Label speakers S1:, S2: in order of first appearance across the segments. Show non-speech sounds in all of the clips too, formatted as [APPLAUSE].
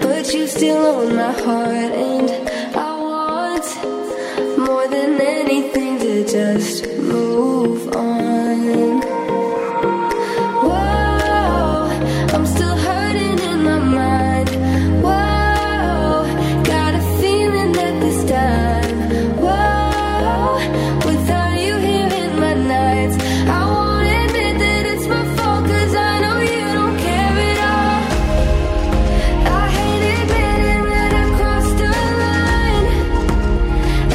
S1: But you still own my heart, and I want more than anything to just move on. Whoa, I'm still hurting in my mind. Whoa, got a feeling that this time. Whoa, without you here in my nights, I won't admit that it's my fault, cause I know you don't care at all. I hate admitting that I crossed a line.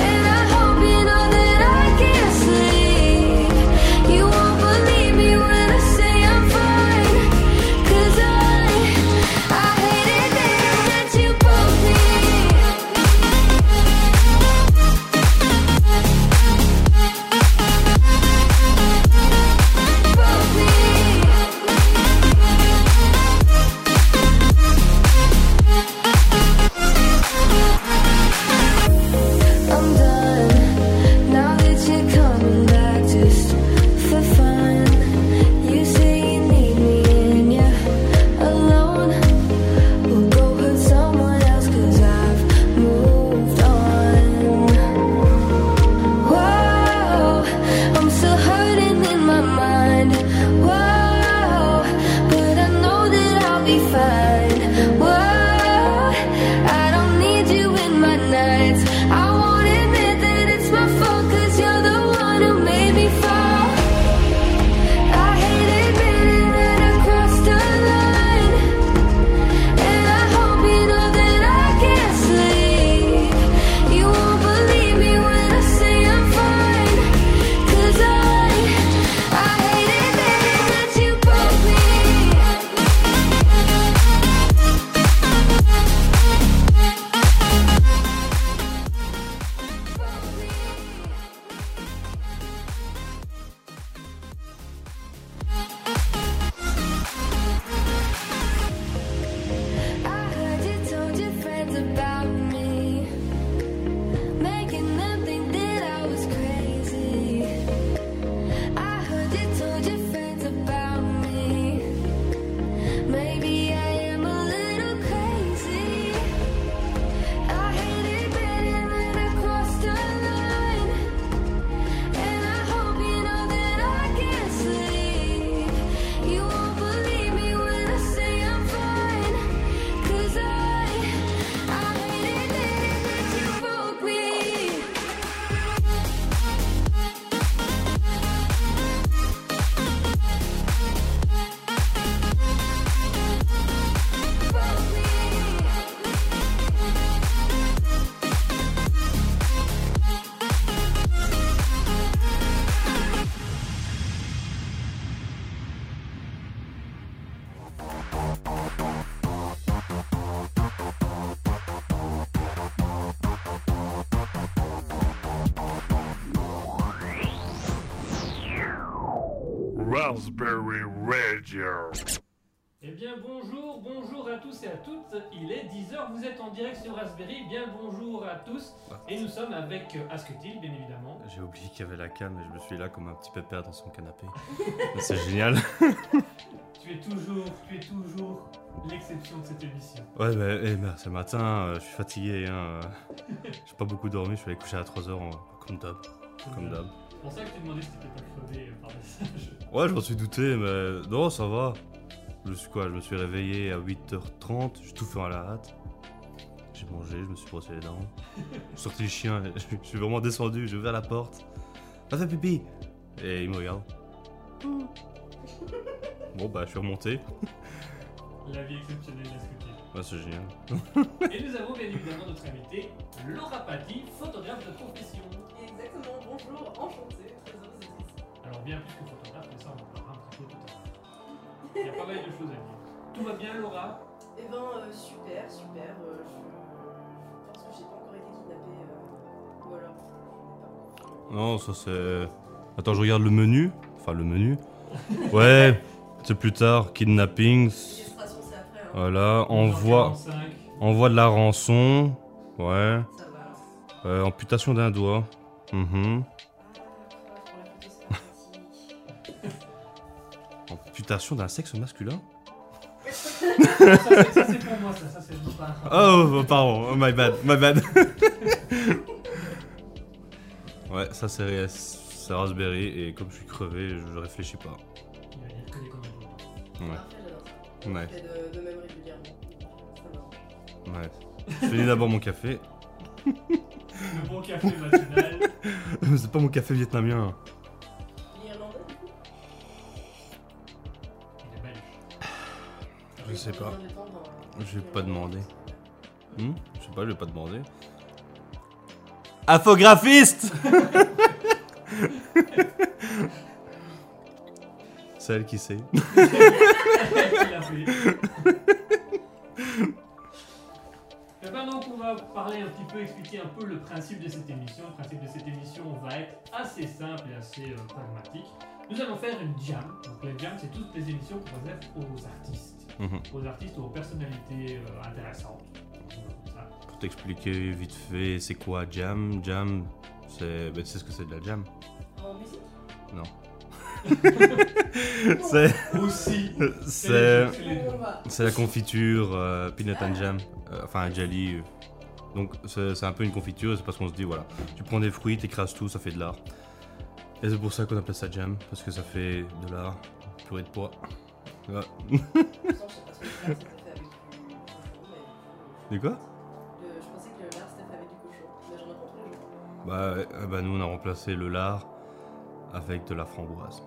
S1: And I hope you know that I can't sleep. You won't believe me when I say I'm fine. Cause I, I hate admitting that you broke me. I'm done. Now that you're coming back just for fun. You say you need me and you're alone. We'll go hurt someone else cause I've moved on. Whoa, I'm still hurting in my mind. Whoa, but I know that I'll be fine. Whoa, I don't need you in my nights. I won't admit that it's my fault, cause you're the one who made me fall. I hate admitting that I crossed a line. And I hope you know that I can't sleep. You won't believe me when I say I'm fine. Cause I, I hate admitting that you broke me. I heard you told your friends about me, making them think that I was crazy. I heard you told your friends about me. Maybe I am a little crazy. I hate admitting that I crossed a line, and I hope you know that I can't sleep. You won't believe me when I say I'm fine. Cause I, I hate it that you broke me.
S2: Raspberry Radio.
S3: Eh bien bonjour, bonjour à tous et à toutes, il est 10h, vous êtes en direct sur Raspberry, bien bonjour à tous, et nous sommes avec euh, Asketil bien évidemment.
S4: J'ai oublié qu'il y avait la canne et je me suis là comme un petit pépère dans son canapé. [LAUGHS] Mais C'est génial.
S3: Tu es toujours, tu es toujours l'exception de cette émission.
S4: Ouais, bah, eh ben, ce matin, euh, je suis fatigué. Hein, euh, J'ai pas beaucoup dormi, je suis allé coucher à 3h comme d'hab. Comme d'hab.
S3: C'est pour ça que tu demandais si t'étais pas crevé euh, par message. [LAUGHS]
S4: Ouais, je m'en suis douté, mais non, ça va. Je suis quoi Je me suis réveillé à 8h30, j'ai tout fait à la hâte. J'ai mangé, je me suis brossé les dents. J'ai sorti le chien, [LAUGHS] et je suis vraiment descendu, j'ai ouvert la porte. Va faire pipi Et il me regarde. Bon, bah, je suis remonté.
S3: La vie exceptionnelle d'Asketil.
S4: Ouais, c'est génial.
S3: et nous avons bien évidemment notre invité, Laura Patti, photographe de profession.
S5: Exactement, bonjour, enchantée, très heureuse d'être ici.
S3: Alors bien plus que photographe, mais ça on en parlera un petit peu tout à l'heure. Il y a pas mal de choses à dire. Tout va bien Laura
S5: Eh ben, euh, super, super, euh, je pense que j'ai pas encore été kidnappée, euh, ou alors, je sais
S4: Non, ça c'est. Attends, je regarde le menu. Enfin, le menu. Ouais, c'est plus tard. Kidnapping.
S5: pas. Illustration, c'est après, hein.
S4: Voilà, envoi,
S3: 45.
S4: envoi de la rançon. Ouais.
S5: ça va. Ah,
S4: Euh, amputation d'un doigt. Mhm.
S5: courage pour Ah, la photo, c'est magnifique.
S4: Amputation d'un sexe masculin
S3: Ça, c'est- ça, c'est pour moi, ça, ça c'est pour moi.
S4: Oh, pardon, oh, my bad, my bad. [LAUGHS] ouais, ça c'est ré- c'est Raspberry et comme je suis crevé, je réfléchis pas.
S3: Il va dire que les commandes.
S5: Parfait, j'adore ça.
S4: Ouais,
S5: Je fais hein, de, de même régulièrement. Ça marche.
S4: ouais. Je finis d'abord mon café.
S3: Le bon café matinal.
S4: [LAUGHS] c'est pas mon café vietnamien.
S5: Il est irlandais du coup
S3: Il est belge.
S4: Je sais pas.
S5: Combien de temps hein. dans-
S4: Je vais pas
S5: dans-
S4: demander. Hmm je sais pas, je vais pas demander. [LAUGHS] Infographiste Celle qui sait.
S3: Il a fait. Eh ben donc on va parler un petit peu, expliquer un peu le principe de cette émission. Le principe de cette émission va être assez simple et assez euh, pragmatique. Nous allons faire une jam. Donc la jam c'est toutes les émissions qu'on réserve aux artistes.
S4: Mhm.
S3: Aux artistes ou aux personnalités euh, intéressantes. Comme ça.
S4: Pour t'expliquer vite fait, c'est quoi Jam Jam, c'est. Ben, tu sais ce que c'est de la jam
S5: En musique
S4: [LAUGHS] Non.
S5: Non.
S4: C'est.
S3: Aussi.
S4: C'est.
S3: C'est les deux.
S5: On va.
S4: C'est la confiture euh, peanut and jam, euh, enfin jelly. euh. Donc c'est c'est un peu une confiture, c'est parce qu'on se dit voilà, tu prends des fruits, t'écrases tout, ça fait de l'art. Et c'est pour ça qu'on appelle ça jam, parce que ça fait de l'art, purée de poids. Voilà.
S5: Pourtant, je sais pas ce que le lard, c'était fait avec du cochon, mais-
S4: Du quoi
S5: Le- Je pensais que le lard c'était fait avec du cochon. Mais j'en ai compris les
S4: [LAUGHS]
S5: gens.
S4: Bah, ouais, euh, bah, nous on a remplacé le lard avec de la framboise.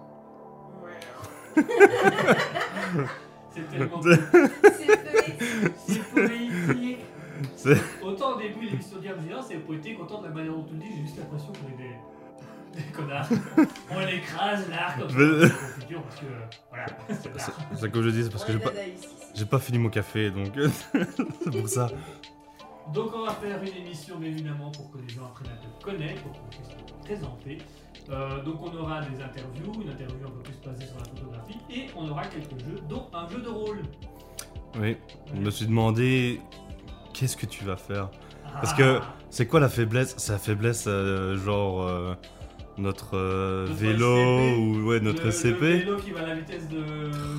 S3: C'est tellement
S5: C'est fait.
S3: C'est poétique.
S4: C'est-
S3: Autant au début, l'émission d'hier me disait, Ah, c'est poétique, autant de la manière dont tu le dis, j'ai juste l'impression qu'on est des, des
S4: [LAUGHS]
S3: connards. On l'écrase, l'art, comme ça.
S4: Mais-
S3: on figure, parce que, voilà, c'est
S4: C'est
S3: l'art.
S4: c'est comme je dis, c'est parce que j'ai pas, j'ai pas fini mon café, donc [LAUGHS] c'est pour ça.
S3: Donc, on va faire une émission, bien évidemment, pour que les gens apprennent à te connaître, pour qu'on puisse te présenter. Euh, donc, on aura des interviews, une interview un peu plus basée sur la photographie, et on aura quelques jeux, dont un jeu de rôle.
S4: Oui, je me suis demandé qu'est-ce que tu vas faire Parce
S3: Ah,
S4: que- C'est quoi la faiblesse C'est la faiblesse, euh, genre euh, notre, euh,
S3: Notre
S4: vélo
S3: SCP.
S4: ou ouais, notre
S3: le,
S4: CP.
S3: Le vélo qui va à la vitesse de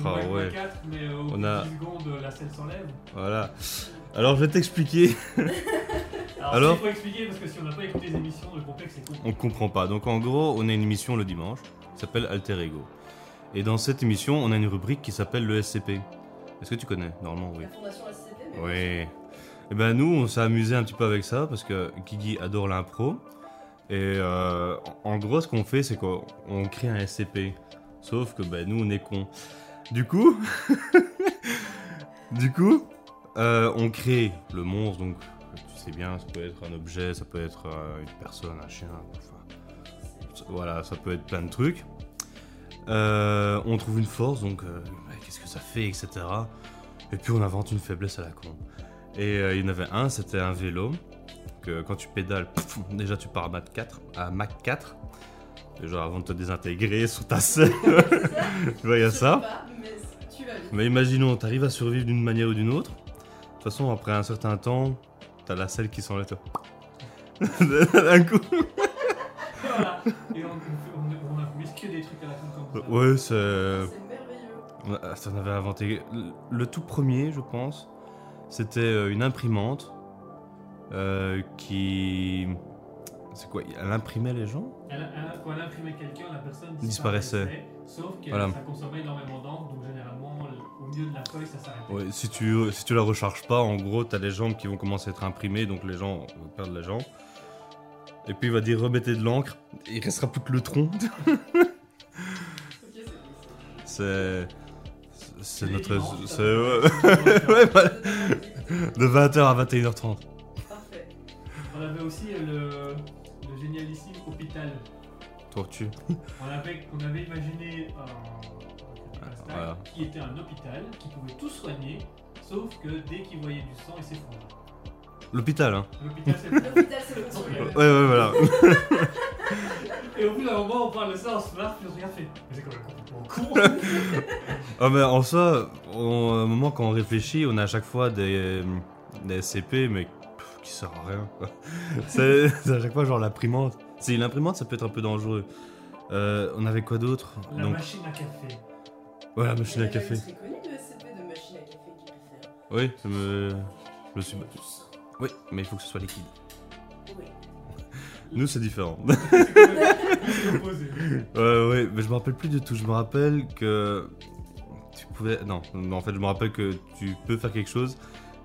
S4: Ah,
S3: 1,4,
S4: ouais.
S3: mais euh, au
S4: On
S3: bout de
S4: a-
S3: 10 secondes, la selle s'enlève.
S4: Voilà. Alors je vais t'expliquer. [LAUGHS]
S3: Alors,
S4: Alors
S3: il faut expliquer parce que si on n'a pas écouté les émissions, le complexe est con.
S4: On comprend pas. Donc en gros, on a une émission le dimanche qui s'appelle Alter Ego. Et dans cette émission, on a une rubrique qui s'appelle le SCP. Est-ce que tu connais Normalement, oui.
S5: La fondation SCP, mais
S4: Oui. Et ben nous, on s'est amusé un petit peu avec ça parce que Guigui adore l'impro. Et euh, en en gros, ce qu'on fait, c'est qu'on on crée un SCP. Sauf que ben nous, on est cons. Du coup, [LAUGHS] du coup, euh, on crée le monstre. Donc, tu sais bien, ça peut être un objet, ça peut être euh, une personne, un chien. Enfin, ça- voilà, ça peut être plein de trucs. Euh, on trouve une force, donc euh, ouais, qu'est-ce que ça fait, etc. Et puis on invente une faiblesse à la con. Et euh, il y en avait un, c'était un vélo. Que quand tu pédales, pouf, déjà tu pars à Mach 4. À Mach 4. Et genre avant de te désintégrer sur ta [LAUGHS] selle. tu vois, il y a
S5: je sais
S4: ça.
S5: pas, mais tu vas vite.
S4: Mais imaginons, t'arrives à survivre d'une manière ou d'une autre. De toute façon, après un certain temps, t'as la selle qui s'enlève. toi. [LAUGHS] D'un coup.
S3: Voilà. Et on, on, fait- on, on a mis que des trucs à la fin comme ça.
S4: Ouais, c'est.
S5: C'est merveilleux.
S4: Ah, Ça en avait inventé. Le- Le tout premier, je pense, c'était euh, une imprimante euh, qui. C'est quoi Elle imprimait les gens
S3: Elle, elle- quand elle imprimait quelqu'un, la personne
S4: Disparaissait.
S3: disparaissait. Sauf que
S4: Voilà.
S3: ça consommait énormément d'encre, donc généralement, le- au milieu de la feuille, ça s'arrêtait.
S4: Ouais, si tu, euh, si tu la recharges pas, en gros, t'as les jambes qui vont commencer à être imprimées, donc les gens vont perdre la jambe. Et puis il va dire remettez de l'encre, il restera plus que le tronc. [LAUGHS]
S5: Ok, c'est c'est-
S4: C'est. c'est- C'est
S3: Et
S4: notre.
S3: immense,
S4: c'est-
S3: ça.
S4: ouais. [LAUGHS] Ouais, voilà. de 20h à 21h30.
S5: Parfait.
S3: On avait aussi euh, le, le génialissime hôpital.
S4: Tortue.
S3: On avait, on avait imaginé un, un
S4: Ah, voilà.
S3: qui était un hôpital qui pouvait tout soigner, sauf que dès qu'il voyait du sang, il s'effondrait.
S4: L'hôpital, hein.
S3: L'hôpital s'effondrait.
S5: L'hôpital, c'est bon, tu vas
S4: Ouais,
S5: vite.
S4: ouais, voilà.
S3: Et au bout d'un moment, on parle de ça, on se marre, puis on se regarde, fait. Mais c'est quand même complètement con
S4: Ah mais en soi, on- à un moment quand on réfléchit, on a à chaque fois des, des SCP mais pff, qui sert à rien.
S3: [LAUGHS]
S4: quoi. C'est c'est à chaque fois genre l'imprimante. Si l'imprimante ça peut être un peu dangereux. Euh, on avait quoi d'autre
S3: La
S4: Donc
S3: machine à café.
S4: [LAUGHS] voilà [LAUGHS] machine à
S5: Il y en a
S4: café.
S5: une très connue, le SCP de machine à café qui est
S4: Oui, je me. Je me suis. Oui, mais il faut que ce soit liquide.
S5: Oui.
S4: Nous, c'est différent. [LAUGHS]
S3: C'est l'opposé.
S4: Ouais, ouais, mais je me rappelle plus du tout. Je me rappelle que tu pouvais. Non, mais en fait, je me rappelle que tu peux faire quelque chose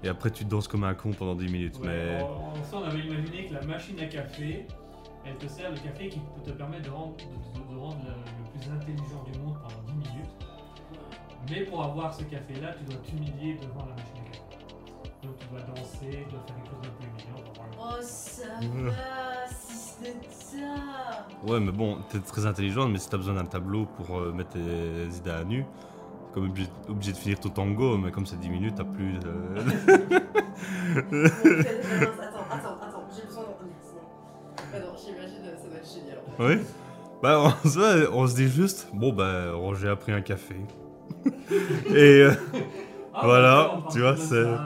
S4: et après tu danses comme un con pendant 10 minutes.
S3: Ouais, oh.
S4: mais
S3: en, en soi, on avait imaginé que la machine à café, elle te sert le café qui peut te permettre de rendre, de- de- de rendre le, le plus intelligent du monde pendant 10 minutes. Mais pour avoir ce café-là, tu dois t'humilier devant la machine à café. Donc tu dois danser, tu dois faire quelque chose d'un peu humiliant. pour avoir
S5: Oh, ça va, si c'est ça.
S4: ouais, mais bon, t'es très intelligente, mais si t'as besoin d'un tableau pour euh, mettre tes idées à nu, t'es comme obligé, obligé de finir ton tango, mais comme c'est 10 minutes, t'as plus. [LAUGHS] euh,
S5: attends, attends, attends, j'ai besoin d'entendre ça. Attends, j'imagine, euh, ça va être génial.
S4: oui. Bah, en soi, on se dit juste, bon, bah, Roger a pris un café. [LAUGHS] et. euh,
S3: le- Ah,
S4: Voilà,
S3: on parle
S4: tu vois,
S3: de ça,
S4: c'est-
S3: euh,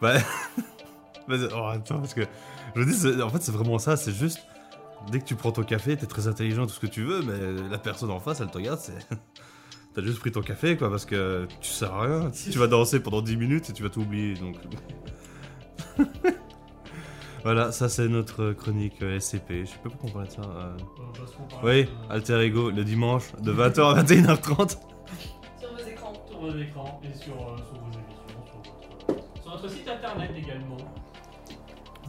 S4: Bah, [LAUGHS] Vas-y, oh, attends, parce que je me dis, c'est- en fait, c'est vraiment ça, c'est juste. Dès que tu prends ton café, t'es très intelligent, tout ce que tu veux, mais la personne en face, elle te regarde, c'est. [LAUGHS] T'as juste pris ton café, quoi, parce que tu sers à rien. Si tu vas danser pendant 10 minutes et tu vas tout oublier, donc. [LAUGHS] voilà, ça, c'est notre chronique euh, SCP. Je sais pas pourquoi on parlait de ça. euh.
S3: euh, parce qu'on parle
S4: Oui,
S3: de-
S4: Alter Ego, le dimanche, de 20h à 21h30.
S5: Sur vos écrans.
S3: sur vos écrans et sur, euh, sur vos émissions, sur votre, sur notre site internet également.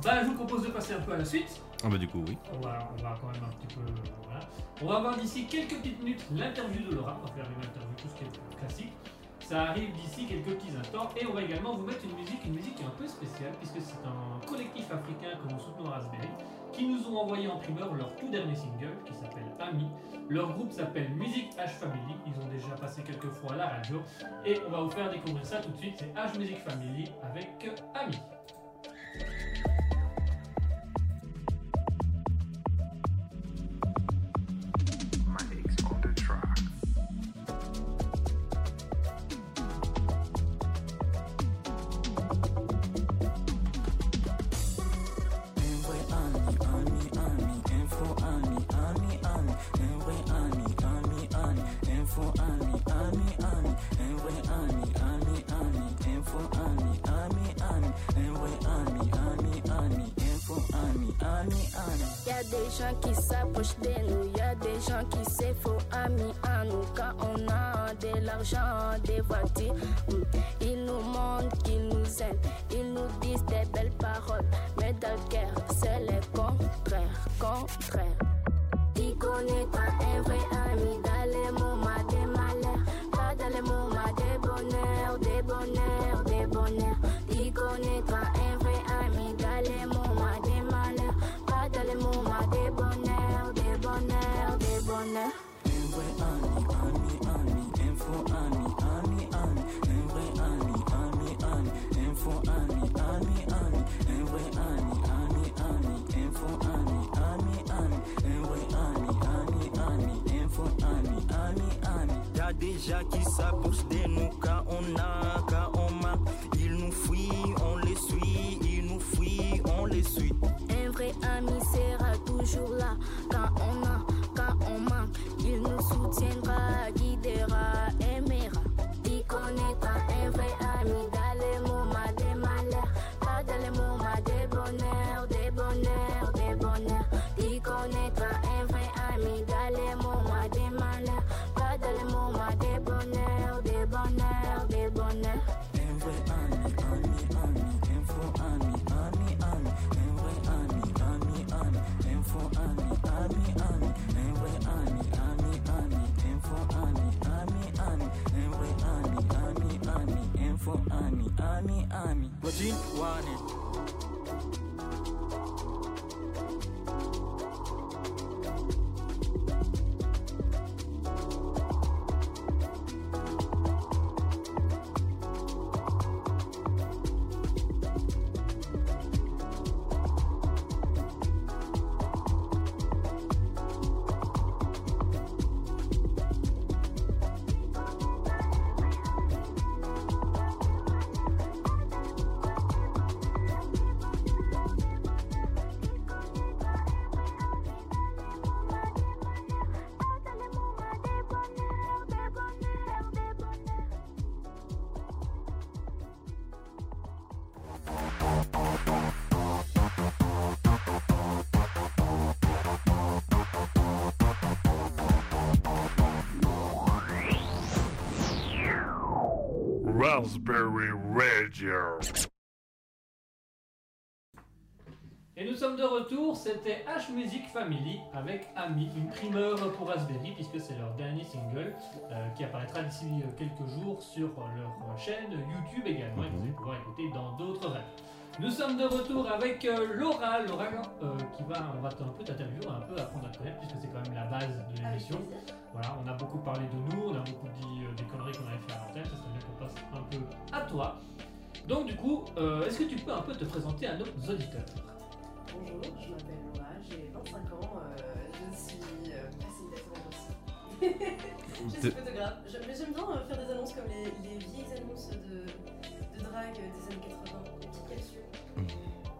S3: Bah, je vous propose de passer un peu à la suite.
S4: Ah, bah, du coup, oui.
S3: On va, on va quand même un petit peu. euh, voilà. On va voir d'ici quelques petites minutes l'interview de Laura. On va faire une interview, tout ce qui est classique. Ça arrive d'ici quelques petits instants. Et on va également vous mettre une musique, une musique qui est un peu spéciale, puisque c'est un collectif africain que nous soutenons à Raspberry, qui nous ont envoyé en primeur leur tout dernier single, qui s'appelle Ami. Leur groupe s'appelle Music H Family. Ils ont déjà passé quelques fois à la radio. Et on va vous faire découvrir ça tout de suite. C'est H Music Family avec euh, Ami.
S2: My legs on the track.
S6: Envoy army, army, army, info army, army, army, envoy army, army, army, info army, army, army, envoy army, army, army, info army, army, army, envoy army, army, army, info army, army, army.
S7: Y a des gens qui s'approchent de nous, y a des gens qui se font amis à nous quand on a de l'argent, des voitures. mm. Ils nous montrent qu'ils nous aiment, ils nous disent des belles paroles, mais dans le cœur, c'est le contraire, contraire. Dis connais-toi un vrai ami dans les moments des malheurs, pas dans les moments des bonheurs, des bonheurs, des bonheurs. Dis connais-toi un vrai ami dans les moments des malheurs, pas dans les moments des bonheurs, des bonheurs, des bonheurs.
S6: Envoy army, army, army, info army, army, army, envoy army, army, army, info army, army, army, envoy army, army, army, info army, army, army, envoy army, army, army, info army, army, army. Y'a des gens qui s'approchent de nous car on a, car on m'a. Ils nous fuient, on les suit, ils nous fuient, on les suit.
S7: Un vrai ami sera toujours là quand on a, quand on manque. Il nous soutiendra, guidera, aimera. Dis connaîtra un vrai ami dans les moments des malheurs, pas dans les moments des bonheurs, des bonheurs, des bonheurs. Dis connaîtra un vrai ami dans les moments des malheurs, pas dans les moments des bonheurs, des bonheurs, des bonheurs.
S6: Envoy army, army, army, info army, army, army, envoy army, army, army, info army, army, army, envoy army, army, army, info army, army, army, envoy army, army, army, info army, army, army. What you want it?
S2: Raspberry Radio.
S3: Et nous sommes de retour, c'était H Music Family avec Ami, une primeur pour Raspberry puisque c'est leur dernier single euh, qui apparaîtra d'ici euh, quelques jours sur euh, leur chaîne YouTube également et que vous allez pouvoir écouter dans d'autres rêves. Nous sommes de retour avec euh, Laura, Laura euh, qui va, on va t- un peu t'interviewer, un peu apprendre à te connaître puisque c'est quand même la base de l'émission. Voilà, on a beaucoup parlé de nous, on a beaucoup dit euh, des conneries qu'on avait fait à l'antenne, ça serait bien qu'on passe un peu à toi. Donc du coup, euh, est-ce que tu peux un peu te présenter à nos auditeurs
S5: Bonjour, je m'appelle Laura, j'ai 25 ans, euh, je suis euh, facilitateur aussi. Je suis
S4: T'es-
S5: photographe, Je- mais j'aime bien euh, faire des annonces comme les, les vieilles annonces de, de drague euh, des années 80, les petites capsules.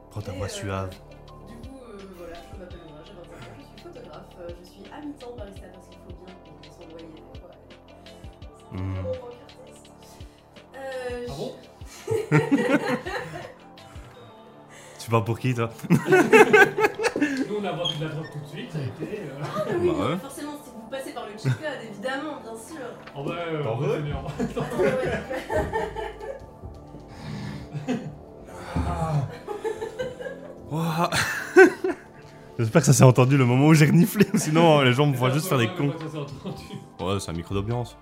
S4: Prends ta
S5: Et,
S4: voix
S5: euh,
S4: suave.
S5: Du coup, euh, voilà, je m'appelle Laura, j'ai 25 ans, je suis photographe, euh, je suis à mi-temps barista parce qu'il faut bien qu'on s'envoyer des fois. C'est
S4: Mm.
S5: vraiment rock artiste. Euh,
S3: Ah bon
S4: Tu parles pour qui, toi
S3: Nous, on a vendu de la drogue tout de suite, ça a été. euh,
S5: je- Ah, mais oui,
S4: Bah ouais.
S5: mais forcément, si vous passez par le cheat code, évidemment, bien sûr.
S3: Oh bah, euh,
S4: T'en
S3: on
S4: veux
S3: est bien.
S5: Attends, ouais, ouais.
S4: Ouah. [LAUGHS] J'espère que ça s'est entendu le moment où j'ai reniflé, sinon les gens me voient juste faire
S3: [LAUGHS]
S4: des cons.
S3: Ça s'est entendu.
S4: Ouais, c'est un micro d'ambiance.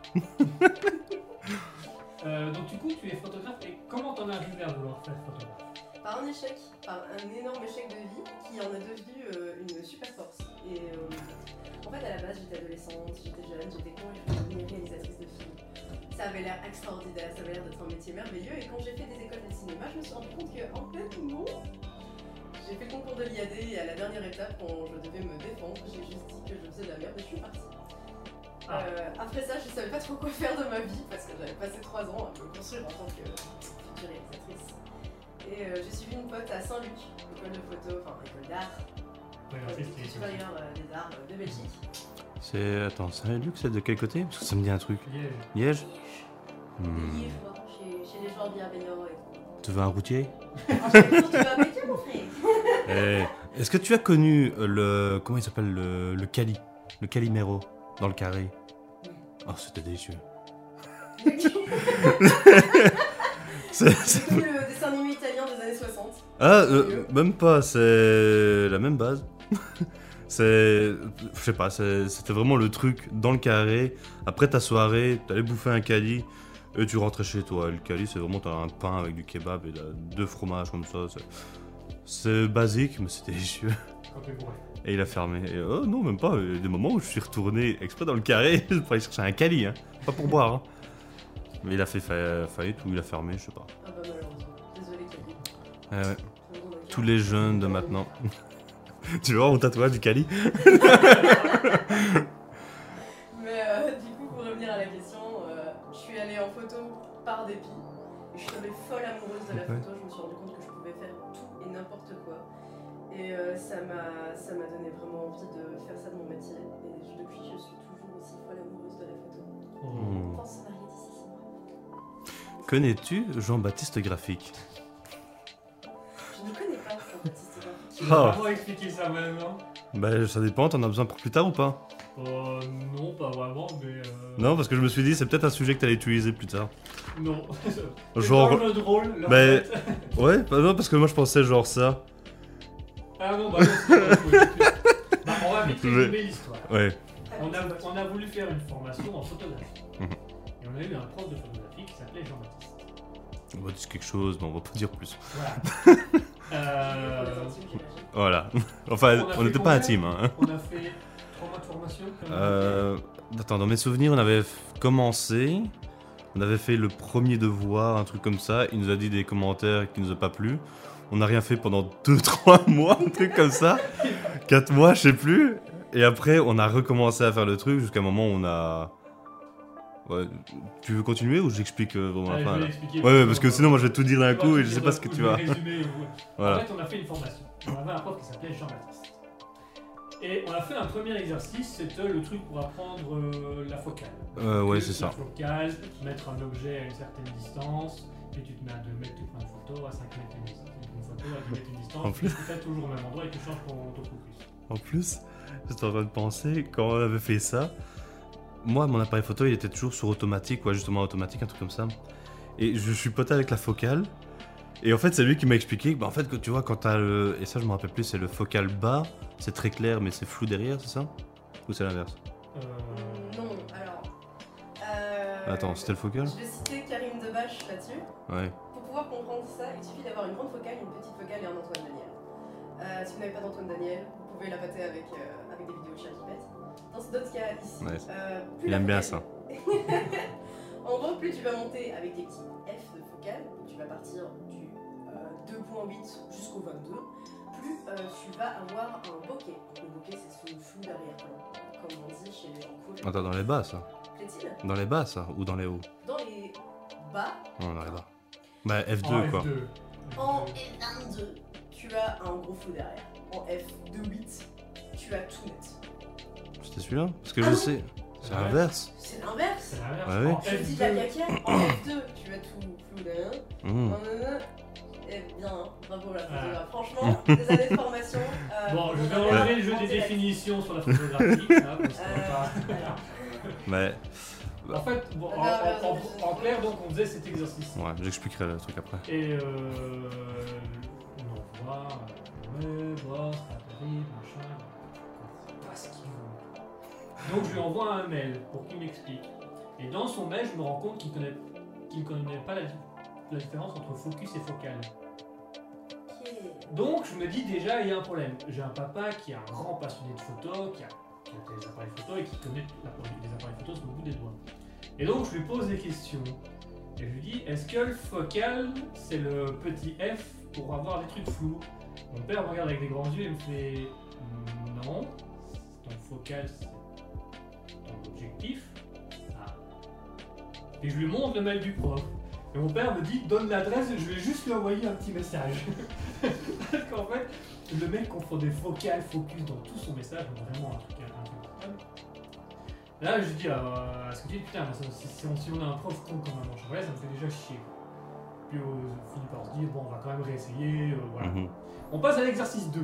S3: Euh, donc, du coup, tu es photographe et comment t'en es arrivé à vouloir faire photographe
S5: Par un échec, par un énorme échec de vie qui en a devenu euh, une super force. Et euh, en fait, à la base, j'étais adolescente, j'étais jeune, j'étais con, et je voulais devenir réalisatrice de films. Ça avait l'air extraordinaire, ça avait l'air d'être un métier merveilleux. Et quand j'ai fait des écoles de cinéma, je me suis rendu compte que, en fait, non. J'ai fait le concours de l'IAD et à la dernière étape, quand je devais me défendre, j'ai juste dit que je faisais de la merde et je suis partie.
S3: Ah.
S5: Euh, après ça, je savais pas trop quoi faire de ma vie parce que j'avais passé 3 ans à me construire en tant que future réalisatrice. Et euh, j'ai suivi une pote à Saint-Luc, école de photo, enfin école d'art,
S3: Ouais,
S5: euh,
S3: l'artiste,
S5: Institut
S3: c'est-
S5: supérieur euh, des arts euh, de Belgique.
S4: C'est. Attends, Saint-Luc, c'est de quel côté Parce que ça me dit un truc.
S3: Yeah.
S4: Liège
S5: Des
S4: Hmm.
S5: livres, hein, chez, chez les gens bienveillants et tout.
S4: [LAUGHS] Tu veux un routier
S5: Ah, je sais pas, tu vas avec eux, mon frère
S4: Eh, Est-ce que tu as connu euh, le. Comment il s'appelle le... le Cali Le Calimero dans le carré Oh, c'était délicieux. [LAUGHS] C'est-
S5: J'ai
S4: c'est-
S5: connu
S4: [LAUGHS]
S5: le dessin animé italien des années 60.
S4: Ah, euh, même pas, c'est la même base. [LAUGHS] c'est. Je sais pas, c'est- c'était vraiment le truc dans le carré. Après ta soirée, t'allais bouffer un cali et tu rentrais chez toi. Le cali, c'est vraiment t'as un pain avec du kebab et là, deux fromages comme ça. c'est- C'est basique, mais c'était délicieux. [LAUGHS]
S3: Quand t'es bourré.
S4: Et il a fermé. Et, oh non, même pas. Il y a des moments où je suis retourné exprès dans le carré [LAUGHS] pour aller chercher un cali, hein. Pas pour boire, hein. Mais il a fait fa- faillite ou il a fermé, je sais pas.
S5: Ah bah malheureusement, désolé Camille.
S4: Ouais, ouais.
S5: Je me rends compte.
S4: Tous les jeunes de maintenant. [LAUGHS] Tu vois, on tatouage du Cali
S5: Mais euh, [LAUGHS] du coup, pour revenir à la question, euh, je suis allée en photo par dépit. Et je suis tombée folle amoureuse de la
S4: Ouais.
S5: photo. Je me suis rendu compte que je pouvais faire tout et n'importe quoi. Et euh, ça m'a ça m'a donné vraiment envie de faire ça de mon métier. Et je- depuis, je suis toujours aussi folle amoureuse de la photo.
S3: Oh.
S5: On pense se marier d'ici six mois.
S4: Hmm. Connais-tu Jean-Baptiste Graphique
S5: Je ne connais pas cette artiste là.
S3: Tu
S4: Ah.
S3: vas vraiment expliquer ça maintenant
S4: Bah, ça dépend, t'en as besoin pour plus tard ou pas
S3: Euh, non, pas vraiment, mais. euh,
S4: Non, parce que je me suis dit, c'est peut-être un sujet que t'allais utiliser plus tard. [LAUGHS]
S3: Non. C'est
S4: Genre-
S3: pas un jeu de rôle, là, en
S4: Mais-
S3: fait.
S4: Ouais, bah non, parce que moi je pensais genre ça.
S3: Ah non, bah non, c'est pas un jeu de rôle. Bah, on va vite
S4: Je-
S3: résumer l'histoire.
S4: Ouais.
S3: Ah, On a, on a voulu faire une formation en photographie.
S4: Mhm.
S3: Et on a eu un prof de photographie qui s'appelait Jean-Baptiste.
S4: On va dire quelque chose, mais on va pas dire plus.
S3: Voilà. Euh,
S4: Voilà. [LAUGHS] Enfin,
S3: On a fait
S4: on n'était pas
S3: combien
S4: intimes, hein.
S3: on a fait trois mois de formation. comme on
S4: Euh, attends, dans mes souvenirs, on avait f- commencé, on avait fait le premier devoir, un truc comme ça. Il nous a dit des commentaires qui nous ont pas plu. On n'a rien fait pendant [LAUGHS] 2-3 mois, un truc comme ça. 4 mois, je sais plus. Et après, on a recommencé à faire le truc jusqu'à un moment où on a. Ouais, tu veux continuer ou j'explique euh,
S3: dit.
S4: vraiment
S3: Allez, Ah, je
S4: la fin
S3: vais
S4: là
S3: l'expliquer.
S4: Ouais, ouais, parce que sinon, moi je vais tout dire d'un
S3: Moi,
S4: coup
S3: je
S4: et
S3: vais
S4: je sais
S3: dire
S4: pas
S3: d'un
S4: ce que
S3: coup,
S4: tu
S3: je vais
S4: vas.
S3: résumer, ouais. En
S4: [LAUGHS] Voilà.
S3: fait, on a fait une formation. On avait un prof qui s'appelait Jean-Baptiste. Et on a fait un premier exercice, c'était le truc pour apprendre euh, la focale.
S4: Euh, ouais,
S3: Que
S4: c'est ça.
S3: La focale, mettre un objet à une certaine distance, puis tu te mets à 2 mètres, tu prends une photo, à 5 mètres, une, une photo, à 10 mètres, une distance,
S4: En plus.
S3: tu fais toujours au même endroit et tu changes ton, ton focus.
S4: En plus, j'étais en train de penser, quand on avait fait ça, moi, mon appareil photo, il était toujours sur automatique, ouais, justement automatique, un truc comme ça. Et je suis poté avec la focale. Et en fait, c'est lui qui m'a expliqué que, bah, en fait, que tu vois, quand t'as le. Et ça, je me rappelle plus, c'est le focal bas, c'est très clair, mais c'est flou derrière, c'est ça Ou c'est l'inverse
S3: Euh,
S5: Non, alors. euh,
S4: Attends, c'était le focal
S5: Je vais citer Karim Debache là-dessus.
S4: Ouais.
S5: Pour pouvoir comprendre ça, il suffit d'avoir une grande focale, une petite focale et un Antoine Daniel. Euh, si vous n'avez pas d'Antoine Daniel, vous pouvez la pâter avec, euh, avec des vidéos de chat qui pète. Dans d'autres cas, ici,
S4: Ouais.
S5: euh, plus
S4: Il
S5: la
S4: aime bien
S5: focale-
S4: ça.
S5: [LAUGHS] En gros, plus tu vas monter avec des petits F de focale, tu vas partir du euh, 2.8 jusqu'au 22, plus euh, tu vas avoir un bokeh. Le bokeh, c'est ce flou derrière, hein, comme on dit chez les gens cool.
S4: Attends, dans les bas, ça
S5: Plaît-il
S4: Dans les bas, ça Ou dans les hauts
S5: Dans les bas,
S4: Non, dans les bas. Bah, F2,
S5: Oh,
S3: en
S4: quoi.
S3: F2.
S5: en F22, tu as un gros flou derrière. En F28, tu as tout net.
S4: C'était celui-là Parce que
S5: Ah
S4: je
S5: oui.
S4: sais. C'est
S3: Ouais.
S4: l'inverse.
S5: C'est l'inverse
S3: C'est l'inverse.
S4: Ah Ouais, ouais.
S3: En
S5: Je dis de la
S3: F2.
S5: caca, en F2, tu as tout flou derrière.
S4: Mmh.
S5: Euh, Eh bien, bravo la
S3: Ah.
S5: photographe. Franchement, des années de formation. euh,
S3: Bon, je vais
S5: on a
S3: enlever le jeu
S5: inventé
S3: des
S5: la-
S3: définitions sur la photographie. hein, parce qu'on
S5: Euh,
S3: va-
S5: voilà.
S4: Ouais,
S3: En fait, bon, en,
S5: Ah,
S3: en- en-
S5: euh,
S3: en clair, donc on faisait cet exercice.
S4: ouais j'expliquerai le truc après.
S3: Et euh, on envoie, euh, ouais, bon, c'est pas terrible, machin. Je comprends pas ce qu'il veut. Donc je lui envoie un mail pour qu'il m'explique. Et dans son mail, je me rends compte qu'il connaît, qu'il connaît pas la, di- la différence entre focus et focal.
S5: Ok.
S3: Donc je me dis déjà, il y a un problème. J'ai un papa qui est un grand passionné de photo, qui a, qui a des appareils photo et qui connaît la production des appareils photo sur le bout des doigts. Et donc je lui pose des questions. Et je lui dis, est-ce que le focal, c'est le petit F pour avoir des trucs flous Mon père me regarde avec des grands yeux et me fait, non, ton focal, c'est ton objectif. Ah. Et je lui montre le mail du prof. Et mon père me dit, donne l'adresse, je vais juste lui envoyer un petit message. [LAUGHS] Parce qu'en fait, le mec confondait focal, focus dans tout son message, donc vraiment un truc un truc incroyable. Là, je dis euh, à à ce que tu dis, putain, mais ça, si, si on, si on a un prof con comme un manche ça me fait déjà chier. Puis on finit par se dire, bon, on va quand même réessayer, euh, voilà.
S4: Mhm.
S3: On passe à l'exercice 2,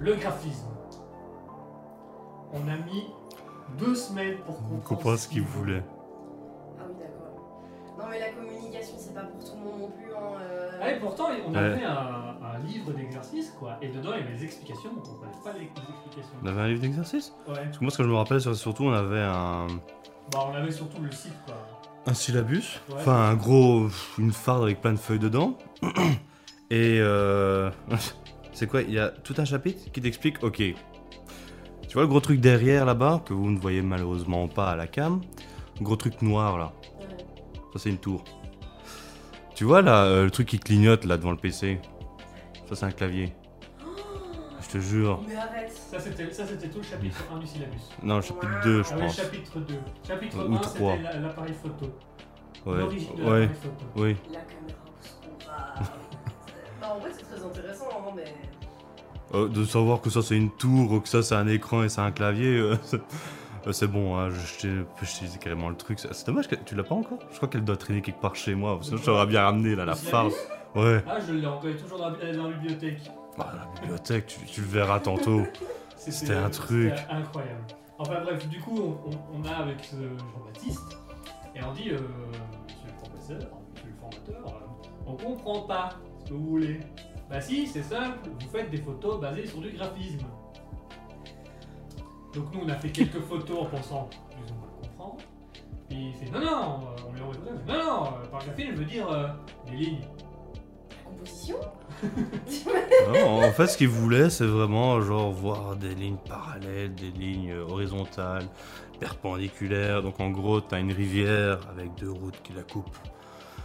S3: le graphisme. On a mis deux semaines pour
S4: On
S3: comprendre,
S4: comprend ce qu'il voulait.
S5: Ah oui, d'accord. Non, mais la communication, c'est pas pour tout le monde non plus. Hein. euh.
S3: Ah, et pourtant, on a
S4: Ouais.
S3: fait un, un livre d'exercice, quoi. Et dedans, il y avait les explications, on comprenait pas les, les explications.
S4: On avait un livre d'exercice
S3: Ouais.
S4: Parce que moi, ce que je me rappelle, c'est surtout, on avait un.
S3: Bah, on avait surtout le site, quoi.
S4: Un syllabus
S3: Ouais.
S4: Enfin, un gros. Une farde avec plein de feuilles dedans. [CLEARS THROAT] Et. euh, [LAUGHS] c'est quoi Il y a tout un chapitre qui t'explique, ok. Tu vois le gros truc derrière là-bas, que vous ne voyez malheureusement pas à la cam. Gros truc noir là.
S5: Ouais.
S4: Ça, c'est une tour. Tu vois là, euh, le truc qui clignote là devant le PC Ça, c'est un clavier. Je te jure.
S5: Oh, Mais arrête.
S3: Ça, c'était ça, c'était tout le chapitre 1 du syllabus.
S4: Non, le chapitre 2, je
S3: Ah oui,
S4: pense.
S3: chapitre 2. Chapitre
S4: Ou
S3: 1,
S4: trois.
S3: c'était la- l'appareil photo.
S4: Ouais.
S3: L'origine de
S4: Ouais.
S3: l'appareil photo.
S4: Oui.
S5: La caméra au secours. Ah.
S3: [LAUGHS]
S5: bah, en vrai, c'est très intéressant, hein, mais.
S4: Euh, de savoir que ça c'est une tour, ou que ça c'est un écran et c'est un clavier, euh, [LAUGHS] c'est- euh, c'est bon, hein, je, je t'ai- je t'ai dit carrément le truc. C'est c'est dommage que tu l'as pas encore Je crois qu'elle doit traîner quelque part chez moi, parce que je t'aurais bien ramené là, la
S3: Le syllabus
S4: farce. Ouais.
S3: Ah, je l'ai encore, il est toujours dans la, dans la bibliothèque.
S4: Ah, la bibliothèque, tu, tu le verras tantôt.
S3: C'était- euh,
S4: C'était un truc.
S3: c'était Incroyable. Enfin bref, du coup, on, on- on a avec ce Jean-Baptiste et on dit, euh, monsieur le professeur, monsieur le formateur, euh, on comprend pas ce que vous voulez. Bah si, c'est simple, vous faites des photos basées sur du graphisme. Donc nous, on a fait quelques
S4: [LAUGHS]
S3: photos en pensant plus ou moins comprendre. Puis il fait non, non, euh, on lui envoie des photos, il fait, non, non, euh, par graphisme, je veux dire euh, des lignes.
S5: La [LAUGHS] composition
S4: Non, en fait, ce qu'il voulait, c'est vraiment genre voir des lignes parallèles, des lignes euh, horizontales, perpendiculaires. Donc en gros, t'as une rivière avec deux routes qui la coupent.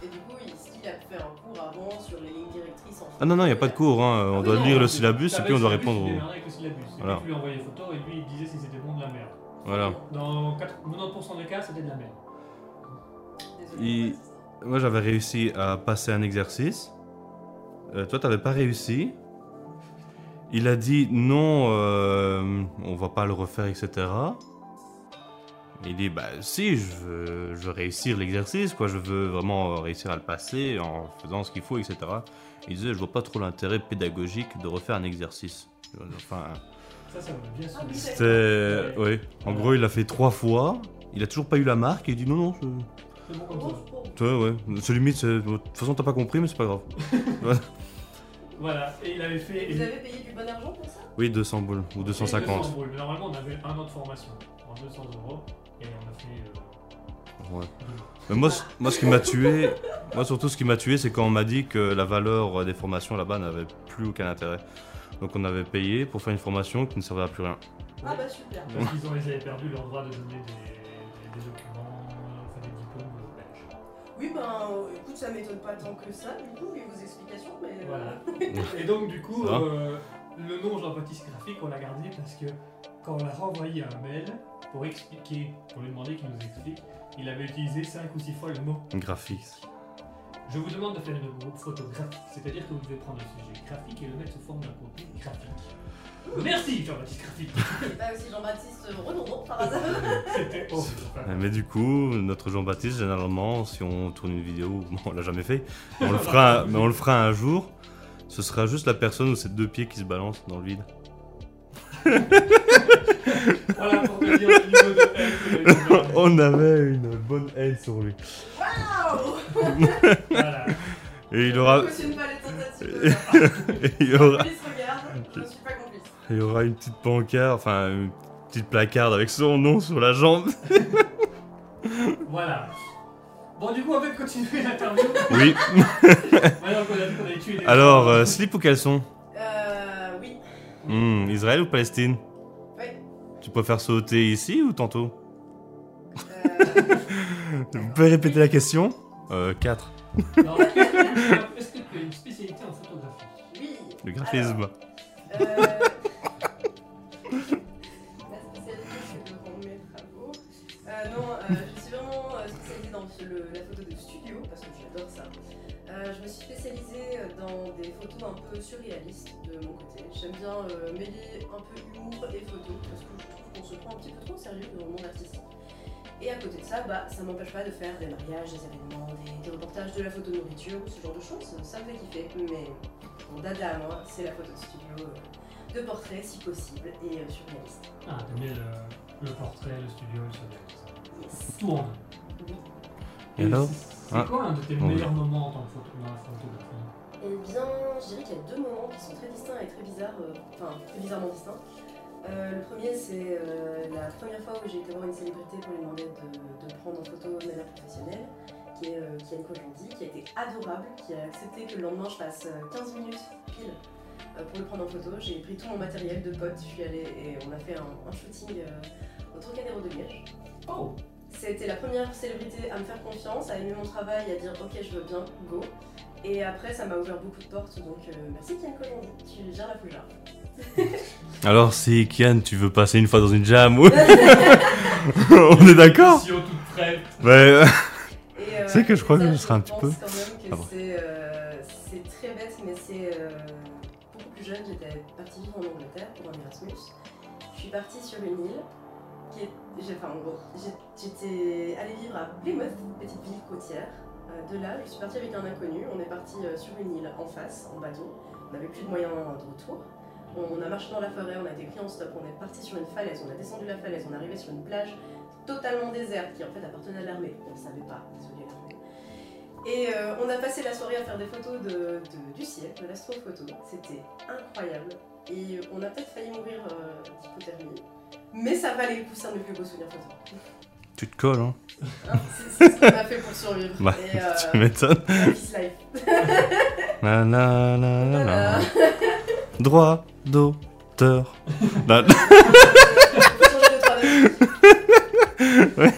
S5: Et du coup, il, il a fait un cours avant sur les lignes directrices. En
S4: Ah non, non, il a pas de cours, hein. on
S5: oui,
S4: doit
S5: non,
S4: lire le
S3: Ah c'est-
S4: syllabus et
S3: t'avais
S4: puis on doit
S3: le
S4: répondre
S3: syllabus, il
S4: au.
S3: démarrait avec le syllabus. Et
S4: Voilà.
S3: puis, tu lui envoyais les photos et lui, il disait si c'était bon de la merde.
S4: Voilà.
S3: Dans 90% des cas, c'était de la merde.
S5: Désolé.
S4: Il- Moi, j'avais réussi à passer un exercice. Euh, toi, t'avais pas réussi. Il a dit non, euh, on va pas le refaire, etc. Il dit bah si, je veux, je veux réussir l'exercice, quoi. Je veux vraiment euh, réussir à le passer en faisant ce qu'il faut, etc. Il disait je vois pas trop l'intérêt pédagogique de refaire un exercice. Enfin,
S3: Ça, ça m'a bien
S5: Ah
S3: saoulé.
S5: oui, c'est-
S4: C'était. Oui. En gros, il a fait trois fois. Il a toujours pas eu la marque. Et il dit non, non. je-
S3: C'est bon comme ça.
S5: Pauvre, pauvre.
S4: Tu vois, ouais. C'est limite, c'est- de toute façon, t'as pas compris, mais c'est pas grave.
S3: Voilà, et il avait fait.
S5: Vous avez payé du bon argent pour ça
S4: Oui, 200 boules ou 250.
S3: 200 boules. Mais Normalement, on avait un an de formation en 200 euros et on a fait. euh,
S4: Ouais. Mais moi, ce- moi, ce qui m'a tué, moi surtout, ce qui m'a tué, c'est quand on m'a dit que la valeur euh, des formations là-bas n'avait plus aucun intérêt. Donc on avait payé pour faire une formation qui ne servait à plus rien.
S5: Ah bah super.
S3: parce qu'ils ont, ils avaient perdu leur droit de donner des, des- des documents, enfin des diplômes aux Belges.
S5: Oui, ben euh, écoute, ça m'étonne pas tant que ça, du coup, vu vos explications, mais. euh, [LAUGHS]
S3: Voilà. Et donc, du coup,
S4: Ça va
S3: euh, le nom Jean-Baptiste Graphique, on l'a gardé parce que quand on l'a renvoyé un mail pour expliquer, pour lui demander qu'il nous explique, il avait utilisé 5 ou 6 fois le mot
S4: Graphique.
S3: Je vous demande de faire une groupe photographique, c'est-à-dire que vous devez prendre le sujet graphique et le mettre sous forme d'un contenu graphique. Merci Jean-Baptiste
S4: [LAUGHS]
S3: Graphique
S5: C'est pas aussi Jean-Baptiste euh, Renaudot par hasard.
S3: C'était horrible. Enfin,
S4: Eh, Mais du coup, notre Jean-Baptiste, généralement, si on tourne une vidéo, [LAUGHS] bon, on l'a jamais fait, mais on le fera, mais on le fera un jour. Ce sera juste la personne ou ses deux pieds qui se balancent dans le vide.
S3: voilà pour te dire le niveau de haine que j'avais
S4: [LAUGHS]
S3: dans ma vie.
S4: [LAUGHS] On avait une bonne haine sur lui. Ah, oh.
S5: [LAUGHS] Waouh
S3: Voilà.
S4: Et il aura, [LAUGHS]
S5: Je cautionne pas les tentatives de la
S4: et il aura,
S5: police
S4: [LAUGHS]
S5: regarde, je ne suis pas complice.
S4: il y aura une petite pancarte, enfin une petite placarde avec son nom sur la jambe.
S3: Voilà. Bon, du coup, on va continuer l'interview. [LAUGHS]
S4: Oui.
S3: Maintenant qu'on a dit qu'on allait tuer les
S4: Alors, euh, slip ou caleçon
S5: Euh. Oui.
S4: Hmm, Israël ou Palestine
S5: Oui.
S4: Tu préfères sauter ici ou tantôt
S5: Euh.
S4: [LAUGHS] Vous pouvez répéter la question Euh, 4.
S3: Alors, est-ce que- Est-ce que tu as une spécialité en photographie
S5: oui.
S4: Le graphisme.
S5: Alors, euh, [LAUGHS] La spécialité, c'est de rendre mes travaux. Euh, non, euh, je suis vraiment euh, spécialisée dans le- la photo de studio parce que j'adore ça. Euh, je me suis spécialisée dans des photos un peu surréalistes de mon côté. J'aime bien euh, mêler un peu humour et photo parce que je trouve qu'on se prend un petit peu trop au sérieux dans le monde artistique. Et à côté de ça, bah, ça m'empêche pas de faire des mariages, des événements, des, des reportages de la photo nourriture, ce genre de choses. Ça me fait kiffer. Mais mon dada à moi, c'est la photo de studio, euh, de portrait si possible et euh, surréaliste.
S3: Ah, t'aimes bien le, le portrait, le studio, le sommeil, tout ça.
S5: Yes.
S3: Tout en un.
S5: Oui.
S4: Et alors
S3: c'est-
S4: Ah.
S3: C'est quoi un de tes
S4: Oui.
S3: meilleurs moments en tant que photo, dans la photographie
S5: Eh bien, je dirais qu'il y a deux moments qui sont très distincts et très bizarres, euh, enfin très bizarrement distincts. Euh, le premier, c'est euh, la première fois où j'ai été voir une célébrité pour lui demander de, de prendre en photo de manière professionnelle, qui est euh, Kian Kojandi, qui a été adorable, qui a accepté que le lendemain je passe euh, 15 minutes pile euh, pour le prendre en photo. J'ai pris tout mon matériel de potes, je suis allée et on a fait un, un shooting euh, au Trocadéro de Liège.
S3: Oh
S5: C'était la première célébrité à me faire confiance, à aimer mon travail, à dire ok je veux bien, go. Et après ça m'a ouvert beaucoup de portes, donc euh, merci Kian Kojandi, tu gères la fougère.
S4: Alors, si Kian, tu veux passer une fois dans une jam ou- [LAUGHS] On est d'accord
S3: Mission toute prête
S4: Ouais.
S5: Et, euh,
S4: C'est que je crois que
S5: ça,
S4: je serai un petit
S5: pense quand même que
S4: Ah bon.
S5: c'est, euh, c'est très bête, mais c'est euh, beaucoup plus jeune. J'étais partie vivre en Angleterre pour un Erasmus. Je suis partie sur une île. Qui est, j'ai- enfin, en gros, j'ai- j'étais allée vivre à Plymouth, petite ville côtière. Euh, de là, je suis partie avec un inconnu. On est parti euh, sur une île en face, en bateau. On n'avait plus de moyens de retour. On a marché dans la forêt, on a été pris en stop, on est parti sur une falaise, on a descendu la falaise, on est arrivé sur une plage totalement déserte qui en fait appartenait à l'armée. On ne savait pas, désolé l'armée. Et euh, on a passé la soirée à faire des photos de, de- du ciel, de l'astrophoto. C'était incroyable. Et on a peut-être failli mourir euh, d'hypothermie. Mais ça valait le coup, c'est un de mes plus beaux souvenirs photo.
S4: Tu te colles, hein
S5: Hein, c'est c'est ce qu'on a fait pour survivre.
S4: Bah,
S5: Et euh,
S4: tu m'étonnes.
S5: peace life.
S4: La, la, la, la, la.
S5: Voilà. [LAUGHS]
S4: Droit [LAUGHS] d'auteur. La-
S5: Faut changer de travail.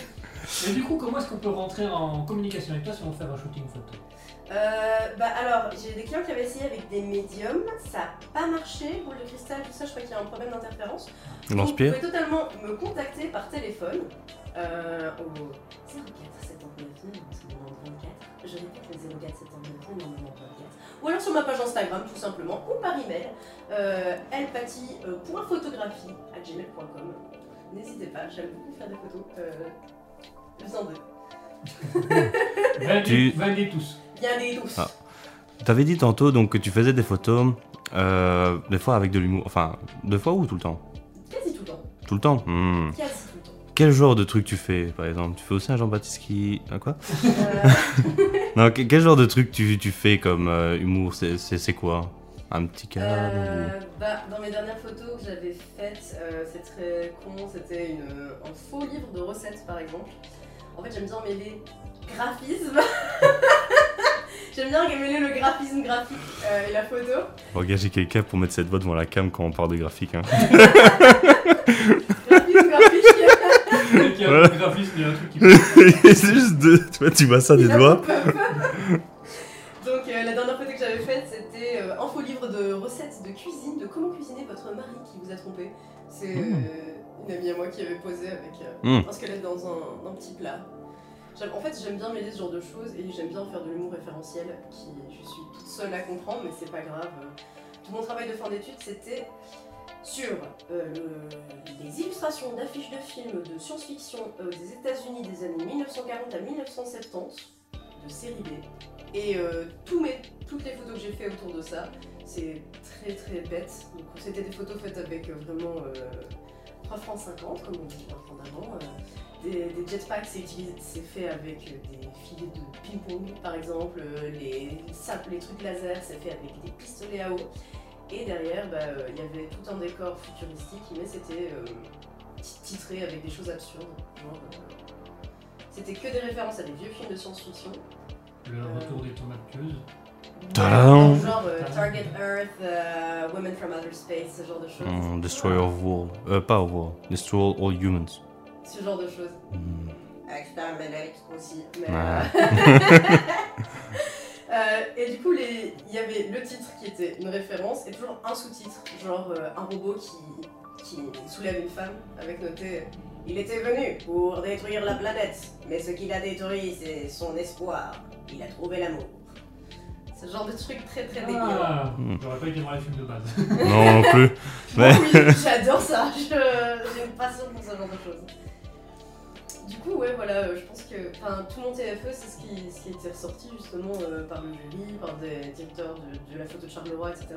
S3: Mais du coup, comment est-ce qu'on peut rentrer en communication avec toi si on veut faire un shooting photo
S5: Euh, bah alors, j'ai des clients qui avaient essayé avec des médiums, ça n'a pas marché, boule de cristal, tout ça, je crois qu'il y a un problème d'interférence.
S4: Lance-pierre.
S5: Vous pouvez totalement me contacter par téléphone euh, au 04 79 94. Je répète le 04 79 94. Ou alors sur ma page Instagram tout simplement, ou par email, euh, gmail.com N'hésitez pas, j'aime beaucoup faire des photos. Euh, vous en deux.
S3: Validez
S4: Tu-
S3: validez tous.
S4: [LAUGHS]
S5: Bien des douces.
S4: Ah. T'avais dit tantôt donc que tu faisais des photos, euh, des fois avec de l'humour, enfin, deux fois ou tout le temps
S5: Quasi tout le temps.
S4: Tout le temps Hmm.
S5: Quasi tout le temps.
S4: quel genre de truc tu fais, par exemple Tu fais aussi un Jean-Baptiste qui. Un quoi [LAUGHS]
S5: Euh,
S4: Non, que- quel genre de truc tu, tu fais comme euh, humour C'est- C'est c'est quoi Un petit câble ou-
S5: Euh, bah, dans mes dernières photos que j'avais faites, euh, c'est très con, c'était une- un faux livre de recettes par exemple. En fait, j'aime bien mêler graphisme. [LAUGHS] j'aime bien mêler le graphisme graphique euh, et la photo.
S4: Engager quelqu'un pour mettre cette voix devant la cam quand on parle de graphique. Hein. [LAUGHS]
S5: Graphisme graphique.
S3: Dès qu'il y a
S4: Voilà.
S3: un graphisme, il y a un truc qui
S4: [LAUGHS] C'est juste de... Toi, tu vois ça des doigts
S5: [LAUGHS] Donc euh, la dernière photo que j'avais faite, c'était euh, un faux livre de recettes de cuisine, de comment cuisiner votre mari qui vous a trompé. C'est euh, une amie à moi qui avait posé avec euh,
S4: Mm.
S5: un squelette dans un, un petit plat. J'aime- En fait, j'aime bien mêler ce genre de choses et j'aime bien faire de l'humour référentiel qui je suis toute seule à comprendre, mais c'est pas grave. euh. Tout mon travail de fin d'études, c'était sur euh, le- les illustrations d'affiches de films de science-fiction euh, des États-Unis des années 1940 à 1970 de série B. Et euh, tous mes- toutes les photos que j'ai faites autour de ça, c'est très très bête. Donc, C'était des photos faites avec euh, vraiment euh, 3 francs 50, comme on dit en d'avant. euh, des, des jetpacks, c'est utilisé- c'est fait avec euh, des filets de ping-pong par exemple. euh, les, sapes- les trucs laser, c'est fait avec des pistolets à eau. Et derrière, bah, euh, il y avait tout un décor futuristique, mais c'était euh, ti- titré avec des choses absurdes. genre, euh, c'était que des références à des vieux films de science-fiction.
S3: Le retour des tomates tueuses.
S4: Tadam
S5: Genre euh, Target Earth, euh, Women from Outer Space, ce genre de choses.
S4: Hmm, Destroy all world. Euh, pas all world. Destroy all humans.
S5: Ce genre de choses.
S4: Hmm.
S5: Exterminate aussi. Mais,
S4: Ah.
S5: euh, [LAUGHS] euh, et du coup, les- il y avait le titre qui était une référence et toujours un sous-titre, genre euh, un robot qui, qui soulève une femme avec noté Il était venu pour détruire la planète, mais ce qu'il a détruit, c'est son espoir. Il a trouvé l'amour. Ce genre de truc très très dégueu.
S3: Ah,
S4: Hmm.
S3: j'aurais pas été voir les films de base.
S4: Non, non plus. Ouais.
S5: Oui, j'adore ça. Je- J'ai une passion pour ce genre de choses. Du coup, ouais, voilà, euh, je pense que enfin, tout mon TFE, E, c'est ce qui, ce qui était ressorti justement euh, par le jury, par des directeurs de, de la photo de Charleroi, etc.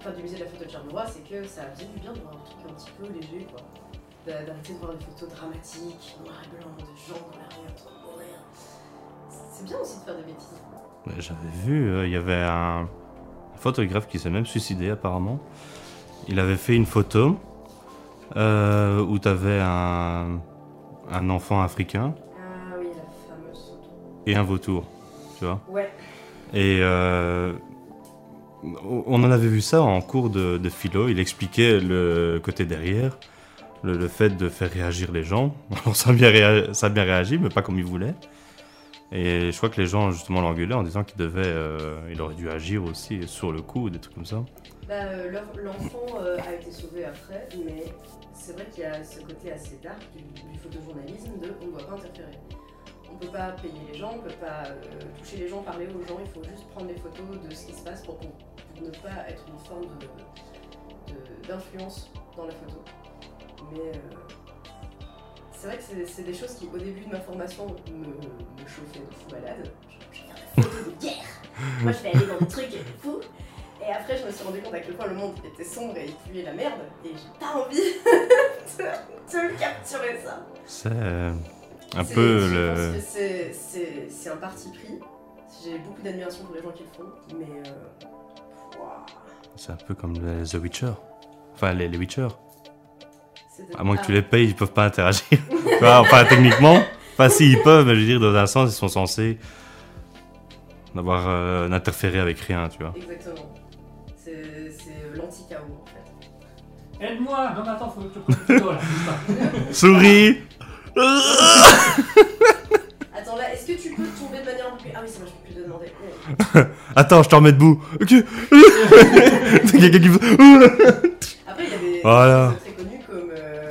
S5: Enfin, du musée de la photo de Charleroi, c'est que ça faisait du bien de voir un truc un petit peu léger, quoi. D'a- D'arrêter de voir des photos dramatiques, noir et blanc, de gens dans la rue en train de mourir. C'est bien aussi de faire des bêtises.
S4: Ouais, J'avais vu, euh, il y avait un photographe qui s'est même suicidé apparemment. Il avait fait une photo euh, où t'avais un, un enfant africain
S5: Ah oui, la fameuse photo.
S4: et un vautour, tu vois.
S5: Ouais.
S4: Et euh, on en avait vu ça en cours de, de philo. Il expliquait le côté derrière, le, le fait de faire réagir les gens. [LAUGHS] Alors ça a, bien réa- ça a bien réagi, mais pas comme il voulait. Et je crois que les gens justement l'engueulaient en disant qu'il devait, euh, il aurait dû agir aussi sur le coup, des trucs comme ça.
S5: Bah, euh, l'enf- l'enfant euh, a été sauvé après, mais c'est vrai qu'il y a ce côté assez dark du, du photojournalisme de on ne doit pas interférer. On ne peut pas payer les gens, on ne peut pas euh, toucher les gens, parler aux gens, il faut juste prendre des photos de ce qui se passe pour, qu'on- pour ne pas être une forme de- de- d'influence dans la photo. Mais euh, c'est vrai que c'est- c'est des choses qui, au début de ma formation, me, me chauffaient de fou malade. Je, je vais faire des photos de guerre Moi, je vais aller dans des trucs fous et après, je me suis rendu compte à quel point le monde était sombre et il puait la merde, et j'ai pas envie [LAUGHS] de, de capturer ça.
S4: C'est euh, un
S5: C'est-
S4: peu
S5: je
S4: le.
S5: pense que c'est- C'est c'est un parti pris. J'ai beaucoup d'admiration pour les gens qui le font, mais. euh, waouh,
S4: C'est un peu comme les The Witcher. Enfin, les, les Witcher.
S5: c'est de-
S4: À moins que
S5: Ah,
S4: tu les payes, ils peuvent pas interagir. [LAUGHS] Tu vois, enfin, techniquement. Enfin, si, ils peuvent, mais je veux dire, dans un sens, ils sont censés n'avoir euh, n'interférer avec rien, tu vois.
S5: Exactement. C'est c'est l'anti-chaos en fait.
S3: Aide-moi Non, mais attends, faut que je te prenne une photo là. bouge pas.
S4: Souris
S5: Attends, là, est-ce que tu peux tomber de manière un peu plus. Ah oui, c'est moi, je peux plus te demander. Ouais.
S4: [LAUGHS] Attends, je te remets debout. [LAUGHS] Ok. T'as quelqu'un qui fait-
S5: Après, il y a des des
S4: Voilà.
S5: choses très connues comme euh,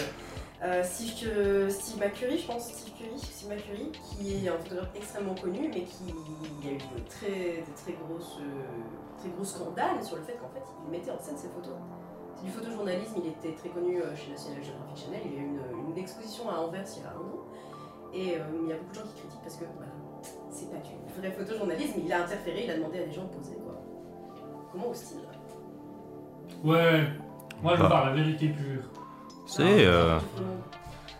S5: euh, Steve, Cu- Steve McCurry, je pense, Steve Curry, Steve McCurry, qui est un photographe extrêmement connu, mais qui il y a eu de très, des très, grosses, euh, très gros scandales sur le fait qu'en fait, il mettait en scène ses photos. C'est du photojournalisme, il était très connu euh, chez National Geographic Channel, il y a eu une, une exposition à Anvers il y a un an, et euh, il y a beaucoup de gens qui critiquent parce que bah, c'est pas du vrai photojournalisme, il a interféré, il a demandé à des gens de poser, quoi. Comment au style
S3: Ouais, moi je
S4: Bah.
S3: parle la vérité pure.
S4: [LAUGHS] C'est. euh,
S5: Vraiment.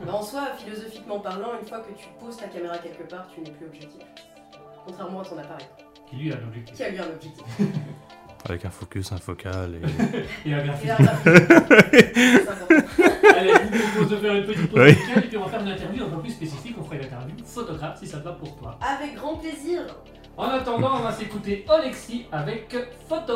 S5: Bah, en soi, philosophiquement parlant, une fois que tu poses ta caméra quelque part, tu n'es plus objectif. Contrairement à ton appareil,
S3: Qui lui a l'objectif.
S5: qui a lui un objectif.
S4: Avec un focus, un focal et.
S3: Et la
S5: Et
S3: graphique.
S5: [LAUGHS] là, c'est important.
S3: Allez, je vous propose de faire une petite pause
S4: Oui.
S3: musicale et puis on va faire une interview un peu plus spécifique. On fera une interview photographe si ça te va pour toi.
S5: Avec grand plaisir.
S3: En attendant, on va s'écouter Alexis avec Photo.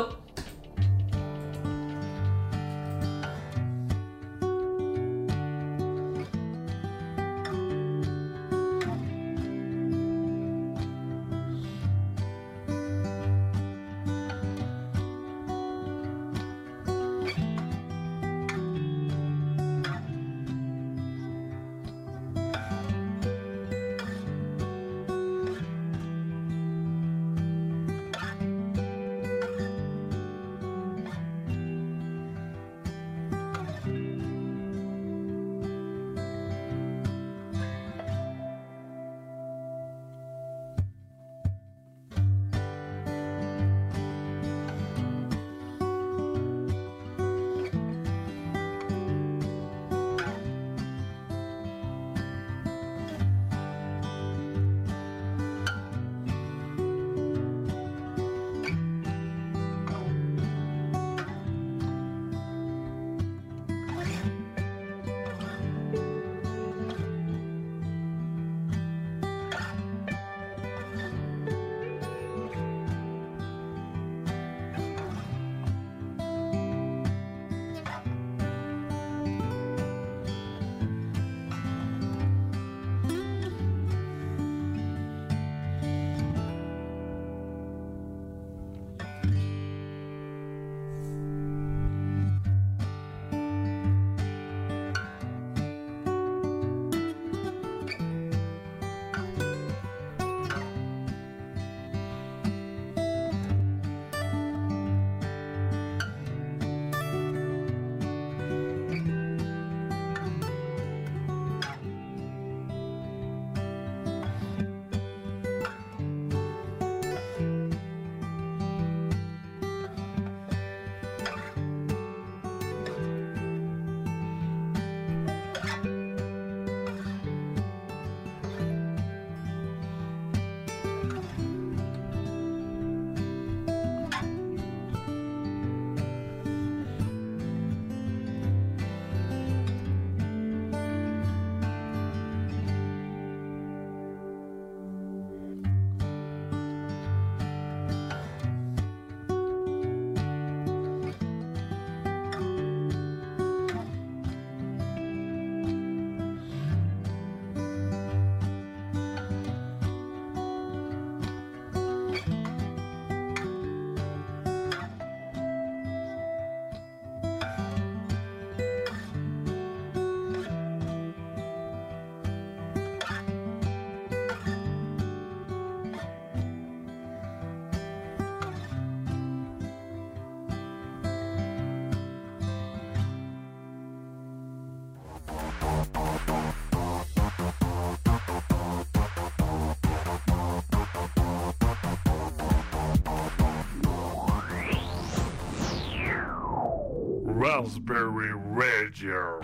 S2: Raspberry Radio.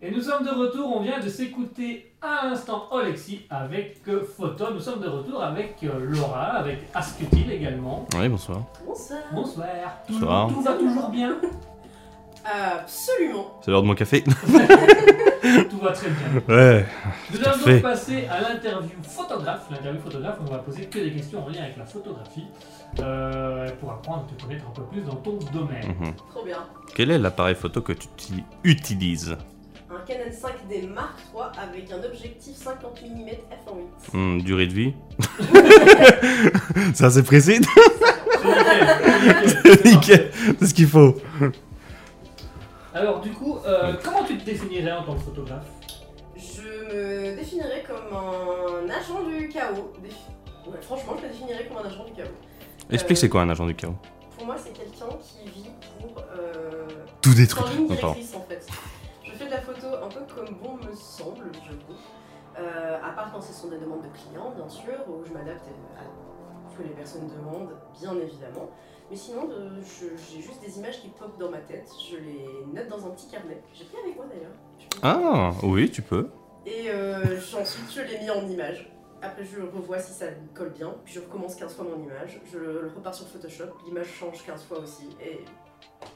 S3: Et nous sommes de retour, on vient de s'écouter à l'instant Alexis avec euh, Photo. Nous sommes de retour avec euh, Laura, avec Ascutil également.
S4: Oui, bonsoir.
S5: Bonsoir.
S3: Bonsoir. Tout,
S4: Bonsoir.
S3: tout va toujours
S4: [LAUGHS]
S3: bien
S5: Absolument.
S4: C'est l'heure de mon café
S3: Tout va très bien.
S4: [LAUGHS] Ouais.
S3: Nous
S4: à
S3: allons
S4: fait.
S3: donc passer à l'interview photographe. L'interview photographe, on va poser que des questions en lien avec la photographie euh, pour apprendre à te connaître un peu plus dans ton
S4: [LAUGHS]
S3: domaine.
S4: Mhm.
S5: Trop bien.
S4: Quel est l'appareil photo que tu uti- utilises
S5: Un Canon 5D Mark III avec un objectif 50 mm f1.8.
S4: Hmm, Durée de [LAUGHS] vie Ça, c'est précis [LAUGHS]
S3: Nickel, c'est
S4: Nickel C'est ce qu'il faut
S3: Alors du coup, euh, comment tu te définirais en tant que photographe
S5: Je me définirais comme un agent du chaos. Défi- Ouais, franchement, je me définirais comme un agent du chaos.
S4: Explique, c'est quoi un agent du chaos
S5: Pour moi, c'est quelqu'un qui vit pour. euh,
S4: Tout
S5: sans ligne
S4: Non, pardon.
S5: directrice en fait. Je fais de la photo un peu comme bon me semble, je trouve. Euh, à part quand ce sont des demandes de clients, bien sûr, où je m'adapte à ce que les personnes demandent, bien évidemment. Mais sinon, de- je- j'ai juste des images qui popent dans ma tête. Je les note dans un petit carnet que j'ai pris avec moi d'ailleurs. Je peux-
S4: Ah, oui, tu peux.
S5: Et euh, j- ensuite, je l'ai mis en image. Après, je revois si ça colle bien, puis je recommence 15 fois mon image. Je le repars sur Photoshop, l'image change 15 fois aussi. Et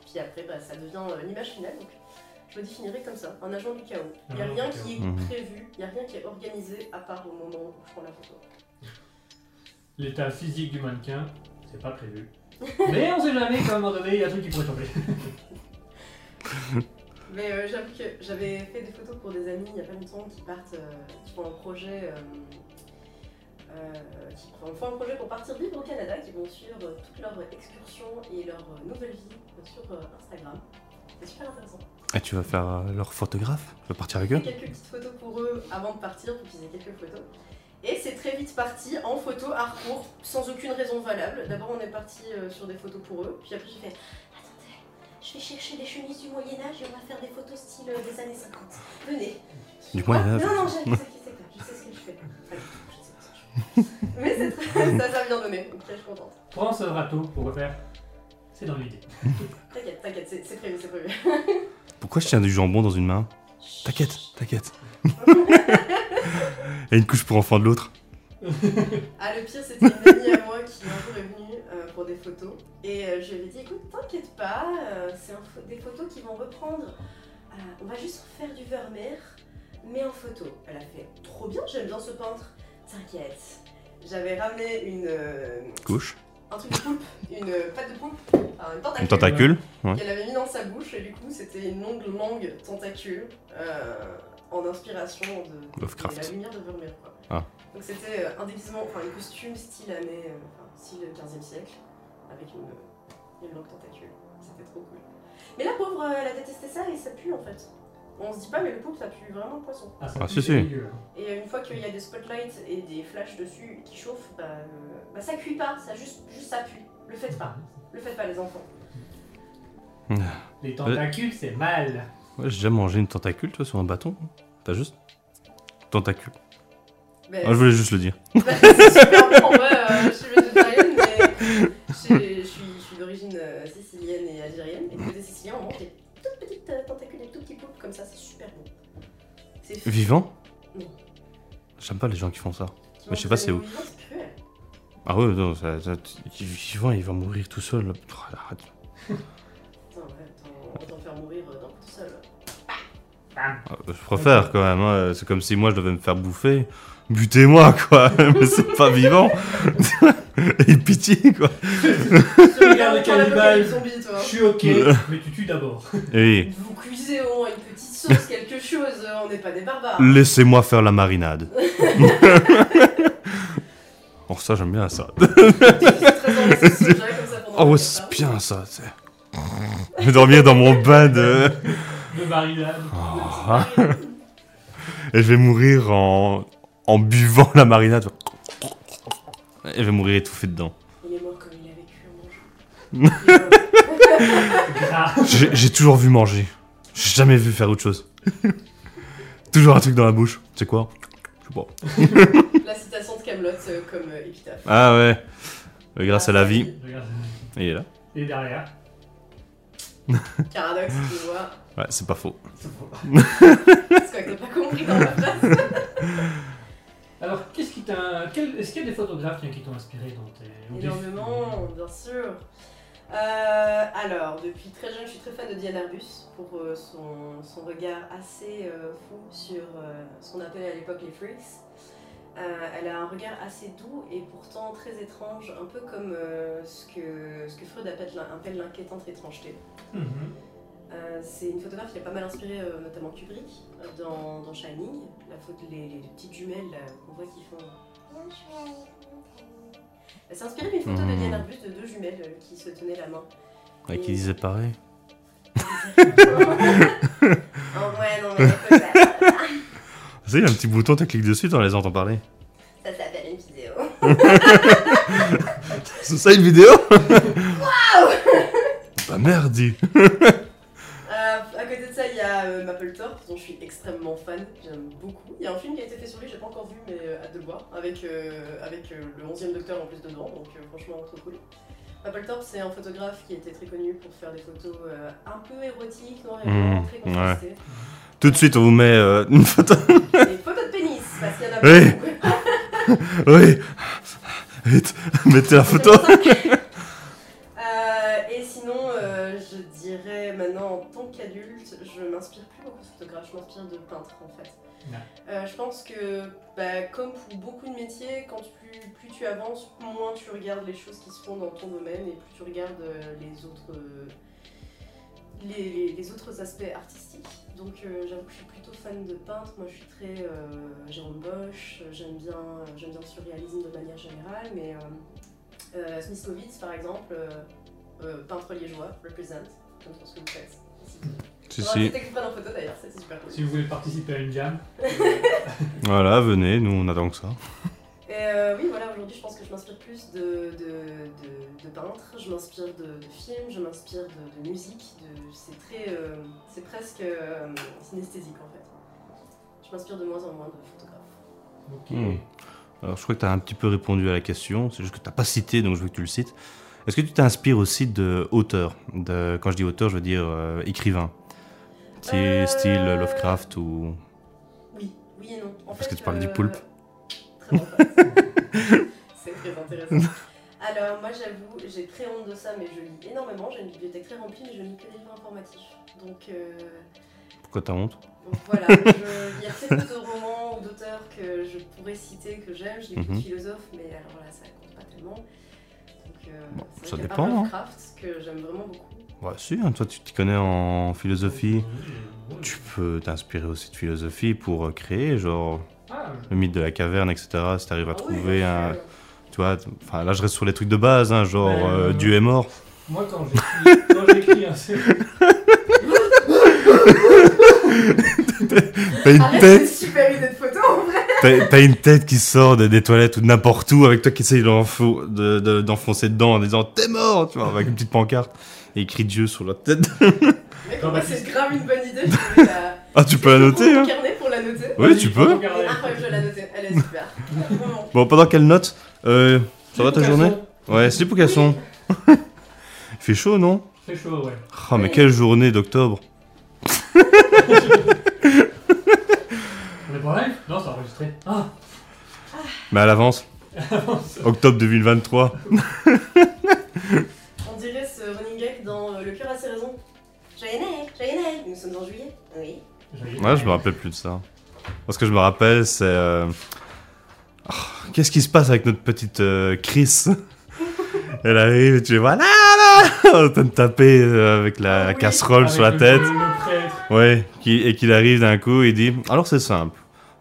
S5: puis après, bah, ça devient euh, l'image finale. Donc, je le définirais comme ça, un agent du chaos. Il n'y a
S3: Un agent
S5: rien
S3: du
S5: qui est
S4: chaos. Mhm.
S5: prévu, il n'y a rien qui est organisé à part au moment où je prends la photo.
S3: L'état physique du mannequin, c'est pas prévu. Mais on sait jamais qu'à un moment donné, il y a un truc qui pourrait tomber.
S5: Mais euh, j'avoue que j'avais fait des photos pour des amis il y a pas longtemps qui partent, euh, qui font un projet, euh, euh, qui font- font un projet pour partir vivre au Canada, qui vont suivre euh, toute leur excursion et leur euh, nouvelle vie euh, sur euh, Instagram. C'est super intéressant.
S4: Et tu vas faire euh, leur photographe Tu vas partir avec
S5: J'ai
S4: eux
S5: fait quelques petites photos pour eux avant de partir, pour qu'ils aient quelques photos. Et c'est très vite parti en photo hardcore, sans aucune raison valable. D'abord, on est parti euh, sur des photos pour eux, puis après, j'ai fait Attendez, je vais chercher des chemises du Moyen-Âge et on va faire des photos style euh, des années 50. Venez.
S4: Du Moyen-Âge.
S5: Ah, Non, non, j'ai- je sais qui c'est, je sais ce que je fais. Allez, je sais ce que je fais. Mais c'est très- ça, ça a bien donné, donc là, je suis contente.
S3: Prends ce râteau pour refaire. C'est dans l'idée.
S5: T'inquiète, t'inquiète, c'est c'est prévu, c'est prévu.
S4: Pourquoi je tiens du jambon dans une main T'inquiète, t'inquiète. [LAUGHS] Et une couche pour enfant de l'autre.
S5: Ah, le pire, c'était une amie à moi qui un jour est venue euh, pour des photos. Et euh, je lui ai dit écoute, t'inquiète pas, euh, c'est un pho- des photos qui vont reprendre. Euh, on va juste faire du Vermeer, mais en photo. Elle a fait trop bien, j'aime bien ce peintre. T'inquiète. J'avais ramené une, euh,
S4: Couche.
S5: un truc de poulpe, une euh, pâte de poulpe, enfin, une
S4: Une
S5: tentacule.
S4: tentacule.
S5: qu'elle avait mis dans sa bouche, et du coup, c'était une longue langue tentacule euh, en inspiration de, de-
S4: Lovecraft.
S5: de la lumière de Vermeer. Quoi.
S4: Ah.
S5: Donc, c'était euh, un déguisement, enfin, un costume style année, euh, enfin, style 15e siècle, avec une, une langue tentacule. C'était trop cool. Mais la pauvre, euh, elle a détesté ça et ça pue en fait. On se dit pas, mais le poulpe ça pue vraiment le poisson.
S3: ça
S4: Ah,
S3: pue,
S4: si,
S3: c'est
S4: si.
S3: dégueu.
S5: Et euh, une fois qu'il y a des spotlights et des flashs dessus qui chauffent, bah, euh, bah, ça cuit pas, ça juste, juste ça pue. Le faites pas, le faites pas les enfants.
S4: Euh.
S3: Les tentacules, c'est mal.
S4: Ouais, j'ai déjà mangé une tentacule, tu vois, sur un bâton. T'as juste. Tentacule.
S5: Mais-
S4: Ah, je voulais juste le dire.
S5: Bah, c'est super, en vrai, euh, je suis végétarienne, mais je suis- je suis, je suis d'origine euh, sicilienne et algérienne. Et côté sicilien, on mange des toutes petites euh, tentacules, des tout petits poulpes comme ça, c'est super bon. C'est fou.
S4: Vivant
S5: Non.
S4: J'aime pas les gens qui font ça.
S5: Tu
S4: mais
S5: manges
S4: je sais pas
S5: des
S4: c'est où.
S5: animaux vivants, c'est cruel.
S4: Ah ouais, non, ça, ça- il- vivant, il va mourir tout seul. Oh, arrête.
S5: Attends, ouais, attends, on va t'en faire mourir euh, d'un coup tout seul.
S3: [LAUGHS]
S4: Ah, Je préfère quand même, hein. c'est comme si moi je devais me faire bouffer. Butez-moi quoi, [LAUGHS] mais c'est pas vivant. [LAUGHS] Et pitié quoi.
S3: Regarde le
S5: Pour la
S3: cannibale.
S5: l'apocalypse zombie, toi.
S3: Je suis ok,
S4: Euh.
S3: mais tu tues d'abord.
S4: Et
S5: Vous cuisez au moins une
S4: [LAUGHS]
S5: petite sauce, quelque chose, euh, on n'est pas des barbares.
S4: laissez-moi faire la marinade. [LAUGHS] oh ça j'aime bien ça.
S5: C'est
S4: [LAUGHS]
S5: très dans les sauces soja, comme ça, pendant
S4: Oh
S5: le
S4: ouais,
S5: repas.
S4: c'est bien ça. c'est- Je vais dormir dans mon bain de...
S3: Le marinade.
S4: Oh, hein. Et je vais mourir en, en buvant la marinade. Et je vais mourir étouffé dedans.
S5: Il est mort comme il a vécu en mangeant. Il est mort.
S3: Gras.
S4: J'ai j'ai toujours vu manger. J'ai jamais vu faire autre [LAUGHS] chose. toujours un truc dans la bouche. Tu sais quoi Je sais pas.
S5: La citation de Camelot comme euh, épitaphe.
S4: Ah ouais. Euh, Grâce à la vie.
S3: Regarde.
S4: Il est là.
S3: Et derrière.
S5: Paradoxe, tu vois.
S4: Ouais, c'est pas faux.
S3: c'est pas-
S5: C'est quoi que t'as pas compris dans ma phrase
S3: Alors, qu'est-ce qui t'a. quel- Est-ce qu'il y a des photographes tiens, qui t'ont inspiré dans tes. ou des-
S5: Énormément, bien sûr. Euh, alors, depuis très jeune, je suis très fan de Diane Arbus pour euh, son, son regard assez euh, fou sur euh, ce qu'on appelait à l'époque les freaks. Euh, elle a un regard assez doux et pourtant très étrange, un peu comme euh, ce, que, ce que Freud appelle l'in- appelle l'inquiétante étrangeté.
S3: Mhm.
S5: Euh, c'est une photographe qui a pas mal inspiré euh, notamment Kubrick euh, dans, dans Shining, la photo, les, les petites jumelles là, qu'on voit qui font. Elle s'est inspirée d'une photo de
S4: Mhm.
S5: Diane Arbus de deux jumelles euh, qui se tenaient la main.
S4: Et qui disait pareil.
S5: Oh ouais, non, mais ça,
S4: Tu sais, il y a un petit bouton, tu cliques dessus, t'en les entends parler.
S5: ça s'appelle une vidéo.
S4: [LAUGHS] C'est ça une vidéo [LAUGHS] Bah merde dis.
S5: Euh, à côté de ça, il y a euh, Mapplethorpe, dont je suis extrêmement fan, j'aime beaucoup. Il y a un film qui a été fait sur lui, j'ai pas encore vu, mais euh, hâte de le voir, avec, euh, avec euh, le 11 e Docteur en plus de dedans, donc euh, franchement, trop cool. Mapplethorpe, c'est un photographe qui était très connu pour faire des photos euh, un peu érotiques, noir et
S4: Mhm,
S5: blanc, très contrastées.
S4: Tout de suite, on vous met euh, une photo.
S5: Des photos de pénis, parce qu'il y en a
S4: Oui.
S5: beaucoup.
S4: oui. Vite, mettez la photo. [LAUGHS]
S5: Euh, et sinon, euh, je dirais maintenant en tant qu'adulte, je m'inspire plus beaucoup de photographes, je m'inspire de peintres en fait.
S3: Ouais.
S5: Euh, je pense que, bah, comme pour beaucoup de métiers, quand tu- plus tu avances, moins tu regardes les choses qui se font dans ton domaine et plus tu regardes euh, les autres, euh, les, les- les autres aspects artistiques. Donc euh, j'avoue que je suis plutôt fan de peintres. Moi je suis très euh, Jérôme Bosch, j'aime bien, j'aime bien le surréalisme de manière générale, mais euh, euh, Smithkowitz par exemple, euh, euh, peintre liégeois, represent, comme ce que vous faites.
S4: Si,
S5: Faudra
S4: si.
S5: peut-être que je prenne en photo d'ailleurs, ça c'est super cool.
S3: Si vous voulez participer à une jam,
S4: Voilà, venez, nous on attend que ça.
S5: Et euh, oui, voilà, aujourd'hui, je pense que je m'inspire plus de, de, de- de peintres, je m'inspire de, de films, je m'inspire de, de musique. De, c'est très, euh, c'est presque euh, synesthésique en fait. Je m'inspire de moins en moins de photographes.
S3: ok.
S4: Hmm. Alors, je crois que tu as un petit peu répondu à la question, c'est juste que tu n'as pas cité, donc je veux que tu le cites. Est-ce que tu t'inspires aussi de auteur de, Quand je dis auteur, je veux dire euh, écrivain. Style,
S5: Euh,
S4: style Lovecraft ou.
S5: Oui, oui et non. En
S4: Parce
S5: fait, euh,
S4: que tu parles du poulpe.
S5: [LAUGHS] Très bon pote. [LAUGHS] C'est très intéressant. [LAUGHS] Alors, moi, j'avoue, j'ai très honte de ça, mais je lis énormément. J'ai une bibliothèque très remplie, mais je lis que des livres informatifs. Donc, euh,
S4: Pourquoi t'as honte
S5: Donc
S4: [LAUGHS]
S5: voilà, je- il y a très peu de romans ou d'auteurs que je pourrais citer que j'aime. J'ai beaucoup de
S4: Mhm.
S5: philosophes, mais alors là, ça compte pas tellement. Donc, euh,
S4: Bon,
S5: c'est
S4: ça
S5: vrai qu'il y a
S4: dépend, hein.
S5: Lovecraft, que j'aime vraiment beaucoup. Ah
S4: Ouais, si, hein, toi tu t'y connais en philosophie.
S3: Oui.
S4: Tu peux t'inspirer aussi de philosophie pour euh, créer, genre
S3: Ah,
S4: le mythe de la caverne, etc. Si t'arrives à
S5: Ah oui,
S4: trouver
S5: bien
S4: un.
S5: sûr.
S4: Tu vois, t- enfin là je reste sur les trucs de base, hein, genre
S5: Ben,
S3: Ouais,
S4: euh,
S3: ouais,
S4: Dieu est mort.
S3: moi quand
S4: [LAUGHS]
S3: j'écris- quand j'écris un scénario,
S4: T'as une
S5: Arrête,
S4: tête
S5: Ah, c'est une super idée de photo en vrai
S4: T'as t'as une tête qui sort de- des toilettes ou de n'importe où avec toi qui essaye d'enfo- de- de- d'enfoncer dedans en disant t'es mort, tu vois, avec une petite pancarte et écrit Dieu sur la tête.
S5: Mec,
S3: Non,
S5: en vrai,
S3: bah,
S5: c'est grave une bonne [LAUGHS] idée. Je vais la...
S4: Ah, tu peux la noter, hein
S5: Je vais prendre mon carnet pour la noter.
S4: Oui, tu peux.
S3: Regardez.
S5: Incroyable, je vais la noter. Elle est super. Vraiment.
S4: Bon, pendant quelle note Euh, Ça va ta
S3: Slip ou
S4: journée
S3: caleçon
S4: Ouais, slip ou casson Il fait chaud, non
S3: Très chaud, ouais.
S4: Ah, mais quelle journée d'octobre
S3: On est pas live Non, c'est enregistré. Ah
S4: Mais à l'avance, octobre 2023.
S5: On dirait ce running gag dans euh, Le cœur a ses raisons. Joyeux Noël, joyeux Noël. Nous sommes en juillet. Oui.
S3: J'avais-
S4: Ouais, je me rappelle plus de ça. Parce que je me rappelle, c'est. euh, oh, Qu'est-ce qui se passe avec notre petite euh, Chris [LAUGHS] Elle arrive et tu les vois là là [LAUGHS] en train de taper euh, avec la
S5: Ah oui.
S4: casserole sur la
S3: Avec
S4: tête.
S3: Le, le prêtre.
S4: Ouais, qui, et qu'il arrive d'un coup et dit Alors c'est simple.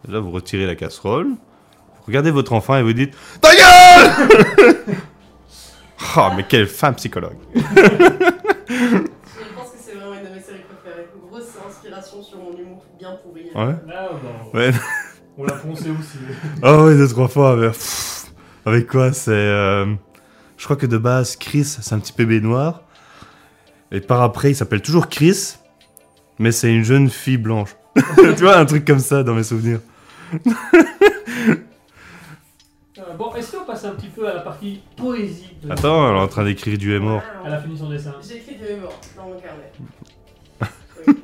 S4: Là, vous retirez la casserole, vous regardez votre enfant et vous dites Ta gueule [LAUGHS] Oh, mais quelle femme psychologue
S5: Je pense que c'est vraiment une de mes séries préférées. Grosse inspiration sur mon humour bien pourri.
S4: Ouais
S3: Là, Ah, bon,
S4: Ouais.
S3: on l'a poncé aussi.
S4: Ah oui, deux, trois fois. mais pff, avec quoi C'est. euh, je crois que de base, Chris, c'est un petit bébé noir. Et par après, il s'appelle toujours Chris, mais c'est une jeune fille blanche. [LAUGHS] tu vois, un truc comme ça dans mes souvenirs.
S3: Euh, bon, est-ce qu'on passe un petit peu à la partie poésie de...
S4: Attends, elle est en train d'écrire Du est mort.
S3: Elle a fini son dessin.
S5: Ah, J'ai écrit des mémoires dans mon carnet.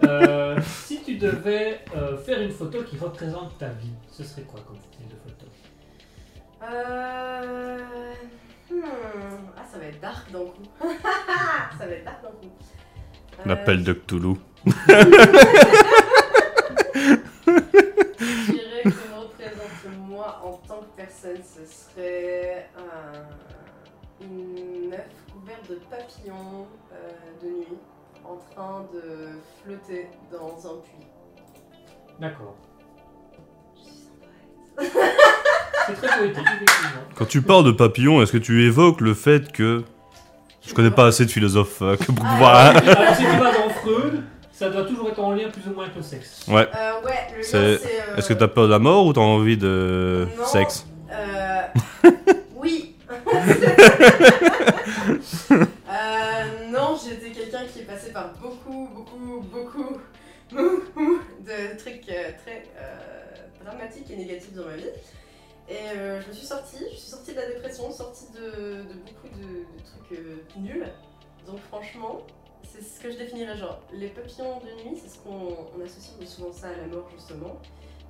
S3: Euh, si tu devais euh, faire une photo qui représente ta vie, ce serait quoi comme style de photo
S5: Euh... hmm, Ah, ça va être dark d'un coup. [LAUGHS] ça va être dark d'un coup. Euh,
S4: L'appel de Cthulhu.
S5: Je dirais que me représente moi en tant que personne, ce serait un- une meuf couverte de papillons euh, de nuit en train de flotter dans un puits.
S3: D'accord.
S5: Je suis sympa.
S3: C'est très poétique,
S4: [LAUGHS]
S3: effectivement.
S4: Quand tu parles de papillon, est-ce que tu évoques le fait que. Je connais pas assez de philosophes euh, que pour pouvoir.
S5: Ah,
S3: Alors, si tu vas dans Freud, ça doit toujours être en lien plus ou moins avec le sexe.
S4: Ouais.
S5: Euh, ouais, le lien, c'est.
S4: C'est-
S5: euh,
S4: Est-ce que t'as peur de la mort ou t'as envie de.
S5: Non.
S4: [LAUGHS] sexe
S5: Euh... oui. [LAUGHS] Euh, non, j'étais quelqu'un qui est passé par beaucoup, beaucoup, beaucoup de trucs euh, très euh, dramatiques et négatifs dans ma vie. Et euh, je me suis sortie, je suis sortie de la dépression, sortie de, de beaucoup de, de trucs euh, nuls. Donc franchement, c'est ce que je définirais genre. Les papillons de nuit, c'est ce qu'on on associe souvent ça à la mort justement.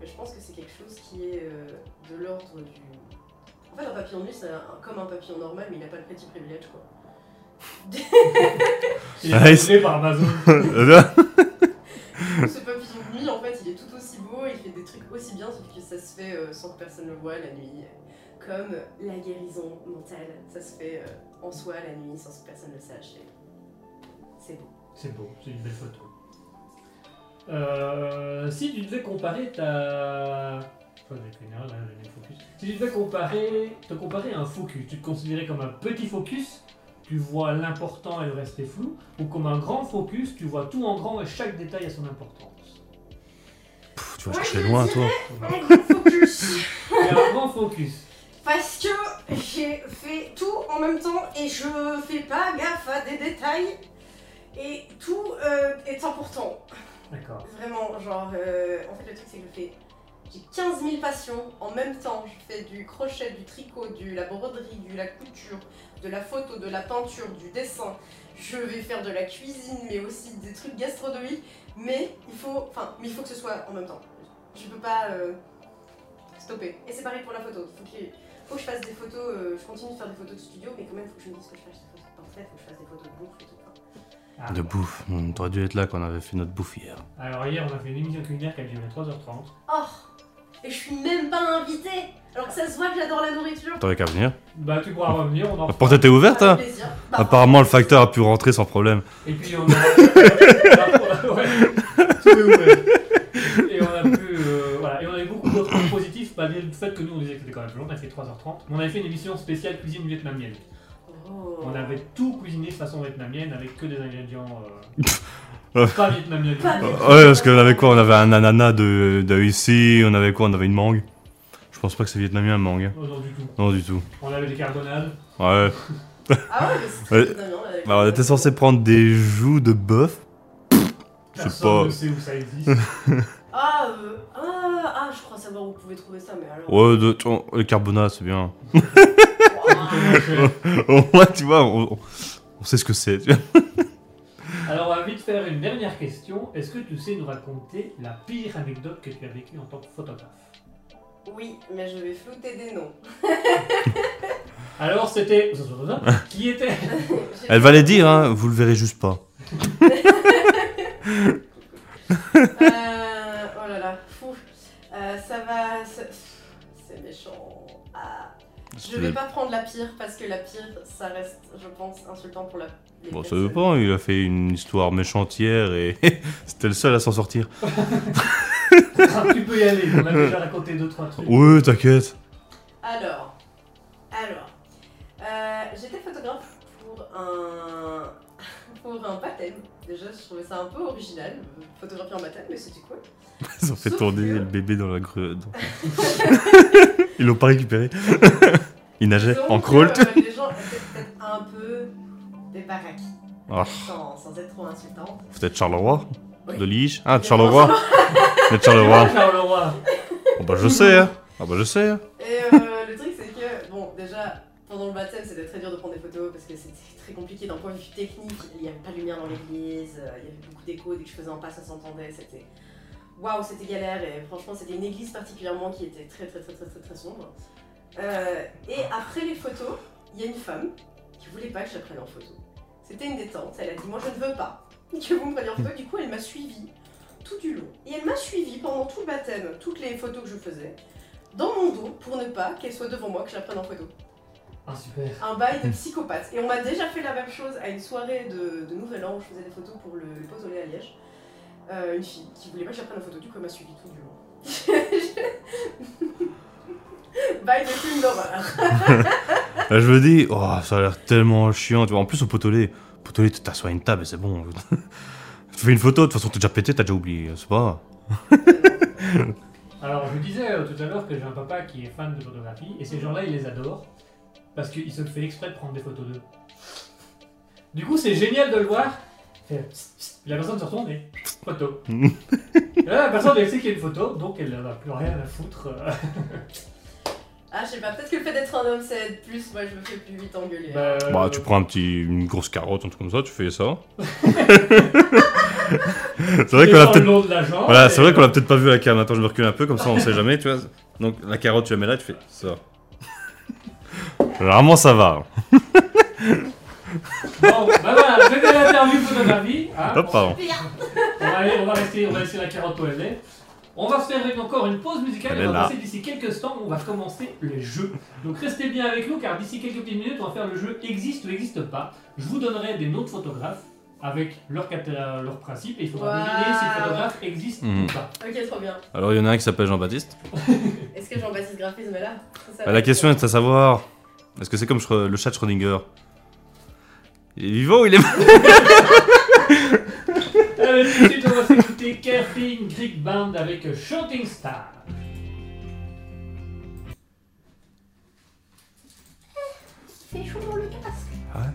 S5: Mais je pense que c'est quelque chose qui est euh, de l'ordre du... En fait un papillon de nuit, c'est un- comme un papillon normal, mais il n'a pas le petit privilège quoi.
S3: Il
S4: Ouais,
S3: est contrôlé
S4: c'est-
S3: par Amazon.
S4: Euh,
S5: Ce papillon de nuit, en fait, il est tout aussi beau, il fait des trucs aussi bien, sauf que ça se fait euh, sans que personne le voie la nuit. Comme la guérison mentale, ça se fait euh, en soi la nuit sans que personne le sache. et C'est beau.
S3: C'est beau, c'est une belle photo. Euh, si tu devais comparer ta. Enfin, des connards, là, j'ai mis le focus. Si tu devais comparer, te comparer à un focus, tu te considérais comme un petit focus, tu vois l'important et le reste est flou, ou comme un grand focus, tu vois tout en grand et chaque détail a son importance.
S4: Pff, tu vas chercher loin, toi.
S3: Ah,
S5: [LAUGHS]
S8: focus
S3: Et un grand focus.
S8: Parce que j'ai fait tout en même temps et je fais pas gaffe à des détails. Et tout euh, est important.
S3: D'accord.
S5: Vraiment, genre, euh, en fait, le truc, c'est que je fais. J'ai 15 000 passions en même temps. Je fais du crochet, du tricot, de la broderie, de la couture, de la photo, de la peinture, du dessin. Je vais faire de la cuisine, mais aussi des trucs gastronomiques. Mais il faut, enfin, mais il faut que ce soit en même temps. Je peux pas euh, stopper. Et c'est pareil pour la photo. Il faut que, faut que je fasse des photos. euh, je continue de faire des photos de studio, mais quand même, il faut que je me dise que je fasse des photos parfaites, faut que je fasse des photos de bouffe et tout.
S3: Ah.
S4: De bouffe. On aurait dû être là quand on avait fait notre bouffe hier.
S3: Alors hier, on a fait une émission culinaire qui a duré 3h30.
S5: Oh Et je suis même pas invitée Alors que ça se voit que j'adore la nourriture
S4: T'aurais qu'à venir.
S3: Bah, tu pourras revenir, on en
S4: La porte était ouverte, hein
S5: Avec plaisir. Bah,
S4: Apparemment, le facteur a pu rentrer sans problème.
S3: Et puis on a. [LAUGHS] Ouais, tout est ouvert. Et on a pu. euh, voilà, et on a eu beaucoup d'autres points positifs, malgré le fait que nous on disait que c'était quand même long, on a fait 3h30. Mais on avait fait une émission spéciale cuisine vietnamienne.
S5: oh.
S3: On avait tout cuisiné de façon vietnamienne avec que des ingrédients. euh, pas vietnamiens. du
S5: Pas
S3: tout.
S4: Euh, ouais, parce qu'on avait quoi On avait un ananas de, de ici, on avait quoi On avait une mangue. Je pense pas que c'est vietnamien, une mangue. hein.
S3: Non, non, du tout.
S4: Non, du tout.
S3: On avait des carbonades.
S4: Ouais.
S5: Ah ouais, mais c'est
S4: Ouais.
S5: très étonnant, là, avec
S4: Bah, on
S5: le-
S4: était censé prendre des joues de bœuf. Je sais
S3: Personne
S4: pas.
S3: ne sait où ça existe.
S5: Ah, euh, ah, ah, je crois savoir où vous pouvez trouver ça, mais alors.
S4: Ouais, de, tu vois, le carbonat, c'est bien. [LAUGHS]
S3: Wow.
S4: Au moins, tu vois, on, on- on sait ce que c'est. tu vois.
S3: Alors on va vite faire une dernière question. Est-ce que tu sais nous raconter la pire anecdote que tu as vécue en tant que photographe
S5: Oui, mais je vais flouter des noms. [LAUGHS]
S3: Alors c'était. [LAUGHS] Qui était
S5: J'ai-
S4: Elle va les dire, hein, vous le verrez juste pas.
S5: Euh, oh là là, fou. Euh, ça va. ça- C'est méchant. Ah. Je vais pas prendre la pire parce que la pire, ça reste, je pense, insultant pour la. les
S4: Bon, ça
S5: personnes.
S4: dépend, il a fait une histoire méchante hier et [LAUGHS] c'était le seul à s'en sortir.
S3: tu peux y aller,
S4: [LAUGHS]
S3: on a déjà raconté deux trois trucs.
S4: Ouais, t'inquiète.
S5: Alors, alors, euh, j'étais photographe pour un, [LAUGHS] pour un baptême. Déjà, je trouvais ça un peu original, euh, photographier en baptême, mais c'était cool.
S4: Ils ont fait
S5: Sauf
S4: tourner
S5: que-
S4: le bébé dans la grue. dans- [LAUGHS] Ils l'ont pas récupéré. [LAUGHS] Il nageait
S5: Donc,
S4: en crawl.
S5: euh, les gens étaient peut-être un peu des baraques,
S4: Ah.
S5: sans, sans être trop insultante.
S4: Peut-être Charleroi
S5: Oui.
S4: De Liège Ah, de
S5: [LAUGHS]
S4: Charleroi Mais de Charleroi
S3: Charleroi.
S4: Oh bah je sais, hein Ah bah je sais, hein
S5: Et euh, le truc, c'est que, bon, déjà, pendant le baptême, c'était très dur de prendre des photos parce que c'était très compliqué d'un point de vue technique. Il n'y avait pas de lumière dans l'église, euh, il y avait beaucoup d'écho, dès que je faisais un pas, ça s'entendait. C'était. Waouh, c'était galère et franchement, c'était une église particulièrement qui était très, très, très, très, très, très sombre. Euh, et après les photos, il y a une femme qui voulait pas que je la prenne en photo. C'était une détente, elle a dit Moi, je ne veux pas que vous me preniez en photo. Du coup, elle m'a suivie tout du long. Et elle m'a suivie pendant tout le baptême, toutes les photos que je faisais dans mon dos pour ne pas qu'elle soit devant moi, que je la prenne en photo.
S3: Ah super.
S5: Un bail
S4: Hmm.
S5: de psychopathe. Et on m'a déjà fait la même chose à une soirée de, de Nouvel An où je faisais des photos pour le Pozolé à Liège. Euh, une fille qui voulait pas que je la prenne en photo, du coup elle m'a suivi tout du long. [LAUGHS] bail de film d'horreur.
S4: Là, je me dis, oh ça a l'air tellement chiant, tu vois. En plus au potolé, potolé tu t'assois à une table et c'est bon. [LAUGHS] tu fais une photo, de toute façon t'es déjà pété, t'as déjà oublié, c'est pas.
S3: Alors je disais euh, tout à l'heure que j'ai un papa qui est fan de photographie et ces gens-là ils les adorent parce qu'il se fait exprès de prendre des photos d'eux. Du coup c'est génial de le voir. Il fait psst, psst. La personne se retourne et psst,
S4: [LAUGHS]
S3: photo. Et là, la personne elle sait qu'il y a une photo donc elle n'a plus rien à foutre. euh.
S5: Ah, je sais pas, peut-être que le fait d'être un homme, ça aide plus. Moi, je me fais plus vite engueuler.
S3: Bah, [LAUGHS]
S4: Bah, tu prends un petit, une grosse carotte, un truc comme ça, tu fais
S5: [LAUGHS]
S4: ça. c'est vrai qu'on a peut-être.
S3: Oh,
S4: Voilà,
S3: euh,
S4: c'est vrai qu'on a peut-être pas vu la cam. Attends, je me recule un peu, comme ça on sait jamais, tu vois. Donc la carotte, tu la mets là, tu fais ça. Rarement ça va.
S3: Bon, bah voilà, je vais faire l'interview photographie. hein.
S4: Hop, pardon.
S3: On va, aller- on va rester, on va laisser la carotte au LD. On va se faire avec encore une pause musicale
S4: Elle
S3: et
S4: est
S3: on va
S4: là.
S3: passer d'ici quelques temps, on va commencer les jeux. Donc restez bien avec nous car d'ici quelques petites minutes, on va faire le jeu existe ou existe pas. Je vous donnerai des noms de photographes avec leur, cat- euh, leur principe et il faudra
S5: Waouh.
S3: deviner si le photographe existe
S4: Mhm.
S3: ou pas.
S5: Ok, trop bien.
S4: Alors, il y en a un qui s'appelle Jean-Baptiste.
S5: Est-ce que Jean-Baptiste Graphisme est là Ça, ça
S4: Bah,
S5: va
S4: la
S5: être-
S4: question est à savoir est-ce que c'est comme Schro- le chat de Schrödinger Il est vivant ou il est mort
S3: Allez, tout de suite, on va s'écouter Camping Greek Band avec Shooting Star.
S4: Ah,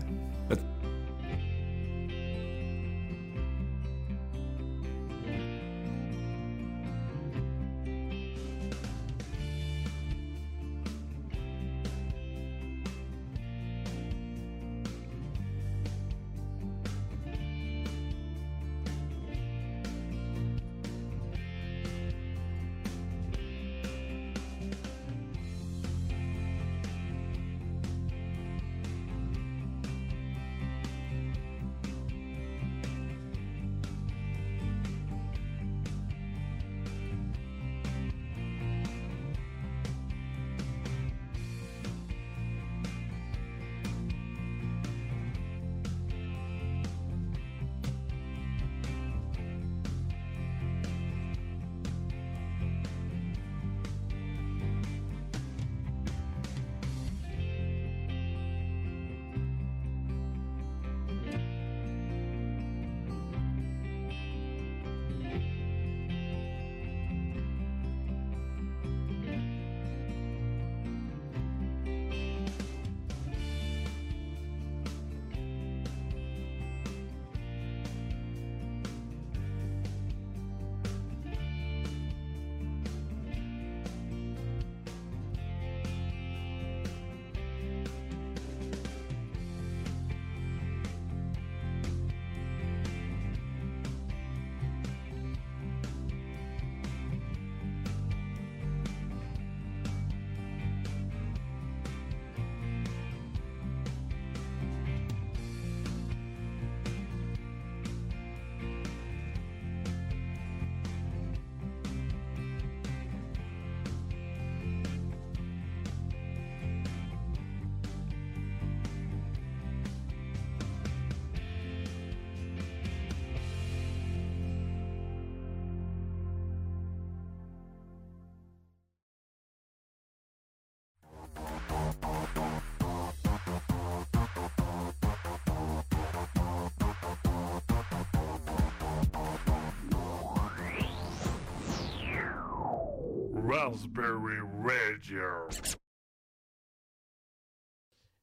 S2: Raspberry Radio.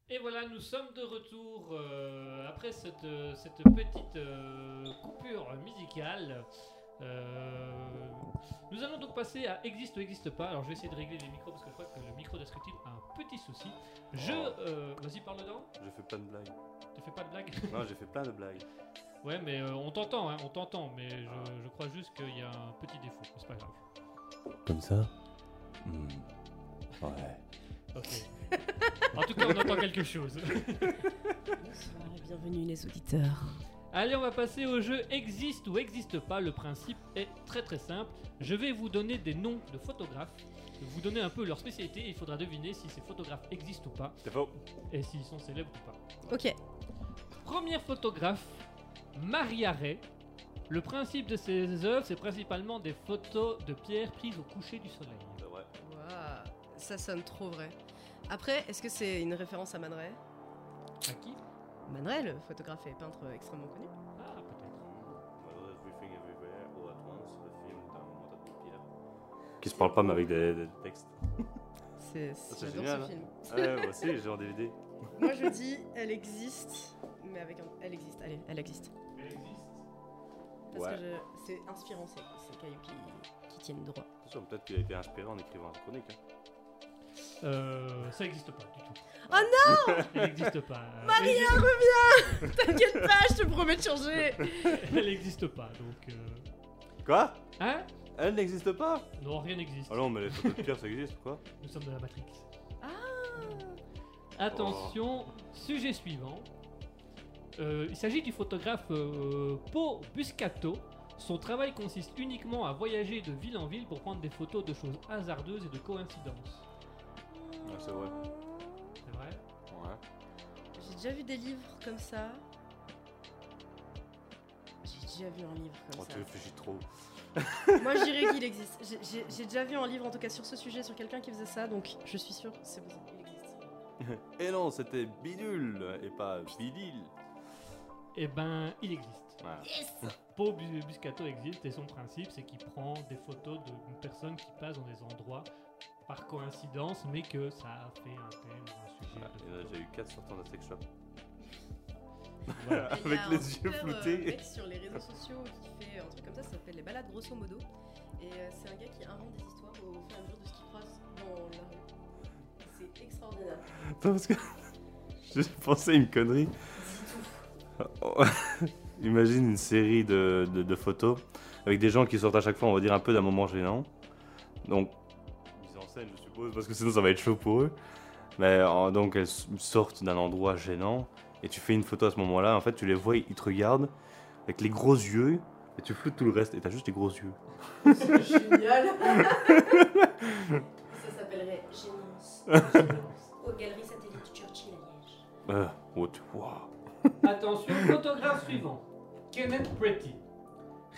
S3: Et voilà, nous sommes de retour euh, après cette, euh, cette petite euh, coupure musicale. Euh, nous allons donc passer à Existe ou Existe pas. Alors je vais essayer de régler les micros parce que je crois que le micro d'Ascutil a un petit souci. Je.
S4: Oh.
S3: euh, Vas-y, parle dedans.
S4: J'ai fait plein de blagues.
S3: Tu fais pas de blague [LAUGHS]
S4: Non, j'ai fait plein de blagues.
S3: Ouais, mais euh, on t'entend, hein, on t'entend. Mais je, je crois juste qu'il y a un petit défaut. mais C'est pas grave.
S4: Comme ça Hmm. Ouais.
S3: Ok. en tout cas, on entend quelque chose.
S9: Bonsoir et bienvenue les auditeurs.
S3: Allez, on va passer au jeu existe ou existe pas. Le principe est très très simple. Je vais vous donner des noms de photographes, vous donner un peu leur spécialité et il faudra deviner si ces photographes existent ou pas
S4: C'est faux.
S3: et s'ils sont célèbres ou pas.
S9: Ok.
S3: Première photographe, Maria Ray. Le principe de ses œuvres, c'est principalement des photos de pierres prises au coucher du soleil.
S9: Ouah, ça sonne trop vrai. Après, est-ce que c'est une référence à Man Ray
S3: À qui
S9: Man Ray, le photographe et peintre extrêmement connu.
S3: Ah, peut-être.
S4: Mmh. Qui se parle pas, mais avec des, des textes.
S9: C'est
S4: Ça, c'est
S9: j'adore
S4: génial, hein.
S9: ce film.
S4: Ouais, moi aussi, j'ai en DVD.
S9: Moi je dis, elle existe, mais avec un, elle existe. Allez, elle existe.
S3: Elle existe.
S9: Parce
S4: Ouais.
S9: que je- c'est inspirant, c'est c'est le caillou qui, qui tienne droit.
S4: Attention, peut-être qu'il a été inspiré en écrivant un chronique. hein.
S3: Euh, ça n'existe pas du tout.
S5: Oh
S3: non Elle n'existe pas.
S5: Maria,
S3: Elle-
S5: [LAUGHS] T'inquiète pas, je te promets de changer.
S3: [LAUGHS] Elle n'existe pas, donc... euh,
S4: Quoi
S3: Hein
S4: Elle n'existe pas
S3: Non, rien n'existe.
S4: Ah non, mais les photos de Pierre, ça existe ou quoi
S3: Nous sommes dans la Matrix. Attention, sujet suivant. Euh, il s'agit du photographe euh, Po Buscato. Son travail consiste uniquement à voyager de ville en ville pour prendre des photos de choses hasardeuses et de coïncidences.
S4: Ah, c'est vrai.
S3: C'est vrai
S4: Ouais.
S5: J'ai déjà vu des livres comme ça. J'ai déjà vu un livre comme
S4: Oh,
S5: [LAUGHS]
S4: tu
S5: ça.
S4: réfléchis trop.
S5: Moi, je dirais qu'il existe. J'ai- j'ai- J'ai déjà vu un livre, en tout cas sur ce sujet, sur quelqu'un qui faisait ça, donc je suis sûre que c'est possible. Il existe.
S4: Et non, c'était bidule et pas bidile.
S3: Eh ben, il existe.
S4: Ouais.
S3: Po Bu- Buscato existe et son principe, c'est qu'il prend des photos d'une personne qui passe dans des endroits par coïncidence, mais que ça a fait un thème, un sujet. de
S4: Il y en a
S3: photo.
S4: déjà eu 4 sortant de la sex shop.
S3: Voilà.
S5: Il y
S4: Avec
S5: a un
S4: les yeux
S5: super, euh,
S4: floutés.
S5: mec sur les réseaux sociaux qui fait euh, un truc comme ça, ça s'appelle les balades grosso modo. Et euh, c'est un gars qui invente des histoires au fur et à mesure de ce qu'il croise dans la rue.
S10: C'est extraordinaire.
S4: Attends, parce que [LAUGHS] j'ai pensé à une connerie. [LAUGHS] Oh. Imagine une série de, de- de photos avec des gens qui sortent à chaque fois, on va dire, un peu d'un moment gênant. Donc, mise en scène, je suppose, parce que sinon ça va être chaud pour eux. Mais euh, donc, elles s- sortent d'un endroit gênant et tu fais une photo à ce moment-là. En fait, tu les vois, ils te regardent avec les gros yeux et tu floutes tout le reste et t'as juste les gros yeux.
S10: C'est [LAUGHS] génial. ça s'appellerait
S4: [LAUGHS]
S10: Génance. Aux galeries satellites Churchill à Liège.
S4: Euh, what? Wow.
S3: Attention, photographe suivant. Kenneth Pretty.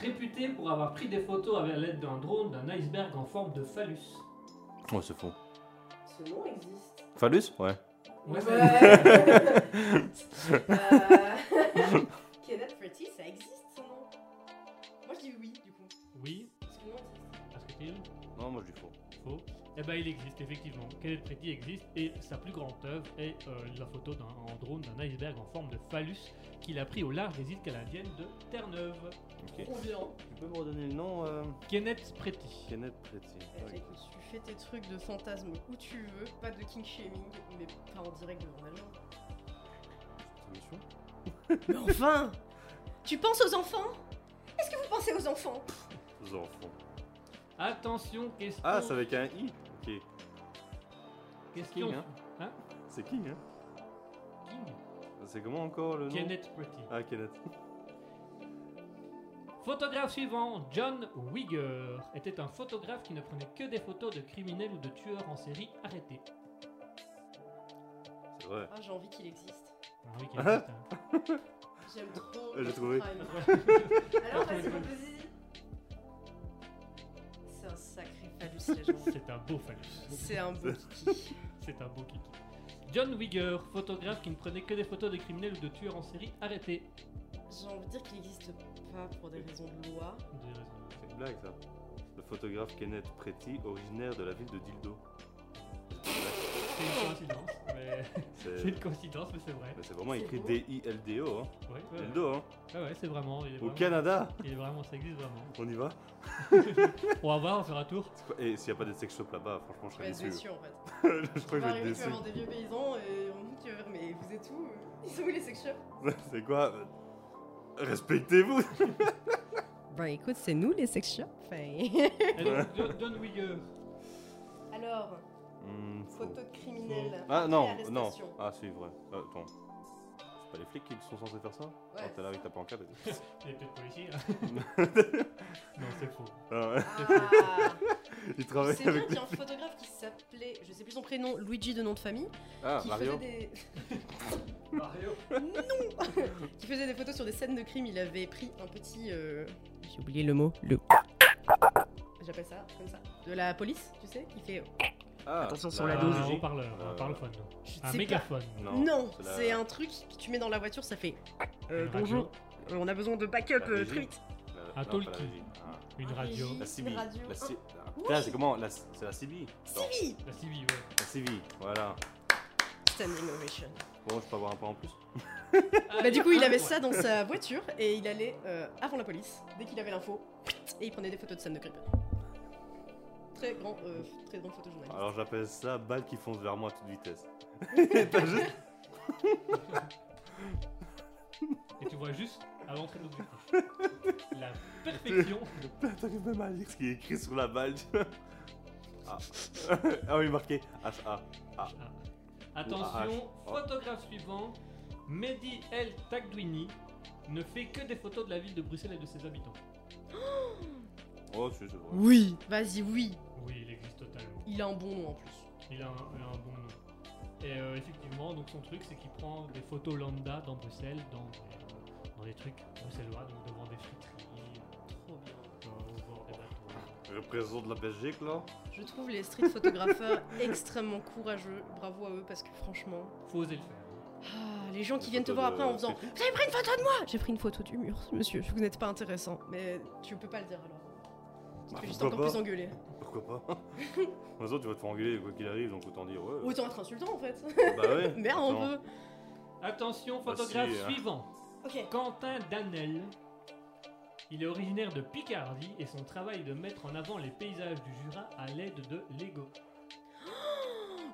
S3: Réputé pour avoir pris des photos avec l'aide d'un drone d'un iceberg en forme de phallus.
S4: Oh, c'est faux.
S10: Ce nom existe.
S4: Phallus? Ouais.
S3: Ouais, ça-
S10: Ouais.
S4: [LAUGHS]
S10: Euh, Kenneth Pretty, ça existe ce nom Moi je dis oui du coup.
S3: [LAUGHS] Oui,
S10: Parce que non, ça-
S3: parce que c'est
S4: Non, moi je dis faux.
S3: faux. Eh ben, il existe, effectivement. Kenneth Pretty existe et sa plus grande œuvre est euh, la photo d'un en drone d'un iceberg en forme de phallus qu'il a pris au large des îles canadiennes de Terre-Neuve.
S4: Ok.
S3: Trop bien.
S4: Tu peux me redonner le nom euh,
S3: Kenneth Pretty.
S4: Kenneth Pretty.
S3: Eh,
S5: Et après, écoute, tu fais tes trucs de fantasme où tu veux, pas de king shaming, mais pas en direct devant les gens.
S4: [LAUGHS]
S5: Mais enfin Tu penses aux enfants Est-ce que vous pensez aux enfants
S4: Aux enfants.
S3: Attention, question.
S4: Ah, c'est avec un i Ok.
S3: question.
S4: King, hein. C'est King, hein
S3: King.
S4: C'est comment encore le nom
S3: Kenneth Pretty.
S4: Ah, Kenneth. [LAUGHS]
S3: Photographe suivant, John Wigger était un photographe qui ne prenait que des photos de criminels ou de tueurs en série arrêtés.
S4: C'est vrai.
S5: Ah, j'ai envie qu'il existe.
S3: Ah oui, quel existe, hein.
S5: J'aime
S4: [LAUGHS] Euh,
S5: trop.
S4: j'ai
S5: le
S4: trouvé.
S5: crime.
S10: Alors vas-y, vas-y.
S5: C'est un sacré phallus, les gens.
S3: C'est un beau phallus.
S5: C'est un beau kiki.
S3: C'est un beau kiki. John Wigger, photographe qui ne prenait que des photos de criminels ou de tueurs en série arrêtés.
S5: J'ai envie de dire qu'il existe pas pour des raisons de loi.
S3: Vous avez raison.
S4: C'est une blague, ça. Le photographe Kenneth Pretty, originaire de la ville de Dildo.
S3: C'est une coïncidence,
S4: Euh,
S3: mais [LAUGHS] c'est
S4: C'est
S3: une coïncidence, mais c'est vrai.
S4: Mais c'est vraiment
S10: C'est
S4: écrit
S10: beau.
S4: D-I-L-D-O. Hein.
S3: Ouais, ouais, ouais.
S4: Dildo, hein.
S3: Ouais, ouais, c'est vraiment. Il est
S4: Au
S3: vraiment,
S4: Canada
S3: il est vraiment, ça existe vraiment.
S4: On y va
S3: On va voir, on fera un [LAUGHS] tour.
S4: C'est quoi- Et s'il n'y a pas des sex shops là-bas, franchement, je
S5: Tu vas
S4: serais [LAUGHS]
S5: être
S4: déçu.
S5: déçu Bah, en fait.
S4: je
S5: Tu
S4: crois que
S5: vas
S4: je vais être
S5: arriver, tu vas
S4: déçu.
S5: voir des vieux paysans et on dit que mais vous êtes où Ils sont où les sex shops
S4: [LAUGHS] c'est quoi euh, Respectez-vous
S5: Ben écoute, c'est nous les sex shops.
S3: Et donc, John- John Wigger.
S5: Alors,
S4: Hmm, faux.
S5: photo de criminel.
S4: Ah
S5: après
S4: non, non.
S5: arrestation.
S4: Ah, c'est vrai. Ah, attends. C'est pas les flics qui sont censés faire ça Quand t'es là avec ta pancarte
S5: [LAUGHS]
S4: et tout.
S3: Il est peut-être policier. hein. non, c'est faux.
S4: Ah [LAUGHS] ouais.
S5: Ah,
S4: Ils
S5: c'est
S4: travaillent
S5: bien
S4: avec
S5: qu'il y a un photographe qui s'appelait, je sais plus son prénom, Luigi de nom de famille,
S4: Ah,
S5: qui
S4: Mario
S5: faisait
S3: Mario.
S5: des [LAUGHS] qui faisait des photos sur des scènes de crime. Il avait pris un petit, euh, j'ai oublié le mot,
S4: [LAUGHS]
S5: le j'appelle ça comme ça, de la police, tu sais, qui fait.
S4: Ah,
S6: Attention sur
S3: Un
S6: la
S4: dose.
S6: dose.
S3: haut-parleur, un
S4: Euh,
S3: parlophone.
S5: Je
S3: Un
S5: sais
S3: mégaphone.
S5: pas. Non,
S4: c'est la-
S5: c'est un truc que tu mets dans la voiture, ça fait. euh,
S3: Une radio.
S5: bonjour, euh, on a besoin de backup
S4: La
S5: euh,
S4: régie.
S5: très vite.
S4: la-
S3: Un
S4: non,
S3: talkie.
S4: pas la régie. Ah,
S3: Une
S5: Ah,
S3: radio.
S5: Régis.
S4: La CB.
S5: radio.
S4: La C- ah, putain, c'est comment la... C'est la CB Non,
S5: Civi,
S3: La CB, ouais.
S4: La CB, voilà.
S5: standing ovation.
S4: Bon, je peux avoir un pas en plus
S3: Ah,
S5: Bah du coup, il [LAUGHS] avait ça dans sa voiture et il allait euh, avant la police. Dès qu'il avait l'info, et il prenait des photos de scènes de crime. très grand, euh, très grand photojournaliste.
S4: Alors j'appelle ça balle qui fonce vers moi à toute
S5: [LAUGHS]
S4: vitesse. T'as juste.
S3: Et tu vois juste à l'entrée de l'objectif. La perfection.
S4: T'arrives même à lire ce qui est écrit sur la balle, tu vois. Ah. [LAUGHS] ah oui, marqué H-A.
S3: Attention, photographe suivant. Mehdi El Tagdouini ne fait que des photos de la ville de Bruxelles et de ses habitants.
S4: Oh, c'est c'est vrai.
S5: Oui Vas-y, oui
S3: Oui, il existe totalement.
S5: Il a un bon nom en plus.
S3: Il a un, il a un bon nom. Et euh, effectivement, donc son truc, c'est qu'il prend des photos lambda dans Bruxelles, dans, des- euh, dans des trucs bruxellois, donc devant des friteries,
S5: Trop bien.
S3: euh, au bord des bateaux.
S4: Représente la Belgique là.
S5: Je trouve les street [LAUGHS] photographes extrêmement courageux. Bravo à eux parce que franchement.
S3: Faut oser le faire. hein.
S5: Ah, les gens qui
S4: Des
S5: viennent te
S4: photos
S5: voir
S4: de-
S5: après en faisant Vous avez pris une photo de moi J'ai pris une photo du mur, monsieur. Vous n'êtes pas intéressant. Mais tu peux pas le dire alors. Tu te
S4: Bah,
S5: fais juste
S4: pourquoi
S5: encore
S4: pas Euh.
S5: plus engueuler.
S4: [LAUGHS] Pourquoi pas [LAUGHS] De toute façon, tu vas te faire engueuler quoi qu'il arrive, donc autant dire ouais.
S5: Autant être insultant en fait.
S4: Bah ouais.
S5: [LAUGHS] Merde, on
S4: attends.
S5: veut.
S3: Attention,
S4: Bah,
S3: photographe
S4: si, hein.
S3: suivant.
S5: Ok.
S3: Quentin Danel. Il est originaire de Picardie et son travail de mettre en avant les paysages du Jura à l'aide de Lego.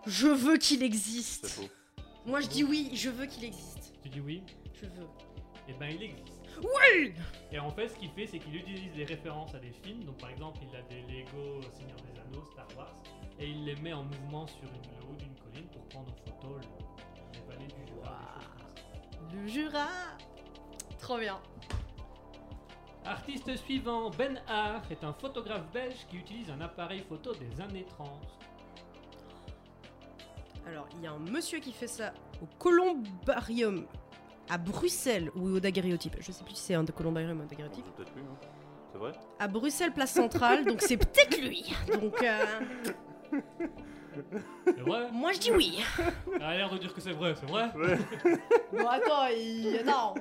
S5: Je veux qu'il
S4: C'est
S5: existe.
S4: faux.
S5: Moi je dis oui, je veux qu'il existe.
S3: Tu dis oui
S5: Je veux.
S3: Eh ben il existe.
S5: Oui
S3: Et en fait, ce qu'il fait, c'est qu'il utilise les références à des films. Donc par exemple, il a des Lego euh, Seigneur des Anneaux, Star Wars, et il les met en mouvement sur une, le haut d'une colline pour prendre en photo le- les vallées du Jura. des choses comme ça.
S5: Le Jura Trop bien.
S3: Artiste suivant, Ben Har est un photographe belge qui utilise un appareil photo des années 30.
S5: Alors, il y a un monsieur qui fait ça au Colombarium à Bruxelles ou au daguerréotype. Je sais plus si c'est un de Colombarium ou un
S4: On
S5: daguerréotype.
S4: peut peut-être plus. Hein. C'est vrai
S5: À Bruxelles, place centrale, donc c'est peut-être lui. Donc, euh,
S3: C'est vrai
S5: moi je dis oui.
S3: Elle a l'air de dire que c'est vrai, c'est vrai
S5: Bon, attends, il... attends.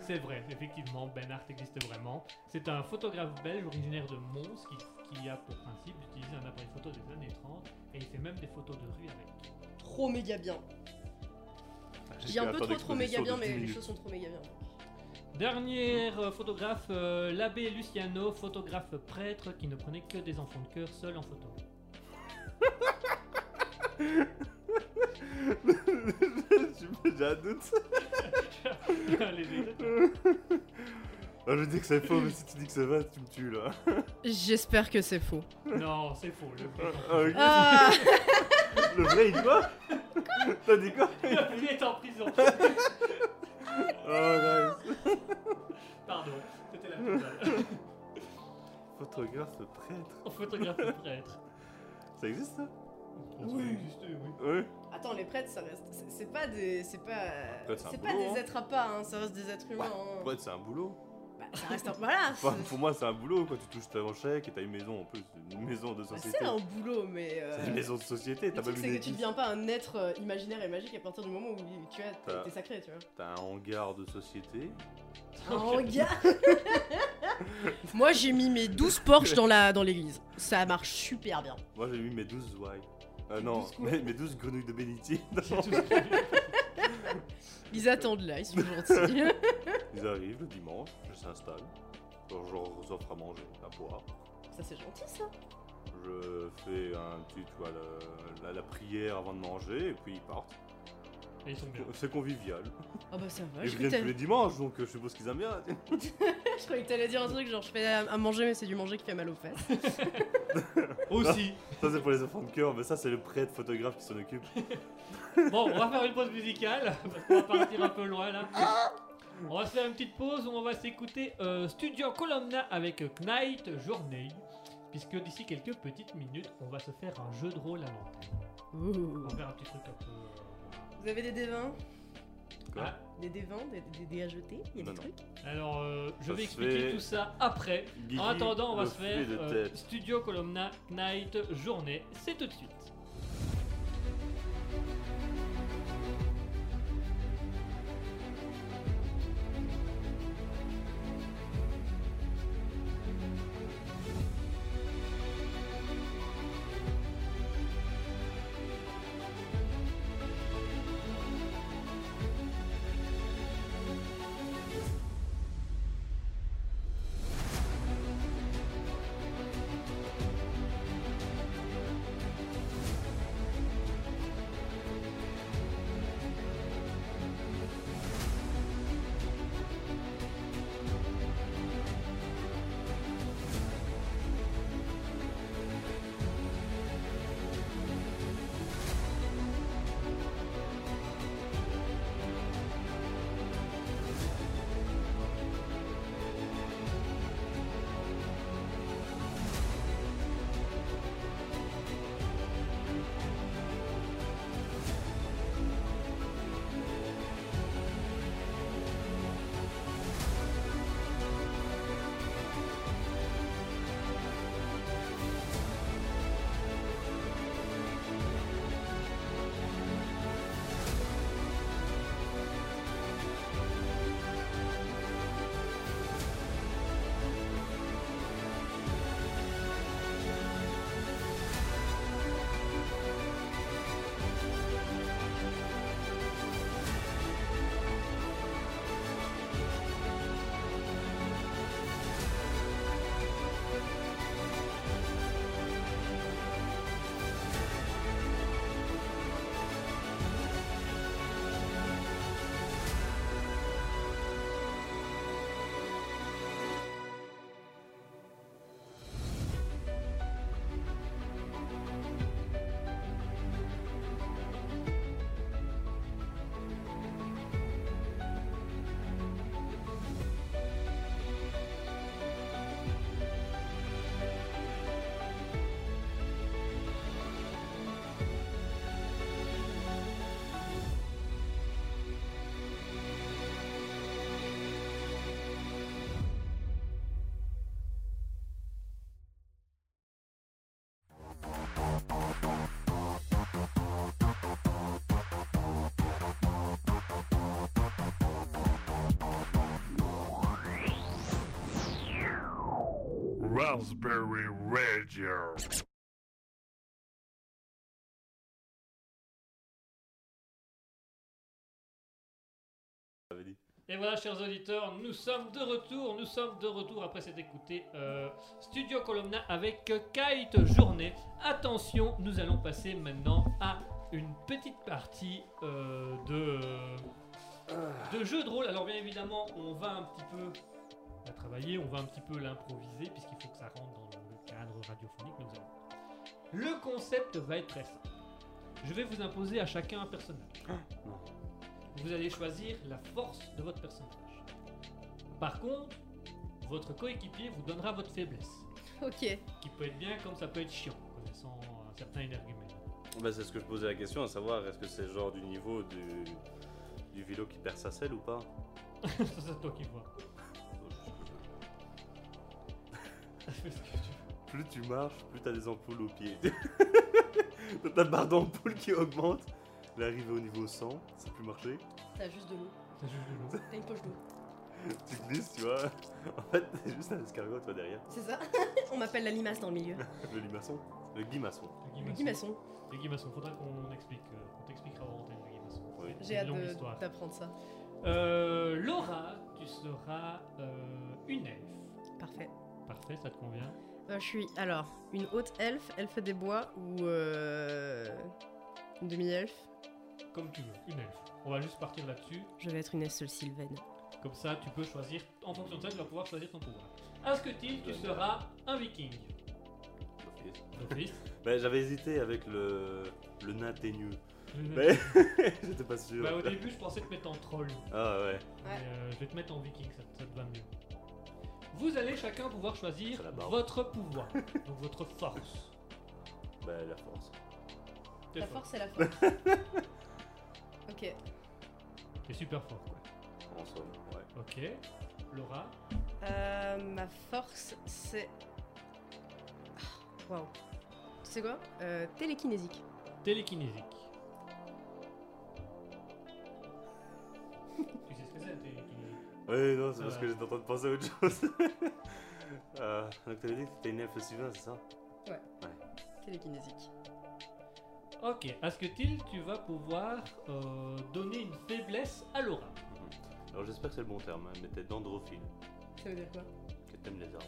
S3: C'est vrai, effectivement, Ben Hart existe vraiment. C'est un photographe belge originaire de Mons qui, qui a pour principe d'utiliser un appareil photo des années 30 et il fait même des photos de rue avec.
S5: Trop méga bien. Je dis un peu trop trop méga bien, mais les choses sont trop méga bien.
S3: Dernier euh, photographe, euh, l'abbé Luciano, photographe prêtre qui ne prenait que des enfants de cœur seuls en photo.
S4: [LAUGHS] J'ai un doute.
S3: Allez-y.
S4: Ah, je dis que c'est faux, mais si tu dis que c'est vrai, tu me tues là.
S5: J'espère que c'est faux.
S3: non, c'est faux. Le prêtre en
S4: Ah,
S3: prison.
S4: ok. Le vrai, il quoi [LAUGHS] T'as dit quoi
S3: Le prêtre est en prison.
S4: Oh, nice.
S3: Pardon, c'était la totale.
S4: Photographe prêtre.
S3: photographe prêtre.
S4: Ça existe ça
S3: Oui, existe, oui.
S4: Oui.
S5: Attends, les prêtres, ça reste. c'est- C'est pas des. C'est pas.
S4: Prêtre, c'est un
S5: C'est pas
S4: boulot,
S5: des
S4: hein.
S5: êtres à part, hein, ça reste des êtres humains. hein.
S4: Ouais, c'est un boulot.
S5: Bah, ça reste un.
S4: [LAUGHS]
S5: Voilà
S4: Enfin,
S5: c'est- bah,
S4: pour moi, c'est un boulot quand tu touches ton chèque et t'as une maison en plus. Une maison de
S5: bah,
S4: société.
S5: C'est un boulot, mais. euh,
S4: C'est une maison de société,
S5: Le
S4: t'as
S5: truc,
S4: même
S5: c'est
S4: une
S5: que tu
S4: église.
S5: deviens pas un être euh, imaginaire et magique à partir du moment où tu as
S4: T'as-
S5: t'es sacré,
S4: [LAUGHS]
S5: tu vois.
S4: T'as un hangar de société.
S5: Oh, gars
S4: [LAUGHS]
S5: Moi, j'ai mis mes 12 Porsche dans la dans l'église. Ça marche super bien.
S4: Moi, j'ai mis mes 12 ouailles. Euh, non,
S5: 12 quoi
S4: mes, mes 12 grenouilles de bénitier.
S3: [LAUGHS] J'ai tout écrit.
S5: Ils attendent là, ils sont
S4: [LAUGHS]
S5: gentils.
S4: Ils arrivent le dimanche, je s'installe. Je leur offre à manger, à boire.
S5: ça, c'est gentil, ça.
S4: Je fais un petit, tu vois, la, la- la prière avant de manger, et puis ils partent.
S3: Et ils sont bien.
S4: [LAUGHS] C'est convivial.
S5: Ah bah, ça va.
S4: ils
S5: Je croyais
S4: viennent
S5: que
S4: tous
S5: t'allais-
S4: les dimanches, donc euh, je suppose qu'ils aiment bien. [LAUGHS]
S5: je croyais que t'allais dire un truc genre je fais à à manger, mais c'est du manger qui fait mal aux fesses.
S3: Aussi.
S4: Ça, c'est pour les enfants de cœur, mais ça, c'est le prêtre photographe qui s'en occupe.
S3: Bon, on va faire une pause musicale, [LAUGHS] parce qu'on va partir un peu loin là. On va se faire une petite pause où on va s'écouter euh, Studio Columna avec Knight Journey. Puisque d'ici quelques petites minutes, on va se faire un jeu de rôle à l'antenne. On
S5: Ouh.
S3: va faire un petit truc un peu. euh,
S5: Vous avez des dévins
S4: Quoi
S3: Ah,
S5: Des dévins Des, des dés à jeter Il y a
S4: Non,
S5: des
S4: non.
S5: trucs
S3: alors, euh, je
S4: Ça
S3: vais
S4: se
S3: expliquer
S4: fait-
S3: tout ça après.
S4: Guigui,
S3: En attendant, on va
S4: le
S3: se faire
S4: fruit de
S3: euh,
S4: tête.
S3: Studio Columna Knight Journée. C'est tout de suite.
S2: Raspberry Radio.
S3: Et voilà, chers auditeurs, nous sommes de retour. Nous sommes de retour après s'être écouté euh, Studio Columna avec euh, Kite Journée. Attention, nous allons passer maintenant à une petite partie euh, de, de jeu de rôle. Alors, bien évidemment, on va un petit peu la travailler, on va un petit peu l'improviser, puisqu'il faut que ça rentre dans le cadre radiophonique. Nous allons. Le concept va être très simple. Je vais vous imposer à chacun un personnage vous allez choisir la force de votre personnage. Par contre, votre coéquipier vous donnera votre faiblesse,
S5: Ok.
S3: qui peut être bien comme ça peut être chiant, connaissant un certain énergumène. [LAUGHS]
S4: Bah, c'est ce que je posais la question, à savoir est-ce que c'est le genre du niveau du, du vélo qui perd sa selle ou pas
S3: ça, c'est toi qui vois. Fais ce que tu veux.
S4: Plus tu marches, plus t'as des ampoules aux pieds. [LAUGHS] T'as ta barre d'ampoules qui augmente. L'arrivée au niveau 100, ça peut marcher.
S5: T'as juste de l'eau.
S3: Ça joue le loup.
S5: T'as une poche d'eau.
S4: Tu glisses, tu vois. En fait, t'es juste un escargot, toi, derrière.
S5: C'est ça [LAUGHS] On m'appelle la limace dans le milieu.
S4: Le limaçon. Le guimaçon.
S5: Le limaçon.
S3: Le guimaçon, faudra qu'on explique. euh, on t'expliquera en antenne le guimaçon.
S4: Oui.
S3: C'est
S5: J'ai
S3: une
S5: hâte
S3: longue
S5: de-
S3: histoire.
S5: d'apprendre ça.
S3: Euh, Laura, tu seras euh, une elfe.
S5: Parfait.
S3: Parfait, ça te convient
S5: Euh, je suis alors une haute elfe, elfe des bois ou euh, une demi-elfe.
S3: Comme tu veux, une elfe. On va juste partir là-dessus.
S5: Je vais être une seule sylvaine.
S3: Comme ça, tu peux choisir, en fonction de ça, tu vas pouvoir choisir ton pouvoir. À ce que tu seras un viking.
S4: Ok.
S3: D'office.
S4: Bah, j'avais hésité avec le, le nain teigneux. [LAUGHS]
S3: Je vais-
S4: Mais j'étais pas
S3: [LAUGHS]
S4: sûr.
S3: Bah, au début, je pensais te mettre en troll.
S4: Ah ouais.
S3: Mais, euh, je vais te mettre en viking, ça, ça te va mieux. Vous allez chacun pouvoir choisir
S4: C'est la barbe.
S3: votre pouvoir, donc votre force.
S4: Bah, la force.
S3: T'es
S5: La
S3: fort.
S5: force, c'est la force.
S3: [LAUGHS]
S5: ok.
S3: T'es super fort, quoi.
S4: En somme, ouais.
S3: Ok. Laura,
S5: Euh, ma force, c'est. Ah, Waouh. Tu sais quoi Euh, Télékinésique.
S3: télékinésique. tu sais ce que c'est, télékinésique
S4: Oui, non, c'est
S3: Ça
S4: parce
S3: va.
S4: que j'étais en train de penser à autre chose. [LAUGHS] euh, donc, t'avais dit que t'étais une elfe sylvain, c'est ça
S5: Télékinésique.
S3: Ok, à ce que tu vas pouvoir euh, donner une faiblesse à Laura.
S4: Alors, j'espère que c'est le bon terme, hein, mais t'es dendrophile,
S5: Ça veut dire quoi
S4: que t'aimes les arbres.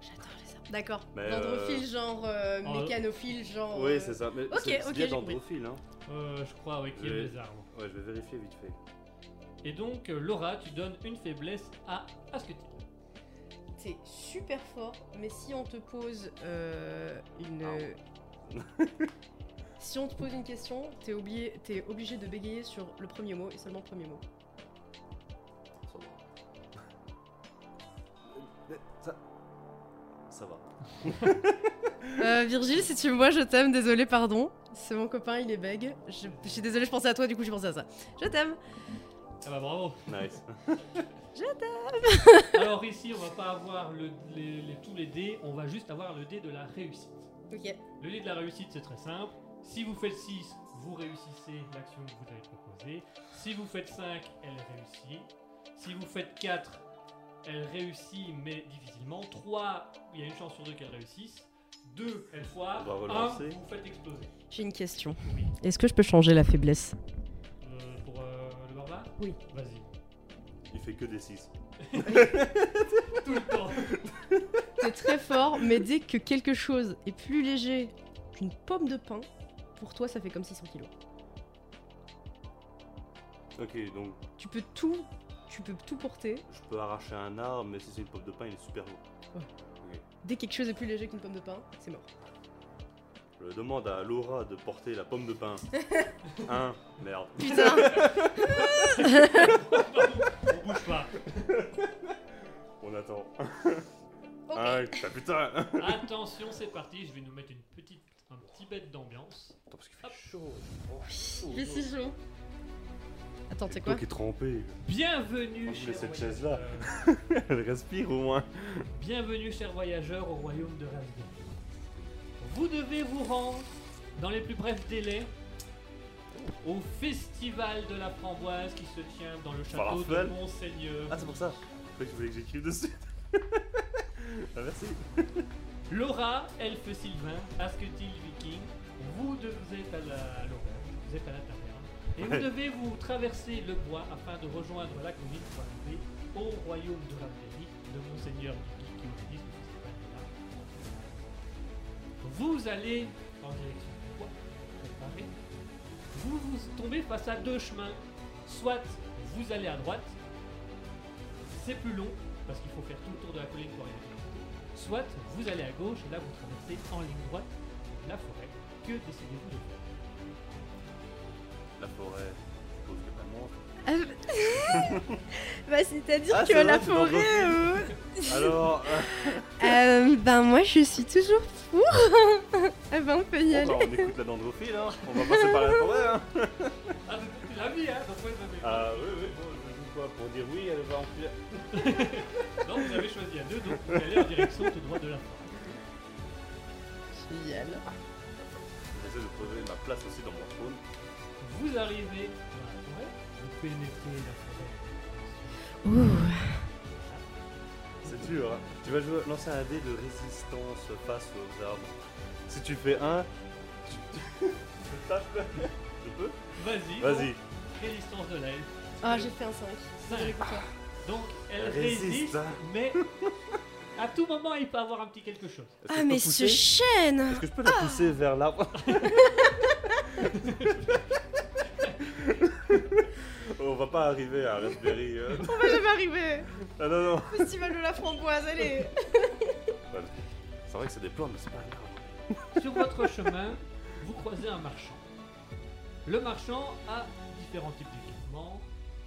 S5: J'adore les arbres. D'accord.
S4: Mais,
S5: Dendrophile,
S4: euh,
S5: genre euh,
S3: en-
S5: mécanophile, genre. euh,
S4: Oui, c'est ça. Mais
S5: ok,
S4: c'est- c'est
S5: ok,
S4: bien
S5: j'ai compris.
S4: dendrophile, hein.
S3: Euh, je crois avec
S4: Oui.
S3: les arbres.
S4: Ouais, je vais vérifier vite fait.
S3: Et donc, euh, Laura, tu donnes une faiblesse à Asketil.
S5: T'es super fort, mais si on te pose euh, une. [LAUGHS] si on te pose une question, t'es obligé, t'es obligé de bégayer sur le premier mot et seulement le premier mot.
S4: Ça va. Mais Ça... ça va.
S5: Euh, Virgile, si tu me vois, je t'aime, désolé, pardon. C'est mon copain, il est bègue. Je, je suis désolée, je pensais à toi, du coup, je pensais à ça. Je t'aime.
S3: Ah bah bravo [LAUGHS]
S4: Nice.
S3: Alors ici, on va pas avoir le- les- les- tous les dés, on va juste avoir le dé de la réussite.
S5: Ok.
S3: Le dé de la réussite, c'est très simple. Si vous faites 6, vous réussissez l'action que vous avez proposée. Si vous faites 5, elle réussit. Si vous faites 4, elle réussit, mais difficilement. 3, il y a une chance sur 2 qu'elle réussisse. 2, elle foire.
S4: On va
S3: 1,
S4: relancer.
S3: vous faites exploser.
S5: J'ai une question.
S3: Oui.
S5: Est-ce que je peux changer la faiblesse
S3: Euh, pour euh, le barbare
S5: Oui.
S3: Vas-y.
S4: [LAUGHS]
S3: [LAUGHS]
S4: Il fait que des 6.
S3: Tout le temps.
S5: T'es très fort, mais dès que quelque chose est plus léger qu'une pomme de pain, pour toi, ça fait comme 600 kilos.
S4: Ok, donc
S5: Tu peux tout, tu peux tout porter.
S4: je peux arracher un arbre, mais si c'est une pomme de pain, il est super lourd.
S5: Ouais.
S4: Ok.
S5: Dès que quelque chose est plus léger qu'une pomme de pain, c'est mort.
S4: Je demande à Laura de porter la pomme de
S5: [LAUGHS]
S4: pain. Hein Merde.
S5: Putain
S11: [LAUGHS]
S3: on bouge pas.
S4: On [LAUGHS] attend.
S5: Ok.
S4: Hein, putain, putain Attends,
S3: Attention, c'est parti. Je vais nous mettre une petite, un petit bête d'ambiance.
S4: parce qu'il
S3: Hop.
S4: fait chaud. Oh, chaud.
S5: Il si chaud. Attends, tu sais
S4: C'est
S5: quoi
S4: quoi qui est trempé
S3: Bienvenue,
S4: Moi, je mets
S3: chers
S4: cette chaise-là.
S3: voyageurs.
S4: Elle respire au moins.
S3: Bienvenue, chers voyageurs, au royaume de Raspberry. Vous devez vous rendre, dans les plus brefs délais, au festival de la framboise qui se tient dans le château de
S4: Falafel.
S3: Monseigneur.
S4: [LAUGHS] Ah, c'est pour ça. Je croyais que tu voulais que j'écrive dessus. merci.
S3: Laura, Elfe Sylvain, Asketil Viking, vous, deux, vous êtes à la l'auberge, vous êtes à la taverne, et
S4: Ouais.
S3: vous devez vous traverser le bois afin de rejoindre la colline pour arriver au royaume de la prairie de Monseigneur Duki qui vous dit ce qui s'est passé là. Vous allez en direction du bois, préparez. Vous vous tombez face à deux chemins. Soit vous allez à droite, c'est plus long parce qu'il faut faire tout le tour de la colline pour arriver. Soit vous allez à gauche et là vous traversez en ligne droite la forêt. Que décidez-vous de faire
S4: La forêt, je suppose que pas de monstre.
S11: Bah, c'est-à-dire
S4: Ah,
S11: que
S4: c'est
S11: la
S4: vrai, tu m'en
S11: forêt.
S4: [LAUGHS]
S5: [LAUGHS]
S4: Alors, euh,
S11: euh, euh, ben, moi, je suis toujours pour. [LAUGHS] ah, ben, on peut y
S4: bon,
S11: aller.
S4: bah, on écoute la dandrophile, hein. On va passer par la forêt, hein.
S3: Ah, c'est la vie, hein Donc, ouais, vous avez-
S4: Ah, oui, oui, bon, je joue quoi Pour dire oui, elle va enfiler.
S3: Non, vous avez choisi à deux, donc vous allez en direction tout droit de la forêt.
S5: Génial.
S4: J'essaie de poser ma place aussi dans mon trône.
S3: Vous arrivez dans la forêt, vous pénétrez la forêt.
S11: Ouh.
S4: C'est dur, hein. Tu vas jouer, lancer un dé de résistance face aux arbres. Si tu fais un, tu, tu- je tape. Je peux
S3: Vas-y,
S4: Vas-y.
S3: donc, résistance de l'aile.
S5: Ah, j'ai fait un 5. Désolée
S3: Cinq.
S5: pour
S11: Ah,
S5: toi.
S3: Donc elle
S4: Elle résiste,
S3: résiste,
S4: hein.
S3: mais à tout moment il peut avoir un petit quelque chose.
S4: Est-ce que je
S11: Ah,
S4: peux
S11: mais
S4: pousser
S11: ce chêne
S4: Est-ce que je peux la pousser vers l'arbre
S11: [LAUGHS]
S4: Oh, On va pas arriver à Raspberry. euh.
S5: On va jamais arriver.
S4: Ah non, non.
S5: Festival de la framboise, allez.
S4: C'est vrai que c'est des plantes, mais c'est pas un arbre.
S3: Sur votre chemin, vous croisez un marchand. Le marchand a différents types d'équipements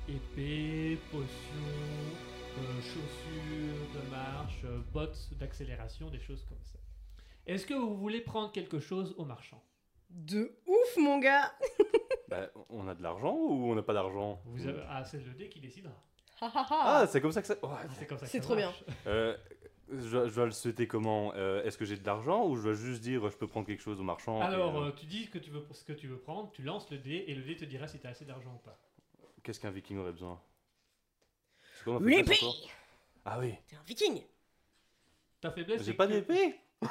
S3: épées, potions, euh, chaussures de marche, euh, bottes d'accélération, des choses comme ça. Est-ce que vous voulez prendre quelque chose au marchand
S5: De ouf, mon gars.
S4: Bah, on a de l'argent ou on n'a pas d'argent
S3: Vous avez... Ah, c'est le dé qui décidera.
S5: Ha, ha, ha.
S4: Ah, c'est comme ça que ça. Oh,
S3: C'est comme ça que
S5: C'est
S3: ça
S5: trop bien.
S3: marche.
S4: Euh, je, dois- je dois le souhaiter comment Euh, Est-ce que j'ai de l'argent ou je dois juste dire je peux prendre quelque chose au marchand et,
S3: Alors,
S4: euh,
S3: euh, tu dis que tu veux, ce que tu veux prendre, tu lances le dé et le dé te dira si tu as assez d'argent ou pas.
S4: qu'est-ce qu'un viking aurait besoin C'est quoi ma
S5: L'épée
S4: faiblesse encore Ah oui,
S5: T'es un viking.
S3: Ta faiblesse,
S4: j'ai
S3: c'est
S4: pas
S3: que-
S4: d'épée [LAUGHS] Bon,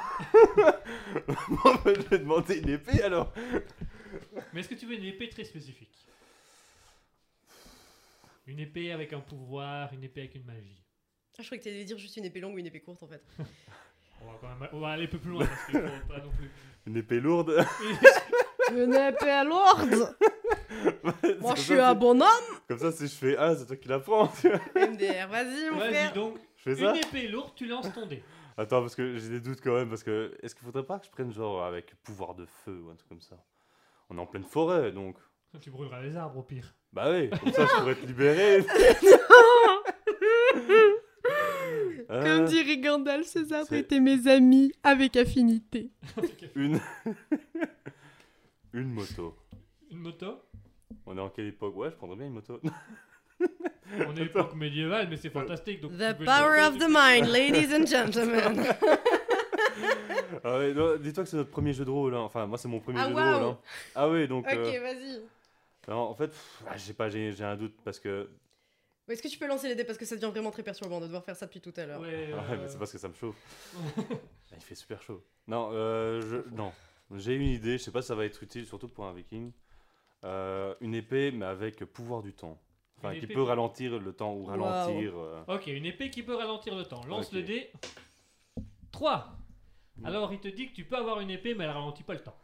S4: bah, Je vais demander une épée alors
S3: Mais est-ce que tu veux une épée très spécifique Une épée avec un pouvoir, une épée avec une magie.
S5: Ah, je croyais que t'allais dire juste une épée longue ou une épée courte en fait.
S3: On va, quand même- on va aller un peu plus loin parce qu'il faut pas non
S5: [LAUGHS]
S3: plus.
S4: Une épée lourde
S5: [LAUGHS] Une épée à l'ordre.
S4: [LAUGHS] C'est
S5: Moi,
S4: comme ça,
S5: je suis un
S4: si-
S5: [LAUGHS] bonhomme.
S4: Comme ça, si je fais un, c'est toi qui la prends [LAUGHS] tu vois.
S5: MDR, vas-y, mon
S3: Vas-y
S5: frère.
S3: donc,
S4: Je fais ça
S3: une épée lourde, tu lances ton dé.
S4: Attends, parce que j'ai des doutes quand même, parce que est-ce qu'il faudrait pas que je prenne genre avec pouvoir de feu ou un truc comme ça On est en pleine forêt donc.
S3: Tu brûleras les arbres au pire.
S4: Bah oui, comme ça je pourrais être
S5: [LAUGHS]
S4: libéré.
S11: Comme
S4: Euh,
S11: dirait Gandalf, ces arbres
S4: c'est-
S11: étaient mes amis avec affinité.
S4: Une. [LAUGHS] une moto.
S3: Une moto
S4: On est en quelle époque Ouais, je prendrais bien une moto. [LAUGHS]
S3: On est époque médiévale, mais c'est fantastique. Donc
S5: The
S3: tu peux-
S5: power of
S4: [LAUGHS]
S5: the mind, ladies and gentlemen.
S4: ah ouais, non, dis-toi que c'est notre premier jeu de rôle. hein. Enfin, moi, c'est mon premier
S5: Ah,
S4: jeu de
S5: waouh
S4: rôle. hein. Ah oui, donc.
S5: ok,
S4: euh,
S5: vas-y.
S4: non, en fait, pff, ah, j'ai pas, j'ai j'ai un doute parce que.
S5: Est-ce que tu peux lancer les dés parce que ça devient vraiment très perturbant de devoir faire ça depuis tout à l'heure.
S3: Ouais,
S4: Ah
S3: euh,
S4: ouais, mais c'est parce que ça
S3: [LAUGHS]
S4: me chauffe. Ah, il fait super chaud. Non, euh, je... non. J'ai une idée. Je sais pas si ça va être utile, surtout pour un Viking. Euh, une épée, mais avec pouvoir du temps. Enfin,
S3: Une
S4: qui
S3: épée-
S4: peut ralentir le temps ou ralentir. euh,
S3: Ok, une épée qui peut ralentir le temps. Lance
S4: Ok.
S3: le dé. 3
S4: Mm.
S3: Alors il te dit que tu peux avoir une épée, mais elle ralentit pas le temps.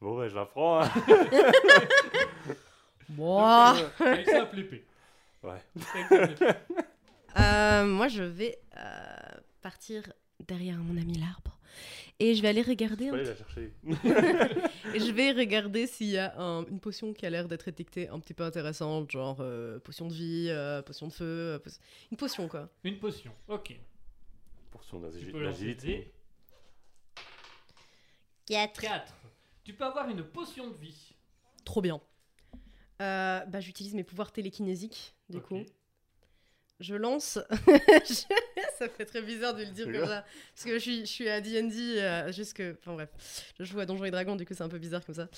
S4: Bon, ouais, je la prends. hein.
S5: Moi,
S4: euh,
S3: Elle simple l'épée.
S4: Ouais.
S11: Euh, moi, je vais euh, partir derrière mon ami l'arbre. Et je vais aller regarder.
S4: Je
S11: un
S4: peux aller
S11: petit-
S4: la chercher.
S5: Et je vais regarder s'il y a un- une potion qui a l'air d'être étiquetée un petit peu intéressante, genre euh, potion de vie, euh, potion de feu, euh, po- une potion quoi.
S3: Une potion. Ok.
S4: Pour son
S3: Tu
S4: agi-
S3: peux lancer le
S4: agilité.
S3: dé. 4. Tu peux avoir une potion de vie.
S5: Trop bien. Euh, bah, j'utilise mes pouvoirs télékinésiques, du
S3: Ok.
S5: coup. Je lance. [LAUGHS] Je- ça fait très bizarre de le dire comme ça. Parce que je suis, je suis à DD, euh, juste que. Enfin bref. Je joue à Donjons et Dragons, du coup, c'est un peu bizarre comme ça.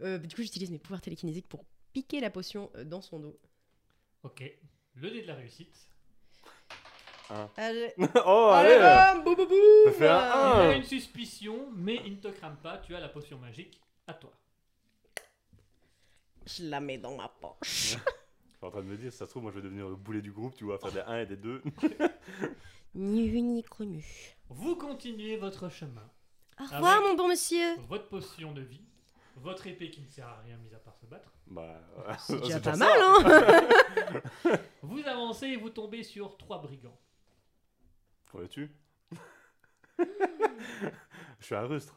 S5: Euh, du coup, j'utilise mes pouvoirs télékinésiques pour piquer la potion euh, dans son dos.
S3: Ok. Le dé de la réussite.
S4: Un.
S5: Allez.
S4: [LAUGHS] oh, allez,
S5: Allez,
S4: là.
S5: bam, boum, boum, boum.
S4: Ça fait un
S3: Il
S4: un.
S3: a une suspicion, mais il ne te crame pas. Tu as la potion magique à toi.
S5: Je la mets dans ma poche.
S4: Je suis en train de me dire, si ça se trouve, moi je vais devenir le boulet du groupe, tu vois, faire des 1 et des 2.
S12: Ni vu ni connu.
S3: Vous continuez votre chemin.
S12: Au
S5: Ah
S12: revoir,
S3: Avec
S12: mon bon monsieur.
S3: Votre potion de vie, votre épée qui ne sert à rien, mis à part se battre.
S4: bah,
S5: [LAUGHS]
S4: [LAUGHS]
S5: C'est déjà pas
S4: ça.
S5: mal, [LAUGHS] hein
S3: Vous avancez et vous tombez sur trois brigands.
S4: On le [LAUGHS] tue. je suis un rustre.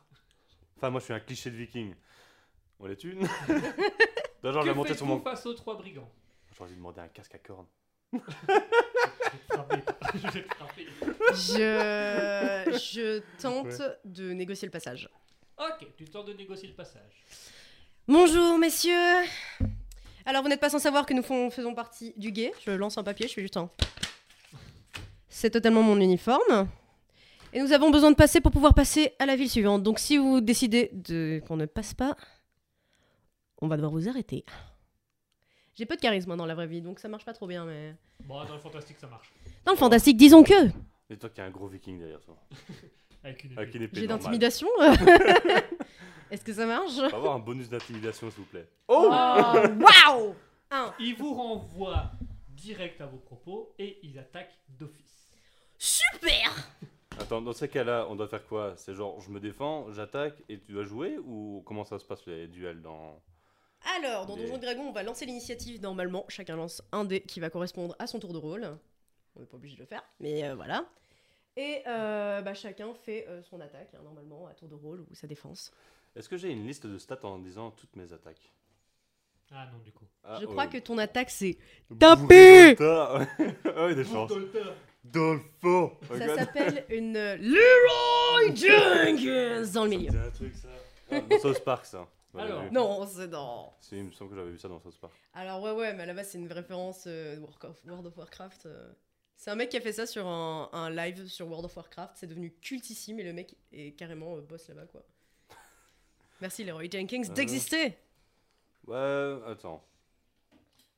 S4: Enfin, moi je suis un cliché de viking. On les tue
S5: [LAUGHS]
S4: Non, genre, je
S3: que
S4: vais monter sur
S3: faites-vous
S4: mon.
S3: face aux trois
S4: [LAUGHS]
S3: brigands
S4: J'aurais dû demander un casque à cornes.
S3: Je vais te [LAUGHS] frapper. Je vais te frapper.
S5: Je, je tente de négocier le passage.
S3: Ok, tu tentes de négocier le passage.
S5: Bonjour, messieurs. Alors, vous n'êtes pas sans savoir que nous fon- faisons partie du guet. Je lance un papier, je fais juste un. C'est totalement mon uniforme. Et nous avons besoin de passer pour pouvoir passer à la ville suivante. Donc, si vous décidez de qu'on ne passe pas, on va devoir vous arrêter. J'ai peu de charisme hein, dans la vraie vie, donc ça marche pas trop bien, mais.
S3: Bon, dans le fantastique, ça marche.
S5: Dans le fantastique, disons que.
S4: Et toi qui as un gros viking derrière toi.
S3: Avec une épée.
S4: Avec une épée.
S5: J'ai
S4: normale.
S5: d'intimidation. Est-ce que ça marche
S4: On va avoir un bonus d'intimidation, s'il vous plaît.
S3: Ah
S5: Waouh Ah,
S3: Il vous renvoie direct à vos propos et il attaque d'office.
S12: Super
S4: Attends, dans ces cas-là, on doit faire quoi C'est genre, je me défends, j'attaque et tu dois jouer Ou comment ça se passe les duels dans.
S5: Alors, dans
S4: Des-
S5: Donjons et Dragons, on va lancer l'initiative normalement. Chacun lance un dé qui va correspondre à son tour de rôle. On n'est pas obligé de le faire, mais euh, voilà. Et euh, bah, chacun fait euh, son attaque, hein, normalement, à tour de rôle ou sa défense.
S4: Est-ce que j'ai une liste de stats en disant toutes mes attaques
S3: Ah non, du coup.
S4: Ah,
S5: Je crois
S4: oui.
S5: que ton attaque, c'est.
S4: Bourré de tas. [LAUGHS] Ah oui, des chances.
S3: Volta.
S4: Dans le fond
S5: Ça s'appelle une euh, Leroy Jenkins dans le milieu.
S4: un truc, ça. Ah, dans South Park, ça. Ouais,
S3: Alors.
S4: j'ai vu.
S5: Non, c'est dans.
S4: Si, il me semble que j'avais vu ça dans South Park.
S5: Alors, ouais, ouais, mais là-bas, c'est une référence euh, World of- World of Warcraft. euh. C'est un mec qui a fait ça sur un, un live sur World of Warcraft. C'est devenu cultissime et le mec est carrément euh, boss là-bas, quoi. [LAUGHS] Merci, Leroy Jenkins,
S4: Ah.
S5: d'exister
S4: Ouais, attends.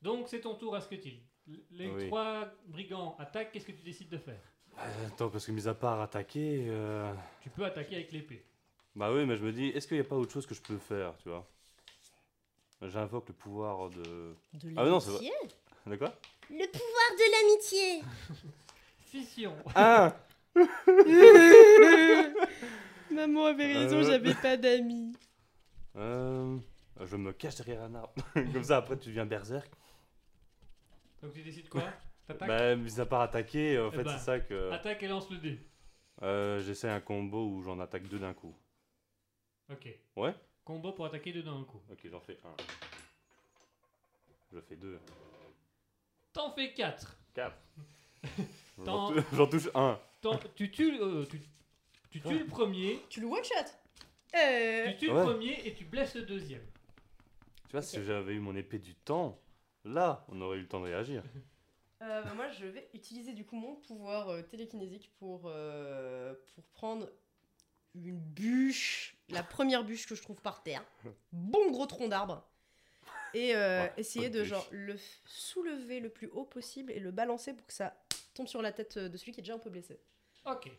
S3: Donc c'est ton tour, Asketil. Les
S4: Oui.
S3: trois brigands attaquent, qu'est-ce que tu décides de faire
S4: Euh, Attends, parce que mis à part attaquer. euh,
S3: Tu peux attaquer avec l'épée.
S4: Bah oui, mais je me dis, est-ce qu'il n'y a pas autre chose que je peux faire, tu vois J'invoque le pouvoir de. [LAUGHS]
S12: De
S4: Ah, mais non, c'est vrai.
S12: l'amitié.
S4: De quoi
S12: Le pouvoir de l'amitié.
S3: Fission
S4: Ah
S5: [LAUGHS] Maman avait
S4: raison, Euh. j'avais
S5: pas d'amis.
S4: Euh, Je me cache derrière un arbre. [LAUGHS] Comme ça, après, tu deviens berserk.
S3: Donc tu décides quoi T'attaques
S4: Bah, mis à part attaquer, en
S3: Eh
S4: fait,
S3: ben,
S4: c'est ça que.
S3: Attaque et lance le dé.
S4: Euh, J'essaie un combo où j'en attaque deux d'un coup.
S3: Ok.
S4: Ouais.
S3: Combo pour attaquer deux d'un coup.
S4: Ok, j'en fais un. Je fais deux.
S3: T'en fais quatre.
S4: Quatre.
S3: T'en-
S4: J'en tou- [LAUGHS] J'en touche un.
S3: T'en- tu tues, le- euh, tu, tu tues
S4: Ouais.
S3: le premier,
S5: Tu le one-shot euh...
S3: tu tues
S4: Ouais.
S3: le premier et tu blesses le deuxième.
S4: Tu vois, si j'avais eu mon épée du temps, là, on aurait eu le temps de réagir.
S5: Euh, bah, moi, je vais utiliser du coup mon pouvoir euh, télékinésique pour, euh, pour prendre une bûche, la première bûche que je trouve par terre, bon gros tronc d'arbre, et euh,
S4: Ouais,
S5: essayer
S4: bonne
S5: de
S4: bûche.
S5: genre le f- soulever le plus haut possible et le balancer pour que ça tombe sur la tête euh, de celui qui est déjà un peu blessé.
S3: Ok.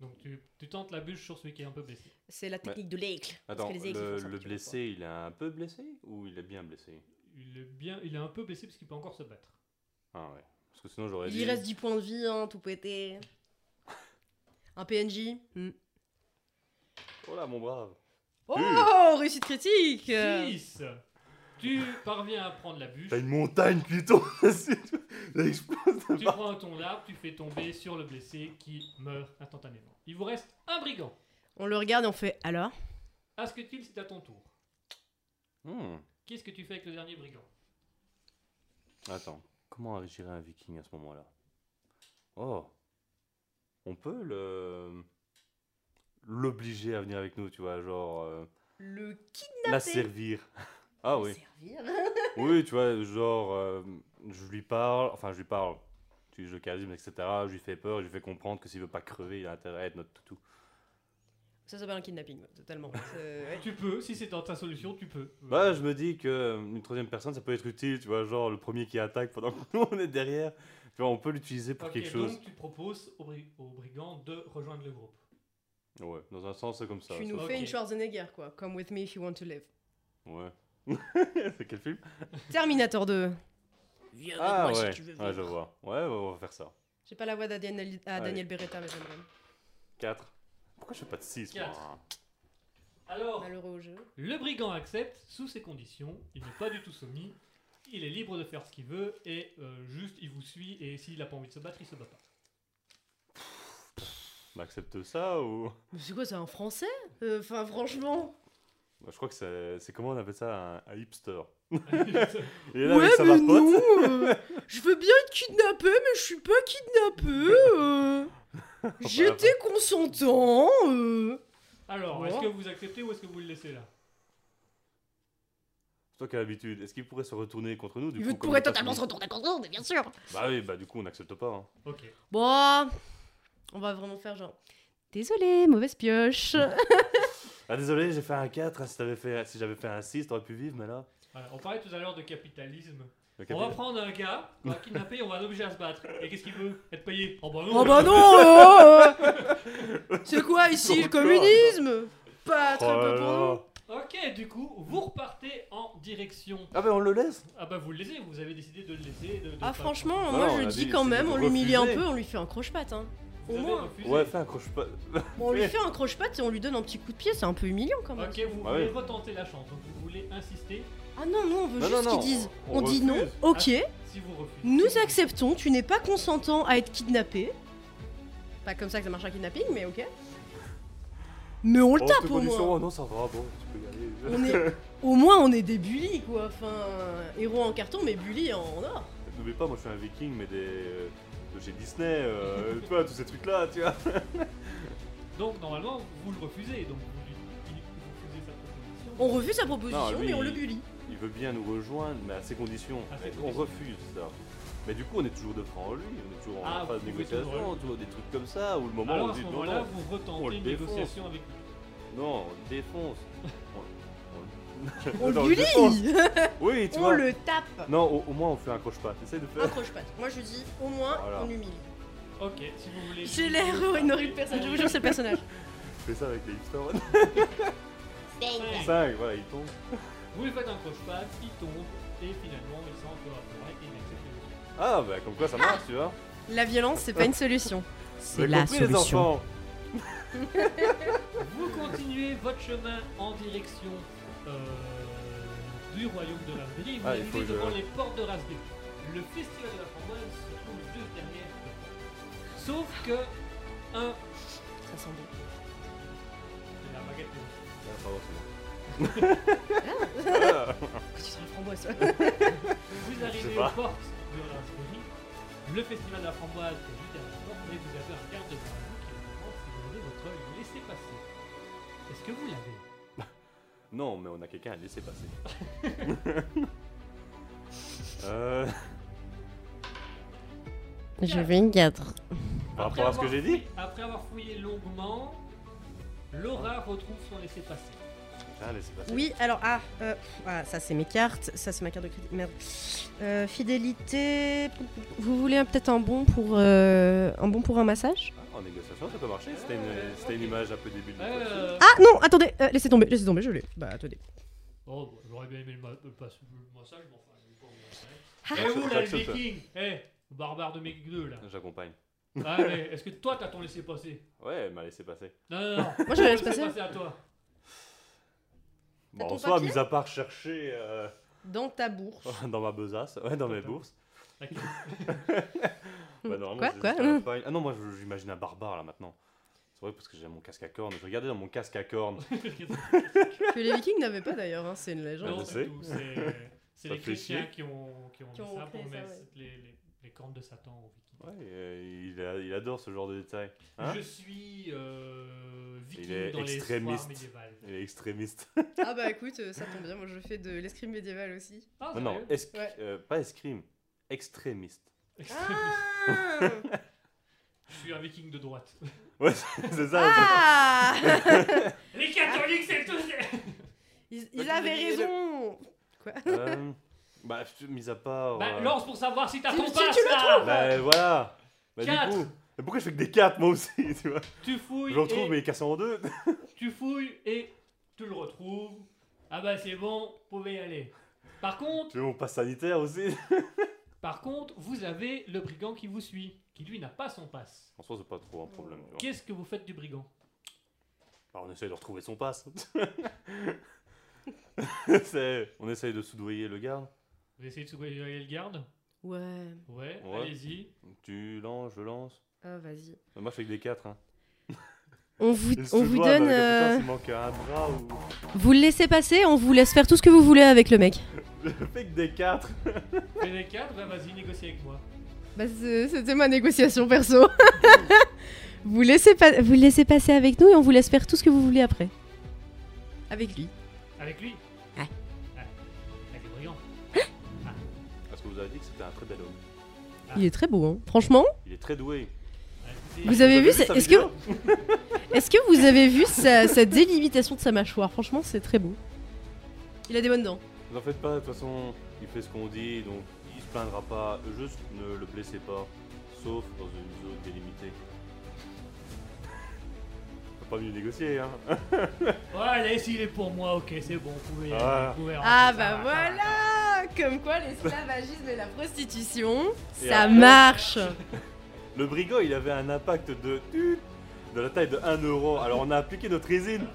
S3: Donc tu, tu tentes la bûche sur celui qui est un peu blessé.
S5: C'est la technique de l'aigle. parce
S4: Attends,
S5: que les aigles, ils
S4: le,
S5: font ça,
S4: le
S5: tu vois,
S4: blessé, il est un peu blessé ou il est bien blessé
S3: Il est, bien, il est un peu blessé parce qu'il peut encore se battre.
S4: Ah ouais. Parce que sinon,
S5: quoi.
S4: j'aurais
S5: Il
S4: dit.
S5: lui reste 10 points de vie, hein, tout pété. Un PNJ. hmm.
S4: Oh là, mon brave. Euh.
S5: Oh, réussite critique
S3: 6 Tu parviens à prendre la bûche,
S4: T'as une montagne qui tombe [LAUGHS] dessus. Elle explose.
S3: tu prends un ton d'arbre, tu fais tomber sur le blessé qui meurt instantanément. Il vous reste un brigand.
S5: On le regarde et on fait alors
S3: Asketil, c'est à ton tour.
S4: Hmm.
S3: Qu'est-ce que tu fais avec le dernier brigand
S4: Attends, comment agirait un viking à ce moment-là Oh On peut le. l'obliger à venir avec nous, tu vois, genre. euh,
S5: Le kit
S4: la servir. [LAUGHS] Ah oui.
S5: servir.
S4: Oui, tu vois, genre, euh, je lui parle, enfin, je lui parle, tu je le charisme, etc. Je lui fais peur, je lui fais comprendre que s'il veut pas crever, il a intérêt à être notre toutou.
S5: Ça s'appelle un kidnapping, ouais,
S4: [LAUGHS]
S5: totalement. C'est- ouais.
S3: Tu peux, si c'est dans ta solution, tu peux.
S4: Bah, je me dis que euh, une troisième personne, ça peut être utile, tu vois, genre, le premier qui attaque pendant que nous, on est derrière. Tu Tu vois, on peut l'utiliser pour
S3: Ok,
S4: quelque chose.
S3: Donc tu proposes aux, bri- aux brigands de rejoindre le groupe.
S4: Ouais, dans un sens, c'est comme ça.
S5: Tu nous
S4: ça-
S5: fais une Schwarzenegger, quoi. Come with me if you want to live.
S4: Ouais. c'est quel film
S5: Terminator 2.
S13: Viens
S4: Ah
S13: moi si
S4: ouais,
S13: tu veux
S4: ouais, je vois. Ouais, ouais, on va faire ça.
S5: J'ai pas la voix d'Adrienne- à
S4: Allez.
S5: Daniel Beretta, mais j'aime bien.
S4: 4. Pourquoi je fais pas de 6 moi
S3: Quatre.
S4: hein
S3: Alors,
S5: Malheureux au jeu.
S3: le brigand accepte sous ces conditions. Il n'est pas du tout soumis. Il est libre de faire ce qu'il veut et euh, juste il vous suit. Et s'il a pas envie de se battre, il se bat pas.
S4: On accepte ça ou.
S5: Mais c'est quoi, c'est un français Euh, Enfin, franchement.
S4: Bah, je crois que c'est, c'est comment on appelle ça un, un hipster. [LAUGHS] Il est là
S5: Ouais,
S4: avec sa
S5: mais
S4: vapote.
S5: non euh, Je veux bien être kidnappé, mais je suis pas
S4: [LAUGHS]
S5: kidnappé euh. J'étais consentant euh.
S3: Alors,
S5: Bon.
S3: est-ce que vous acceptez ou est-ce que vous le laissez là
S4: Toi qui as l'habitude, est-ce qu'il pourrait se retourner contre nous du
S5: Il
S4: coup,
S5: veut
S4: comme
S5: pourrait
S4: on passe
S5: totalement
S4: une-
S5: se retourner contre nous, mais bien sûr
S4: Bah oui, bah du coup on n'accepte pas. hein.
S3: Ok.
S5: Bon, on va vraiment faire genre... Désolé, mauvaise pioche
S4: Ah désolé, j'ai fait un 4. hein, si, t'avais fait, si j'avais fait un 6, t'aurais pu vivre, mais là. Oh
S3: Voilà, On parlait tout à l'heure de capitalisme.
S4: Le
S3: On va
S4: capi-
S3: prendre un gars, on va kidnapper et on va l'obliger à se battre. Et qu'est-ce qu'il veut Être payé Oh bah non
S5: Oh bah non euh, euh. C'est quoi ici, le communisme Pas très
S4: Oh
S5: peu
S4: là
S5: pour
S4: là.
S5: nous
S3: Ok, du coup, vous repartez en direction.
S4: Ah bah on le laisse
S3: Ah bah vous le laissez, vous avez décidé de le laisser. De, de
S5: Ah
S3: pas-
S4: Non,
S5: franchement, moi
S4: non, on
S5: je
S4: a
S5: dis
S4: dit,
S5: quand
S4: c'est
S5: même,
S4: de
S5: on l'humilie un
S4: refuser.
S5: peu, on lui fait un croche-patte, hein.
S3: Vous
S5: Au
S3: avez
S5: moins,
S3: refusé.
S4: Ouais, fais un croche-pas.
S5: on lui fait un croche-patte et on lui donne un petit coup de pied, c'est un peu humiliant quand même.
S3: Ok, vous
S4: Bah
S3: voulez
S4: oui.
S3: retenter la chance, donc vous voulez insister.
S5: Ah non, nous on veut
S4: Non,
S5: juste
S4: non,
S5: qu'ils
S4: non,
S5: disent, on,
S4: on
S5: dit
S4: refuse.
S5: non, ok,
S3: Si vous refusez.
S5: nous acceptons, tu n'es pas consentant à être kidnappé. Pas comme ça que ça marche un kidnapping, mais ok. Mais on le
S4: Oh,
S5: tape
S4: cette
S5: au
S4: condition,
S5: moins.
S4: oh, non, ça va, bon, tu peux y aller.
S5: [LAUGHS] On est... Au moins on est des bullies quoi, enfin, héros en carton mais bully en en or.
S4: N'oublie pas, moi je suis un viking, mais des. de chez Disney, euh, tu vois, tous ces trucs-là, tu vois.
S3: Donc normalement, vous le refusez. Donc vous, lui- il- vous refusez sa proposition.
S5: On refuse sa proposition
S4: Non, lui,
S5: mais on le
S4: il- [LAUGHS]
S5: bully.
S4: Il veut bien nous rejoindre, mais à ces conditions.
S3: À ces
S4: Mais
S3: conditions.
S4: On refuse ça. Mais du coup, on est toujours de franc en lui, on est toujours en
S3: Ah,
S4: phase de
S3: vous pouvez toujours
S4: négociation, tu vois, des trucs comme ça, où le moment où
S3: Alors
S4: on
S3: à ce
S4: dit non,
S3: moment-là,
S4: non,
S3: vous
S4: on
S3: retentez
S4: le
S3: une
S4: défonce.
S3: négociation avec lui.
S4: non, on le défonce. on,
S5: On
S4: non,
S5: le
S4: on le défonce.
S5: [LAUGHS] bully
S4: Oui, tu
S5: On
S4: vois.
S5: le Ah. tape
S4: Non, au, au moins on fait un croche-pas. Essaye de
S5: Un
S4: faire.
S5: croche-patte. Moi je dis au moins
S4: Voilà.
S5: on humilie.
S3: Ok, si vous voulez.
S5: J'ai l'air une horrible personne, je vous jure c'est le personnage.
S4: Fais ça avec les hipsters.
S3: Cinq.
S4: 5, voilà, il tombe.
S3: Vous lui faites un croche-patte, il tombe, et finalement, il s'en encore après, et il accepte le jeu.
S4: Ah, bah comme quoi ça marche, tu vois.
S5: La violence c'est pas une solution.
S4: Vous
S5: C'est
S4: avez compris, les enfants
S3: Vous continuez votre chemin en direction euh, du royaume de Raspberry. Vous
S4: Ah, il faut
S3: arrivez
S4: que je-
S3: devant les portes de Raspberry. Le festival de la framboise se trouve juste derrière. Sauf que un.
S5: Ça sent bon.
S3: La baguette est-
S4: Ah, pardon, c'est
S5: Tu sens la framboise.
S3: Vous
S4: Je
S3: arrivez
S4: sais
S3: aux
S4: pas.
S3: portes de Raspberry. Le festival de la framboise est juste derrière la porte, mais vous avez un garde devant vous qui vous demande si vous voulez votre laisser passer. Est-ce que vous l'avez
S4: bon. Non, mais on a quelqu'un à laisser
S5: [LAUGHS]
S4: passer. euh,
S13: [LAUGHS] Je vais une 4.
S4: par
S3: Après
S4: rapport à ce que
S3: avoir
S4: j'ai
S3: fouillé-
S4: dit
S3: Après avoir fouillé longuement, Laura retrouve son laissez-passer.
S4: Ah, laissez passer.
S5: Oui, alors, ah, euh, ah, ça c'est mes cartes, ça c'est ma carte de crédit, merde. Euh, fidélité, vous voulez un- peut-être un bon pour euh, un bon pour un massage
S4: Ah, en négociation, ça peut marcher. C'était une, c'était une image un peu débile. de profil.
S3: Euh,
S5: Ah non, attendez, euh, laissez tomber, laissez tomber, je l'ai. Bah attendez.
S3: Oh, bah, j'aurais bien aimé le, ma- le pass- le massage, mais enfin, je vais pas vous
S4: Ah.
S3: Eh, vous, là, le
S4: J'accepte.
S3: viking Eh, barbare de mec 2, là
S4: [LAUGHS] J'accompagne.
S3: Ah, mais est-ce que toi, t'as ton laissé-passer
S4: Ouais, elle m'a laissé passer.
S3: Non, non, non
S5: Moi je laisse passer.
S3: laissé-passer à toi
S4: Bon,
S5: ton
S4: en soi,
S5: papier
S4: mis à part chercher euh,
S5: Dans ta bourse.
S4: [LAUGHS] dans ma besace, ouais, dans mes
S3: Attends.
S4: bourses.
S3: Ok.
S4: Bah, normalement,
S5: Quoi,
S4: c'est
S5: quoi Hum.
S4: juste à
S5: [LAUGHS]
S4: la fin. Ah non, moi, je- j'imagine un barbare là maintenant. C'est vrai parce que j'ai mon casque à cornes. Je regardais dans mon casque à
S5: [LAUGHS]
S4: cornes.
S5: Que les Vikings n'avaient pas d'ailleurs, hein, c'est une légende.
S3: Non,
S4: Ah, je
S3: c'est
S4: sais.
S3: tout, c'est- C'est
S4: Ça
S3: les
S4: fait
S3: chrétiens
S4: chier.
S3: qui ont, qui ont
S5: Qui
S3: mis
S5: ont
S3: ça
S5: créé
S3: pour
S5: ça,
S3: mettre
S5: ouais.
S3: les, les, les cornes de Satan aux vikings.
S4: Ouais, euh, il, a- il adore ce genre de détails. Hein
S3: Je suis euh, viking
S4: Il est
S3: dans les histoires
S4: extrémiste.
S3: médiévales.
S4: Il est
S5: [LAUGHS]
S4: extrémiste.
S5: Ah bah écoute, euh, ça tombe bien, moi je fais de l'escrime médiévale aussi.
S3: Ah,
S4: non, non,
S3: sérieux
S4: esqui-
S5: Ouais.
S4: euh, pas escrime, extrémiste. [LAUGHS]
S5: Ah
S3: Je suis un viking de droite.
S4: Ouais, c'est ça.
S5: Ah
S3: Les catholiques, c'est tous des-
S5: Ils, ils avaient raison [LAUGHS]
S4: c'est- Euh, Bah, pff, mis à part.
S3: Bah,
S4: euh,
S3: lance pour savoir si t'as
S14: Si-
S3: ton
S14: si tu
S3: passe,
S14: le
S3: là
S14: trouves.
S4: Bah, voilà. Bah, du
S3: Quatre.
S4: coup. Mais pourquoi je fais que des 4 moi aussi, [LAUGHS] tu vois
S3: Tu fouilles
S4: Je le retrouve,
S3: et-
S4: mais il est cassé en deux. [LAUGHS]
S3: Tu fouilles et tu le retrouves. Ah bah c'est bon, vous pouvez y aller. Par contre,
S4: Tu veux mon passe sanitaire aussi
S3: par contre, vous avez le brigand qui vous suit, qui lui n'a pas son passe.
S4: En soi, c'est pas trop un problème. Tu vois.
S3: Qu'est-ce que vous faites du brigand
S4: Bah, on essaye de retrouver son passe. [LAUGHS] C'est- on essaye de soudoyer le garde.
S3: Vous essayez de soulever le garde
S15: Ouais.
S3: Ouais,
S4: Ouais.
S3: allez-y.
S4: Tu lances, je lance.
S15: Ah, vas-y.
S4: Bah, moi, je fais que des 4. Hein.
S5: On vous,
S4: Il se
S5: on vous
S4: soudoie, bah,
S5: donne.
S4: comme ça,
S5: euh,
S4: s'il manque un bras ou.
S5: vous le laissez passer, on vous laisse faire tout ce que vous voulez avec le mec.
S4: Je fais que des 4.
S3: Fais les quatre, bah vas-y, négocie avec moi.
S5: Bah, c'est- c'était ma négociation perso. [LAUGHS] vous, laissez pas, vous le laissez passer avec nous et on vous laisse faire tout ce que vous voulez après. Avec lui.
S3: Avec lui
S5: Ouais.
S3: Ah, Avec le brigand.
S4: Parce que vous avez dit que c'était un très bel homme.
S5: Il est très beau, hein. Franchement,
S4: Il est très doué.
S5: vous avez vu.
S4: sa
S5: ça- Est-ce que,
S4: vidéo
S5: est que vous avez vu sa, sa délimitation de sa mâchoire Franchement, c'est très beau. Il a des bonnes dents.
S4: Vous en faites pas, de toute façon, il fait ce qu'on dit, donc il se plaindra pas. Juste ne le blessez pas, sauf dans une zone délimitée. [LAUGHS] Faut Pas mieux négocier, hein.
S3: Ouais, allez, s'il est pour moi, ok, c'est bon, vous pouvez y aller.
S4: Ah.
S3: vous pouvez rentrer,
S5: Ah
S3: ça
S5: bah
S3: va, ça va.
S5: voilà Comme quoi l'esclavagisme et la prostitution,
S4: Et
S5: ça
S4: après-
S5: marche
S4: Le brigand, il avait un impact de tut de la taille de 1 euro. Alors on a appliqué notre résine.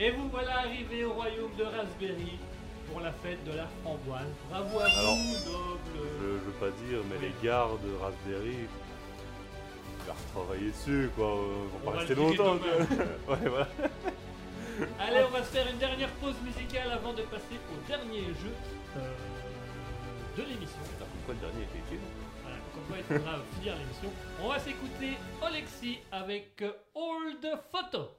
S3: Et vous voilà arrivé au royaume de Raspberry pour la fête de la framboise. Bravo à
S4: Alors,
S3: vous, noble.
S4: Je, je veux pas dire, mais les gardes Raspberry, il va retravailler dessus, quoi. On
S3: va
S4: va pas rester
S3: le piquer
S4: longtemps.
S3: demain.
S4: quoi. [LAUGHS] ouais, voilà.
S3: Allez, on va se faire une dernière pause musicale avant de passer au dernier jeu euh, de l'émission.
S4: Pourquoi le dernier était utile
S3: Voilà, comme quoi il faudra [LAUGHS] finir l'émission. On va s'écouter Alexis avec euh, Old Photo.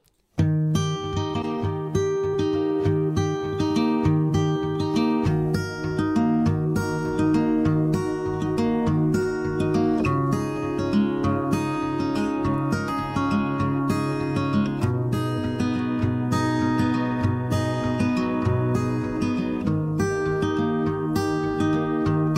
S16: Old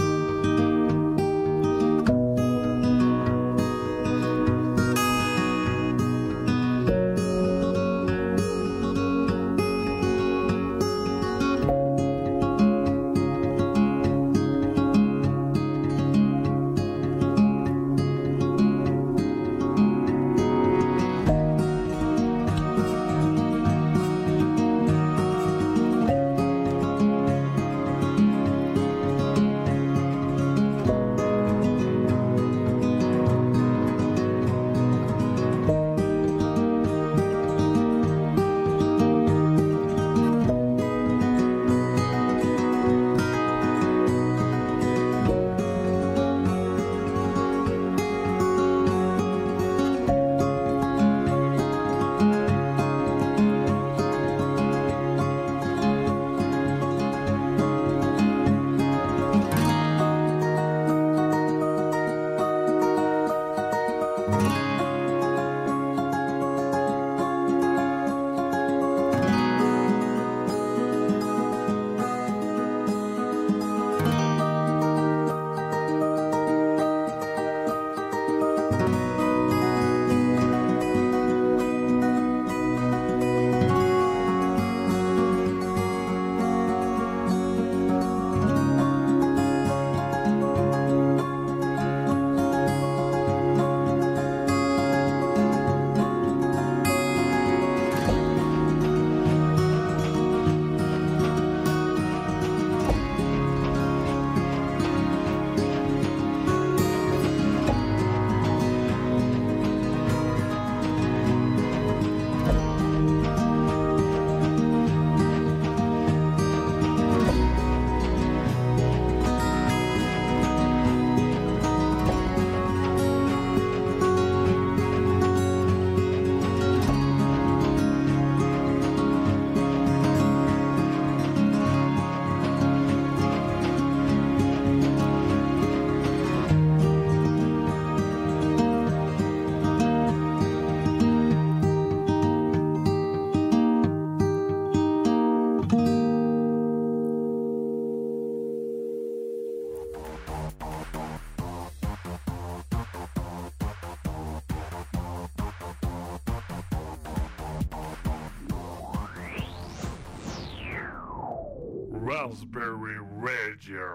S2: Raspberry Radio.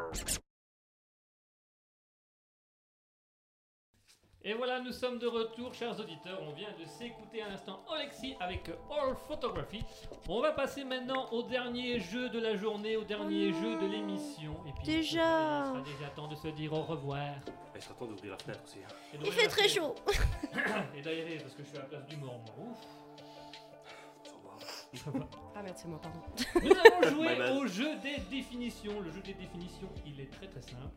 S3: Et voilà, nous sommes de retour, chers auditeurs. On vient de s'écouter un instant Alexis avec All Photography. On va passer maintenant au dernier jeu de la journée, au dernier jeu de l'émission. Et puis,
S17: Oh. Déjà.
S3: il sera déjà temps de se dire au revoir.
S4: Il sera temps d'ouvrir la fenêtre aussi. hein.
S3: Et
S17: Il
S3: d'ouvrir
S17: fait
S3: la
S17: très chaud.
S3: fenêtre. Et d'aérer, parce que je suis à la place du mort, moi. Ouf.
S17: [LAUGHS]
S5: Ah merde, c'est moi, pardon.
S3: Nous allons
S5: My
S3: jouer
S5: bad.
S3: au jeu des définitions. Le jeu des définitions, il est très très simple.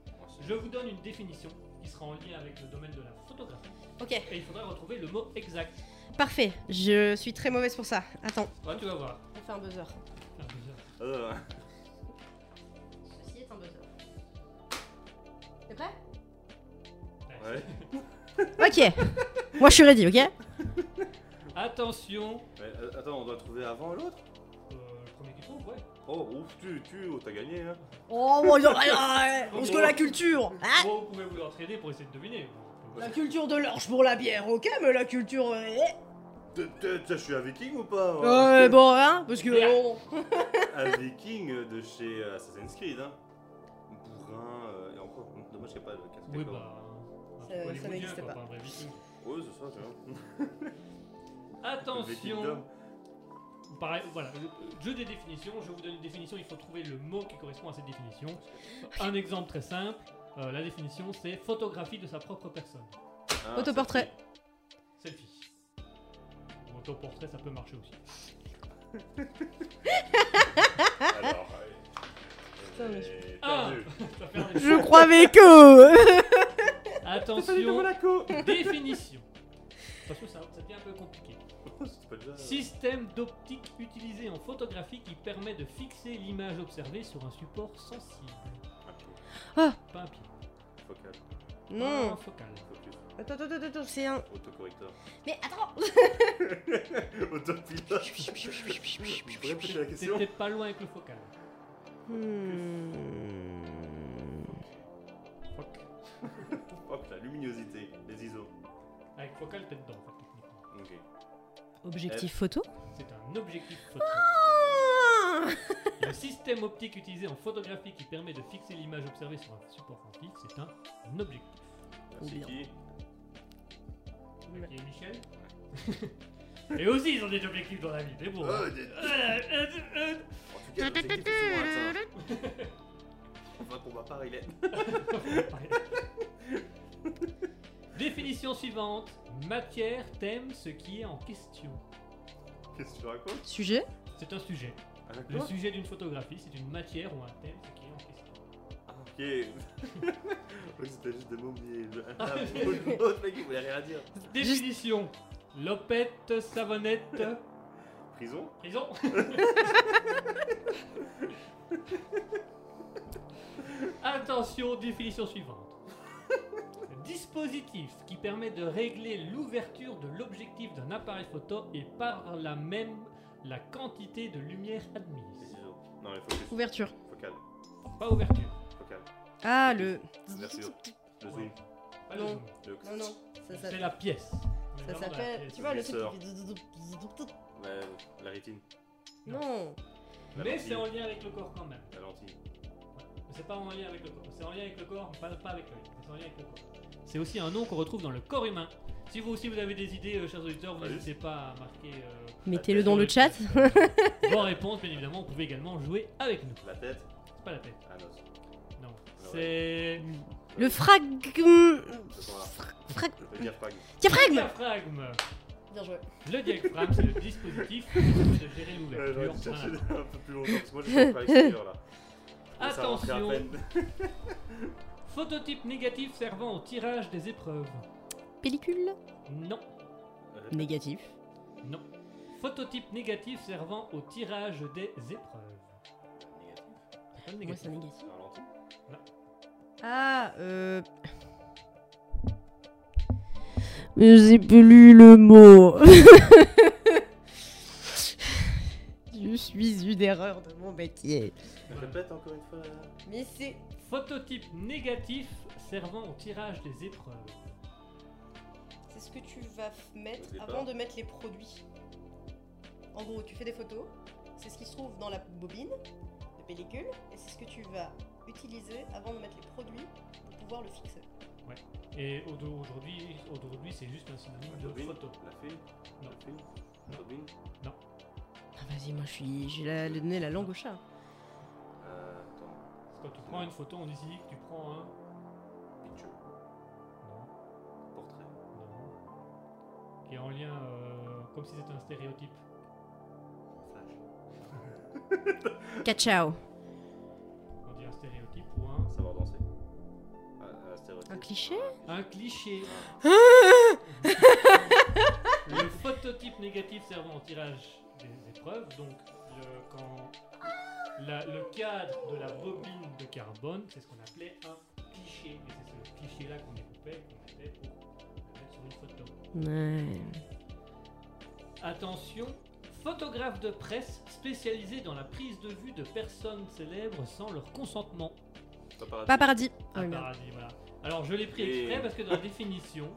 S3: Je vous donne une définition qui sera en lien avec le domaine de la photographie.
S5: Ok.
S3: Et il faudra retrouver le mot exact.
S5: Parfait, je suis très mauvaise pour ça. Attends.
S3: Ouais, tu vas voir.
S5: On fait un buzzer.
S3: Un buzzer.
S4: Ah,
S5: Ceci est un buzzer. T'es prêt
S4: Ouais.
S5: Ok. Moi, je suis ready, ok
S3: Attention.
S4: Mais, euh, attends, on doit trouver avant l'autre
S3: Euh, Le premier qui trouve, ouais.
S4: Oh, ouf, tu, tu, oh, t'as gagné, hein.
S5: Oh mon dieu, ah, ouais, on se que la culture hein
S3: Bon, vous pouvez vous entraîner pour essayer de deviner.
S5: La culture de l'orge pour la bière, ok, mais la culture... euh, eh.
S4: T'es- t'es- t'es- Je suis un viking ou pas
S5: Ouais, bon, hein, parce que...
S4: Yeah.
S5: bon.
S4: Un viking euh, de chez euh, Assassin's Creed, hein. Bourrin, euh, et encore, dommage qu'il n'y a pas le casque.
S3: Oui,
S4: d'accord.
S3: bah, un
S5: Ça-
S3: truc
S5: ça
S3: hollywoodien,
S5: n'existe
S3: quoi,
S5: pas.
S3: un vrai viking.
S4: Ouais, c'est ça, [LAUGHS] c'est bien. Le
S3: Attention.
S4: viking
S3: Pareil, voilà, le jeu des définitions, je vous donne une définition, il faut trouver le mot qui correspond à cette définition. Un exemple très simple, euh, la définition c'est photographie de sa propre personne.
S4: Ah,
S5: Autoportrait.
S3: Selfie. Ou Autoportrait, ça peut marcher aussi. [LAUGHS]
S4: Alors,
S5: Putain, mais je-
S4: euh,
S3: Ah,
S4: perdu.
S3: t'as
S5: [LAUGHS]
S3: perdu.
S5: Je croyais [LAUGHS] que-
S3: Attention, définition. Parce que ça, ça devient un peu compliqué.
S4: C'est pas déjà-
S3: Système d'optique utilisé en photographie qui permet de fixer l'image observée sur un support sensible.
S5: Ah.
S3: Pas un pied.
S4: Focal.
S5: Non.
S3: Pas un focal.
S5: Attends, attends, attends, attends, c'est un...
S4: Autocorrecteur.
S17: Mais attends
S4: [LAUGHS] Autopilote. Vous pourriez répéter la question
S3: T'étais pas loin avec le focal.
S5: Hmm.
S3: Fuck.
S4: Hop, la Oh, luminosité, les ISO.
S3: Avec focal, t'es dedans, en fait, techniquement.
S4: Ok.
S5: Objectif photo
S3: C'est un objectif photo.
S5: Ah
S3: Le système optique utilisé en photographie qui permet de fixer l'image observée sur un support optique, c'est un objectif.
S4: C'est qui
S3: Ok, Michel [LAUGHS] Et aussi, ils ont des objectifs dans la vie, hein. mais bon.
S4: Ah, des-
S3: Euh,
S4: En tout cas, l'objectif est souvent atteint. Enfin, pour ma part, il est.
S3: [LAUGHS] Définition suivante matière, thème, ce qui est en question.
S4: Qu'est-ce que tu racontes
S5: Sujet
S3: C'est un sujet.
S4: Ah, d'accord.
S3: Le sujet d'une photographie, c'est une matière ou un thème, ce qui est en question.
S4: Ah, ok. [LAUGHS] Oui, C'était juste des mots, Ah, mais. [LAUGHS] L'autre mec, il voulait rien dire.
S3: Définition Lopette, savonnette.
S4: Prison
S3: Prison Attention, définition suivante. Dispositif qui permet de régler l'ouverture de l'objectif d'un appareil photo et par la même la quantité de lumière admise.
S4: euh, Non, mais focus.
S5: Ouverture.
S4: Focal.
S3: Pas ouverture.
S4: Focal.
S5: Ah, le...
S4: Ouverture. Le zoom.
S3: Pas le
S5: Non,
S3: zoom.
S4: Le-
S5: non, non. ça
S3: C'est
S5: s'appelle-
S3: la pièce. On est
S5: Ça
S3: vraiment dans la
S5: s'appelle...
S3: pièce.
S5: Tu vois, le truc
S4: L'épaisseur.
S5: qui...
S4: Ouais, la rétine.
S5: Non.
S4: La
S3: Mais
S4: lentille.
S3: c'est en lien avec le corps quand même.
S4: La lentille.
S3: C'est pas en lien avec le corps. C'est en lien avec le corps, pas, pas avec l'œil. C'est en lien avec le corps. C'est aussi un nom qu'on retrouve dans le corps humain. Si vous aussi vous avez des idées, euh, chers auditeurs, vous n'hésitez pas à marquer. euh,
S5: Mettez-le dans le chat. [LAUGHS]
S3: vos réponses, bien évidemment. Vous pouvez également jouer avec nous.
S4: La tête.
S3: C'est pas la tête.
S4: Ah, non.
S3: Non.
S4: Alors,
S3: C'est.
S5: Le frag... Frag...
S4: Le diaphragme. [LAUGHS]
S5: Diaphragme
S3: Le diaphragme.
S5: Bien joué.
S3: Le diaphragme, c'est le dispositif qui permet de gérer
S4: Ouais, J'aurais dû
S3: l'ouverture.
S4: chercher
S3: Voilà.
S4: un peu plus longtemps parce que moi, je suis pas l'extérieur là. Là, ça rentrait à
S3: Attention.
S4: [LAUGHS] peine.
S3: Phototype négatif servant au tirage des épreuves.
S18: Pellicule
S3: Non.
S5: Négatif.
S3: Non. Phototype négatif servant au tirage des épreuves. C'est pas le
S5: Moi, c'est
S3: négatif.
S5: négatif.
S4: La lentille.
S5: Ah, euh... J'ai plus le mot. [LAUGHS] Je suis une erreur de mon métier.
S4: Répète encore une fois. là.
S5: Mais c'est...
S3: Phototype négatif servant au tirage des épreuves.
S5: C'est ce que tu vas f- mettre
S4: Au départ.
S5: avant de mettre les produits. En gros, tu fais des photos, c'est ce qui se trouve dans la bobine,
S19: pellicule et c'est ce que tu vas utiliser avant de mettre les produits pour pouvoir le fixer.
S3: Ouais. Et au- aujourd'hui, aujourd'hui, c'est juste un synonyme de photo.
S4: La fille
S3: Non.
S4: La turbine
S3: Non.
S5: Ah, Vas-y, moi je suis, j'ai la- le nez, la langue au chat.
S4: Euh, attends.
S3: Quand tu prends une photo, on dit que tu prends un.
S4: Picture. Portrait.
S3: Non. Qui est en lien, euh, comme si c'était un stéréotype.
S5: Cachao.
S3: On dit un stéréotype ou un.
S4: Savoir danser. Ah, Un, un stéréotype.
S5: Un cliché
S3: Un cliché. [LAUGHS] Le
S5: Ah
S3: phototype négatif sert en tirage des épreuves, donc le- quand la- le cadre de la bobine de carbone, c'est ce qu'on appelait un cliché, et c'est ce cliché-là qu'on découpait, qu'on mettait pour le mettre sur une photo.
S5: Ouais.
S3: Attention, photographe de presse spécialisé dans la prise de vue de personnes célèbres sans leur consentement.
S4: Paparazzi.
S5: Paparazzi. Ah oui, merde.
S3: Paparazzi, voilà. Alors je l'ai pris
S4: Et-
S3: exprès parce que [LAUGHS] dans la définition,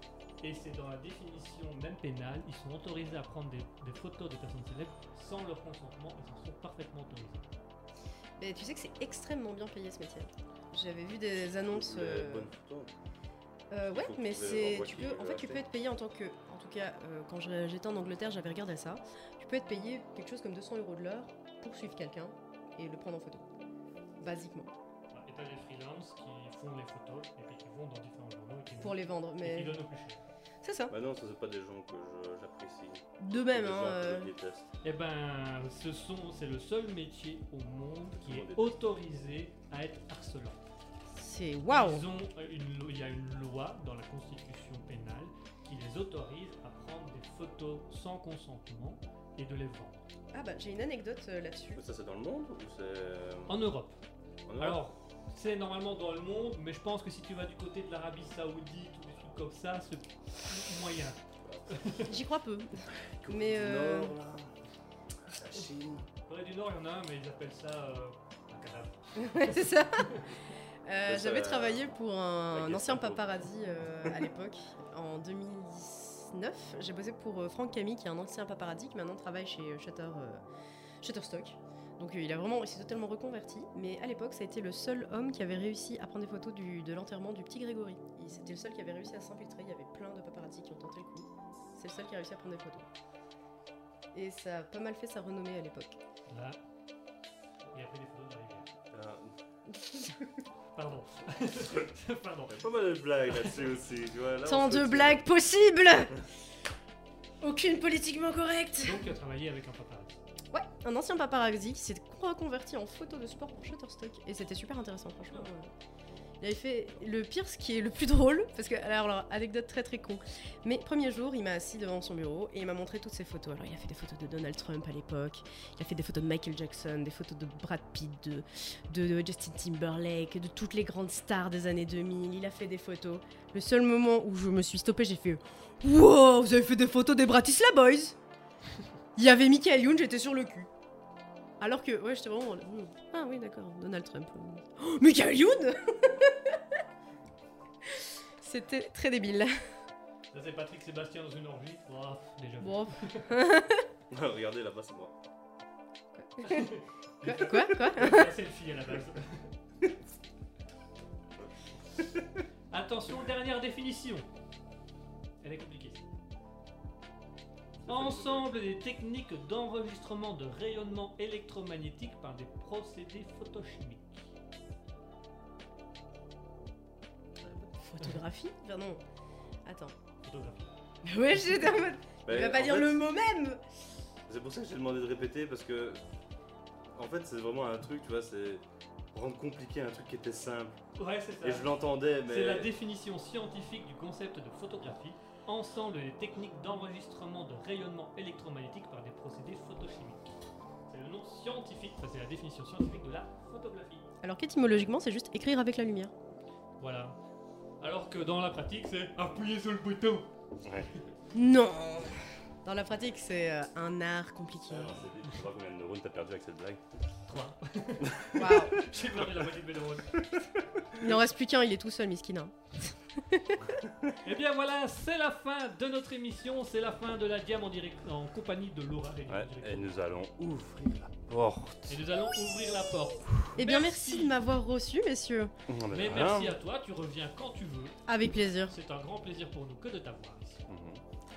S3: et c'est dans la définition même pénale, ils sont autorisés à prendre des, des photos de personnes célèbres sans leur consentement, ils en sont parfaitement autorisés.
S5: Mais tu sais que c'est extrêmement bien payé ce métier. J'avais vu des annonces. euh, Euh, ouais,
S19: Faut trouver
S5: mais c'est
S19: l'endroit
S5: tu
S19: qui
S5: peux
S19: veut
S5: en fait
S19: l'acheter.
S5: tu peux être payé en tant que en tout cas euh, quand je- j'étais en Angleterre j'avais regardé ça tu peux être payé quelque chose comme 200 euros de l'heure pour suivre quelqu'un et le prendre en photo basiquement
S3: Voilà. Bah, Et t'as des freelances qui font les photos et puis qui vont dans différents journaux et qui
S5: Pour les vendre,
S3: et
S5: mais-
S3: qui donnent au plus cher.
S5: c'est ça
S4: Bah non, ça c'est pas des gens que je- j'apprécie.
S5: De même,
S4: C'est des
S5: hein,
S4: gens que
S5: euh.
S4: je déteste.
S3: Eh ben, ce sont, c'est le seul métier au monde qui est
S4: déteste.
S3: autorisé à être harcelant.
S5: C'est waouh.
S3: Ils ont, euh, une lo- Il y a une loi dans la Constitution pénale qui les autorise à prendre des photos sans consentement et de les vendre.
S5: ah bah j'ai une anecdote euh, là-dessus
S4: Mais Ça c'est dans le monde ou c'est.
S3: En Europe.
S4: En Europe.
S3: Alors, c'est normalement dans le monde, mais je pense que si tu vas du côté de l'Arabie Saoudite ou des trucs comme ça, c'est moyen.
S5: j'y crois peu mais euh,
S4: La Chine.
S3: Corée du Nord, il y en a un, mais ils appellent ça euh, un cadavre.
S5: [LAUGHS] Ouais, c'est ça.
S3: Ça,
S5: Euh,
S3: ça-
S5: J'avais travaillé pour un,
S3: la
S5: ancien
S3: Gestapo.
S5: paparazzi euh, à l'époque, en 2019. J'ai bossé pour euh, Franck Camille, qui est un ancien paparazzi qui maintenant travaille chez euh, Shutter, euh, Shutterstock. Donc euh, il a vraiment, il s'est totalement reconverti. Mais à l'époque, ça a été le seul homme qui avait réussi à prendre des photos du- de l'enterrement du petit Grégory. Et C'était le seul qui avait réussi à s'infiltrer. Il y avait plein de paparazzi qui ont tenté le coup. C'est le seul qui a réussi à prendre des photos. Et ça a pas mal fait sa renommée à l'époque.
S3: Là, il a pris des photos de la
S4: Ah,
S3: rivière. Pardon. [LAUGHS] Pardon.
S4: Pas mal de blagues là-dessus aussi, tu vois. là, on
S5: Tant
S4: se
S5: de
S4: dit-
S5: blagues possibles Aucune politiquement correcte
S3: Donc, il a travaillé avec un paparazzi.
S5: Ouais, un ancien paparazzi qui s'est reconverti en photo de sport pour Shutterstock. Et c'était super intéressant, franchement. euh. Il avait fait le pire, ce qui est le plus [LAUGHS] drôle, parce que, alors, alors, anecdote très très con. Mais premier jour, il m'a assis devant son bureau et il m'a montré toutes ses photos. Alors, il a fait des photos de Donald Trump à l'époque, il a fait des photos de Michael Jackson, des photos de Brad Pitt, de, de, de Justin Timberlake, de toutes les grandes stars des années 2000. Il a fait des photos. Le seul moment où je me suis stoppée, j'ai fait Wow, vous avez fait des photos des Bratislava Boys il y avait Michael Youn, j'étais sur le cul. Alors que, ouais, j'étais vraiment. Mm. Ah oui, d'accord, Donald Trump. euh. Oh, Michael Youn [LAUGHS] C'était très débile.
S3: Ça, c'est Patrick Sébastien dans une orgie. Ouah, déjà. vu.
S5: Bon.
S4: [LAUGHS] Regardez là-bas, c'est moi.
S5: Quoi Quoi, quoi
S3: C'est un selfie à la base. Attention, dernière définition. Elle est compliquée. celle-là. Ensemble des techniques d'enregistrement de rayonnement électromagnétique par des procédés photochimiques.
S5: Photographie Enfin, non. Attends.
S3: Photographie.
S5: [LAUGHS] Ouais, j'étais en mode.
S4: Mais
S5: Il va pas
S4: en
S5: dire
S4: fait-
S5: le mot même
S4: C'est pour ça que j'ai demandé de répéter parce que. En fait, c'est vraiment un truc, tu vois, c'est. Rendre compliqué un truc qui était simple.
S3: Ouais, c'est ça.
S4: Et je l'entendais,
S3: C'est
S4: mais.
S3: la définition scientifique du concept de photographie, ensemble des techniques d'enregistrement de rayonnement électromagnétique par des procédés photochimiques. C'est le nom scientifique, enfin, c'est la définition scientifique de la photographie.
S5: Alors qu'étymologiquement, c'est juste écrire avec la lumière.
S3: Voilà. Alors que dans la pratique, c'est appuyer sur le bouton.
S4: Ouais.
S5: Non Dans la pratique, c'est euh, un art compliqué.
S4: Alors, Ah, c'est débile. Je sais pas combien de neurones t'as perdu avec cette blague.
S3: [LAUGHS] 3.
S5: Waouh.
S3: J'ai perdu la moitié de mes neurones.
S5: hein. Il n'en reste plus qu'un, il est tout seul, Miskina.
S3: Et Eh bien voilà, c'est la fin de notre émission, c'est la fin de la Diam en, direct, en compagnie de Laura Régnier.
S4: Ouais, et nous allons ouvrir la porte.
S3: Et nous allons ouvrir la porte.
S5: Eh bien, merci de m'avoir reçu, messieurs.
S3: Mais merci à toi, tu reviens quand tu veux.
S5: Avec plaisir.
S3: C'est un grand plaisir pour nous que de t'avoir ici.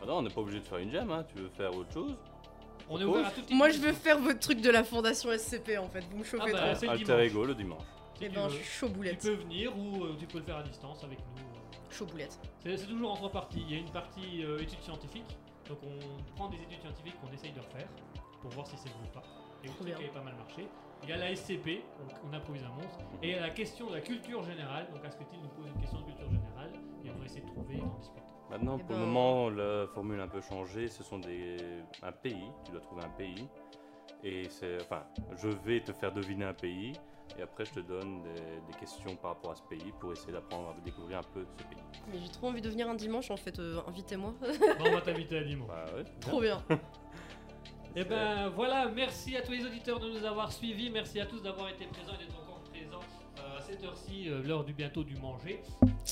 S4: Ah non, on n'est pas obligé de faire une jam, hein. tu veux faire autre chose
S3: On est
S4: Propose.
S3: ouvert à toute
S5: Moi, je veux faire votre truc de la fondation SCP en fait. Vous me chauffez
S3: bah,
S4: Ah,
S5: trop.
S4: Alter Ego le dimanche.
S5: Eh
S3: tu
S5: ben,
S3: veux.
S5: je suis chaud boulette.
S3: Tu peux venir ou euh, tu peux le faire à distance avec nous.
S5: Chaud boulette.
S3: C'est c'est toujours en trois parties. Il y a une partie euh, études scientifiques, donc on prend des études scientifiques qu'on essaye de refaire pour voir si c'est bon ou pas. Et vous
S5: Trop
S3: trouvez
S5: bien.
S3: qu'elle a pas mal marché. Il y a la SCP, donc on improvise un monstre. Et il y a la question de la culture générale, donc Asketil nous pose une question de culture générale et on va essayer de trouver et d'en discuter.
S4: Maintenant,
S3: Eh
S4: pour
S3: ben-
S4: le moment, la formule a un peu changé. Ce sont des un pays. Tu dois trouver un pays. Et c'est enfin, je vais te faire deviner un pays. Et après, je te donne des, des questions par rapport à ce pays pour essayer d'apprendre à découvrir un peu ce pays.
S5: Mais j'ai trop envie de venir un dimanche en fait. euh, Invitez-moi. [LAUGHS]
S3: Bon, on va t'inviter à dimanche.
S5: Trop bien.
S3: Et ben voilà, merci à tous les auditeurs de nous avoir suivis, merci à tous d'avoir été présents et d'être encore présents euh, à cette heure-ci, euh, l'heure du bientôt du manger.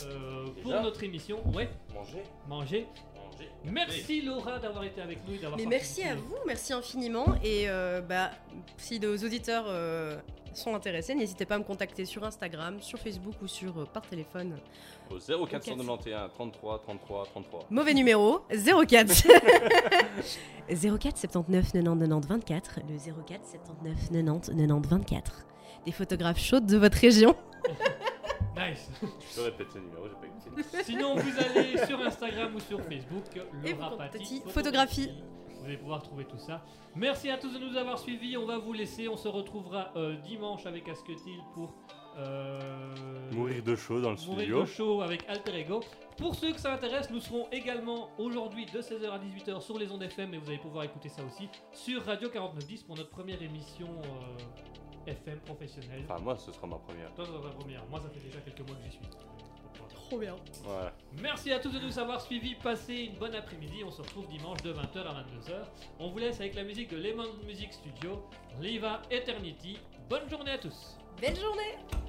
S3: Euh, pour
S4: Déjà
S3: notre émission, ouais.
S4: Manger.
S3: Manger.
S4: Manger.
S3: Merci Laura d'avoir été avec nous et d'avoir
S5: [LAUGHS] Mais merci
S3: participé.
S5: à vous, merci infiniment. Et euh, bah, si nos auditeurs euh, sont intéressés, n'hésitez pas à me contacter sur Instagram, sur Facebook ou sur euh, par téléphone.
S4: Au 0491 33 33 33.
S5: Mauvais numéro [LAUGHS] 04 04 79 90 90 24 le 04 79 90 90 24 des photographes chaudes de votre région.
S3: Nice.
S4: Je répète ce numéro, j'ai pas écouté.
S3: Sinon, vous
S5: [LAUGHS]
S3: allez sur Instagram ou sur Facebook,
S5: Et
S3: Laura
S5: pour
S3: Paty,
S5: Paty,
S3: photographie. Vous allez pouvoir trouver tout ça. Merci à tous de nous avoir suivis. On va vous laisser. On se retrouvera euh, dimanche avec Asketil pour euh,
S4: Mourir de chaud dans le
S3: Mourir
S4: studio.
S3: de chaud avec Alter Ego. Pour ceux que ça intéresse, nous serons également aujourd'hui de 16h à 18h sur les ondes FM, et vous allez pouvoir écouter ça aussi sur Radio 4910 pour notre première émission euh, FM professionnelle.
S4: Enfin, moi, ce sera ma première.
S3: Toi, c'est la première. Moi, ça fait déjà quelques mois que j'y suis.
S5: Trop bien.
S4: Voilà.
S3: Merci à tous de nous avoir suivis. Passez une bonne après-midi. On se retrouve dimanche de 20h à 22h. On vous laisse avec la musique de Lemon Music Studio, Liva Eternity. Bonne journée à tous.
S5: Belle journée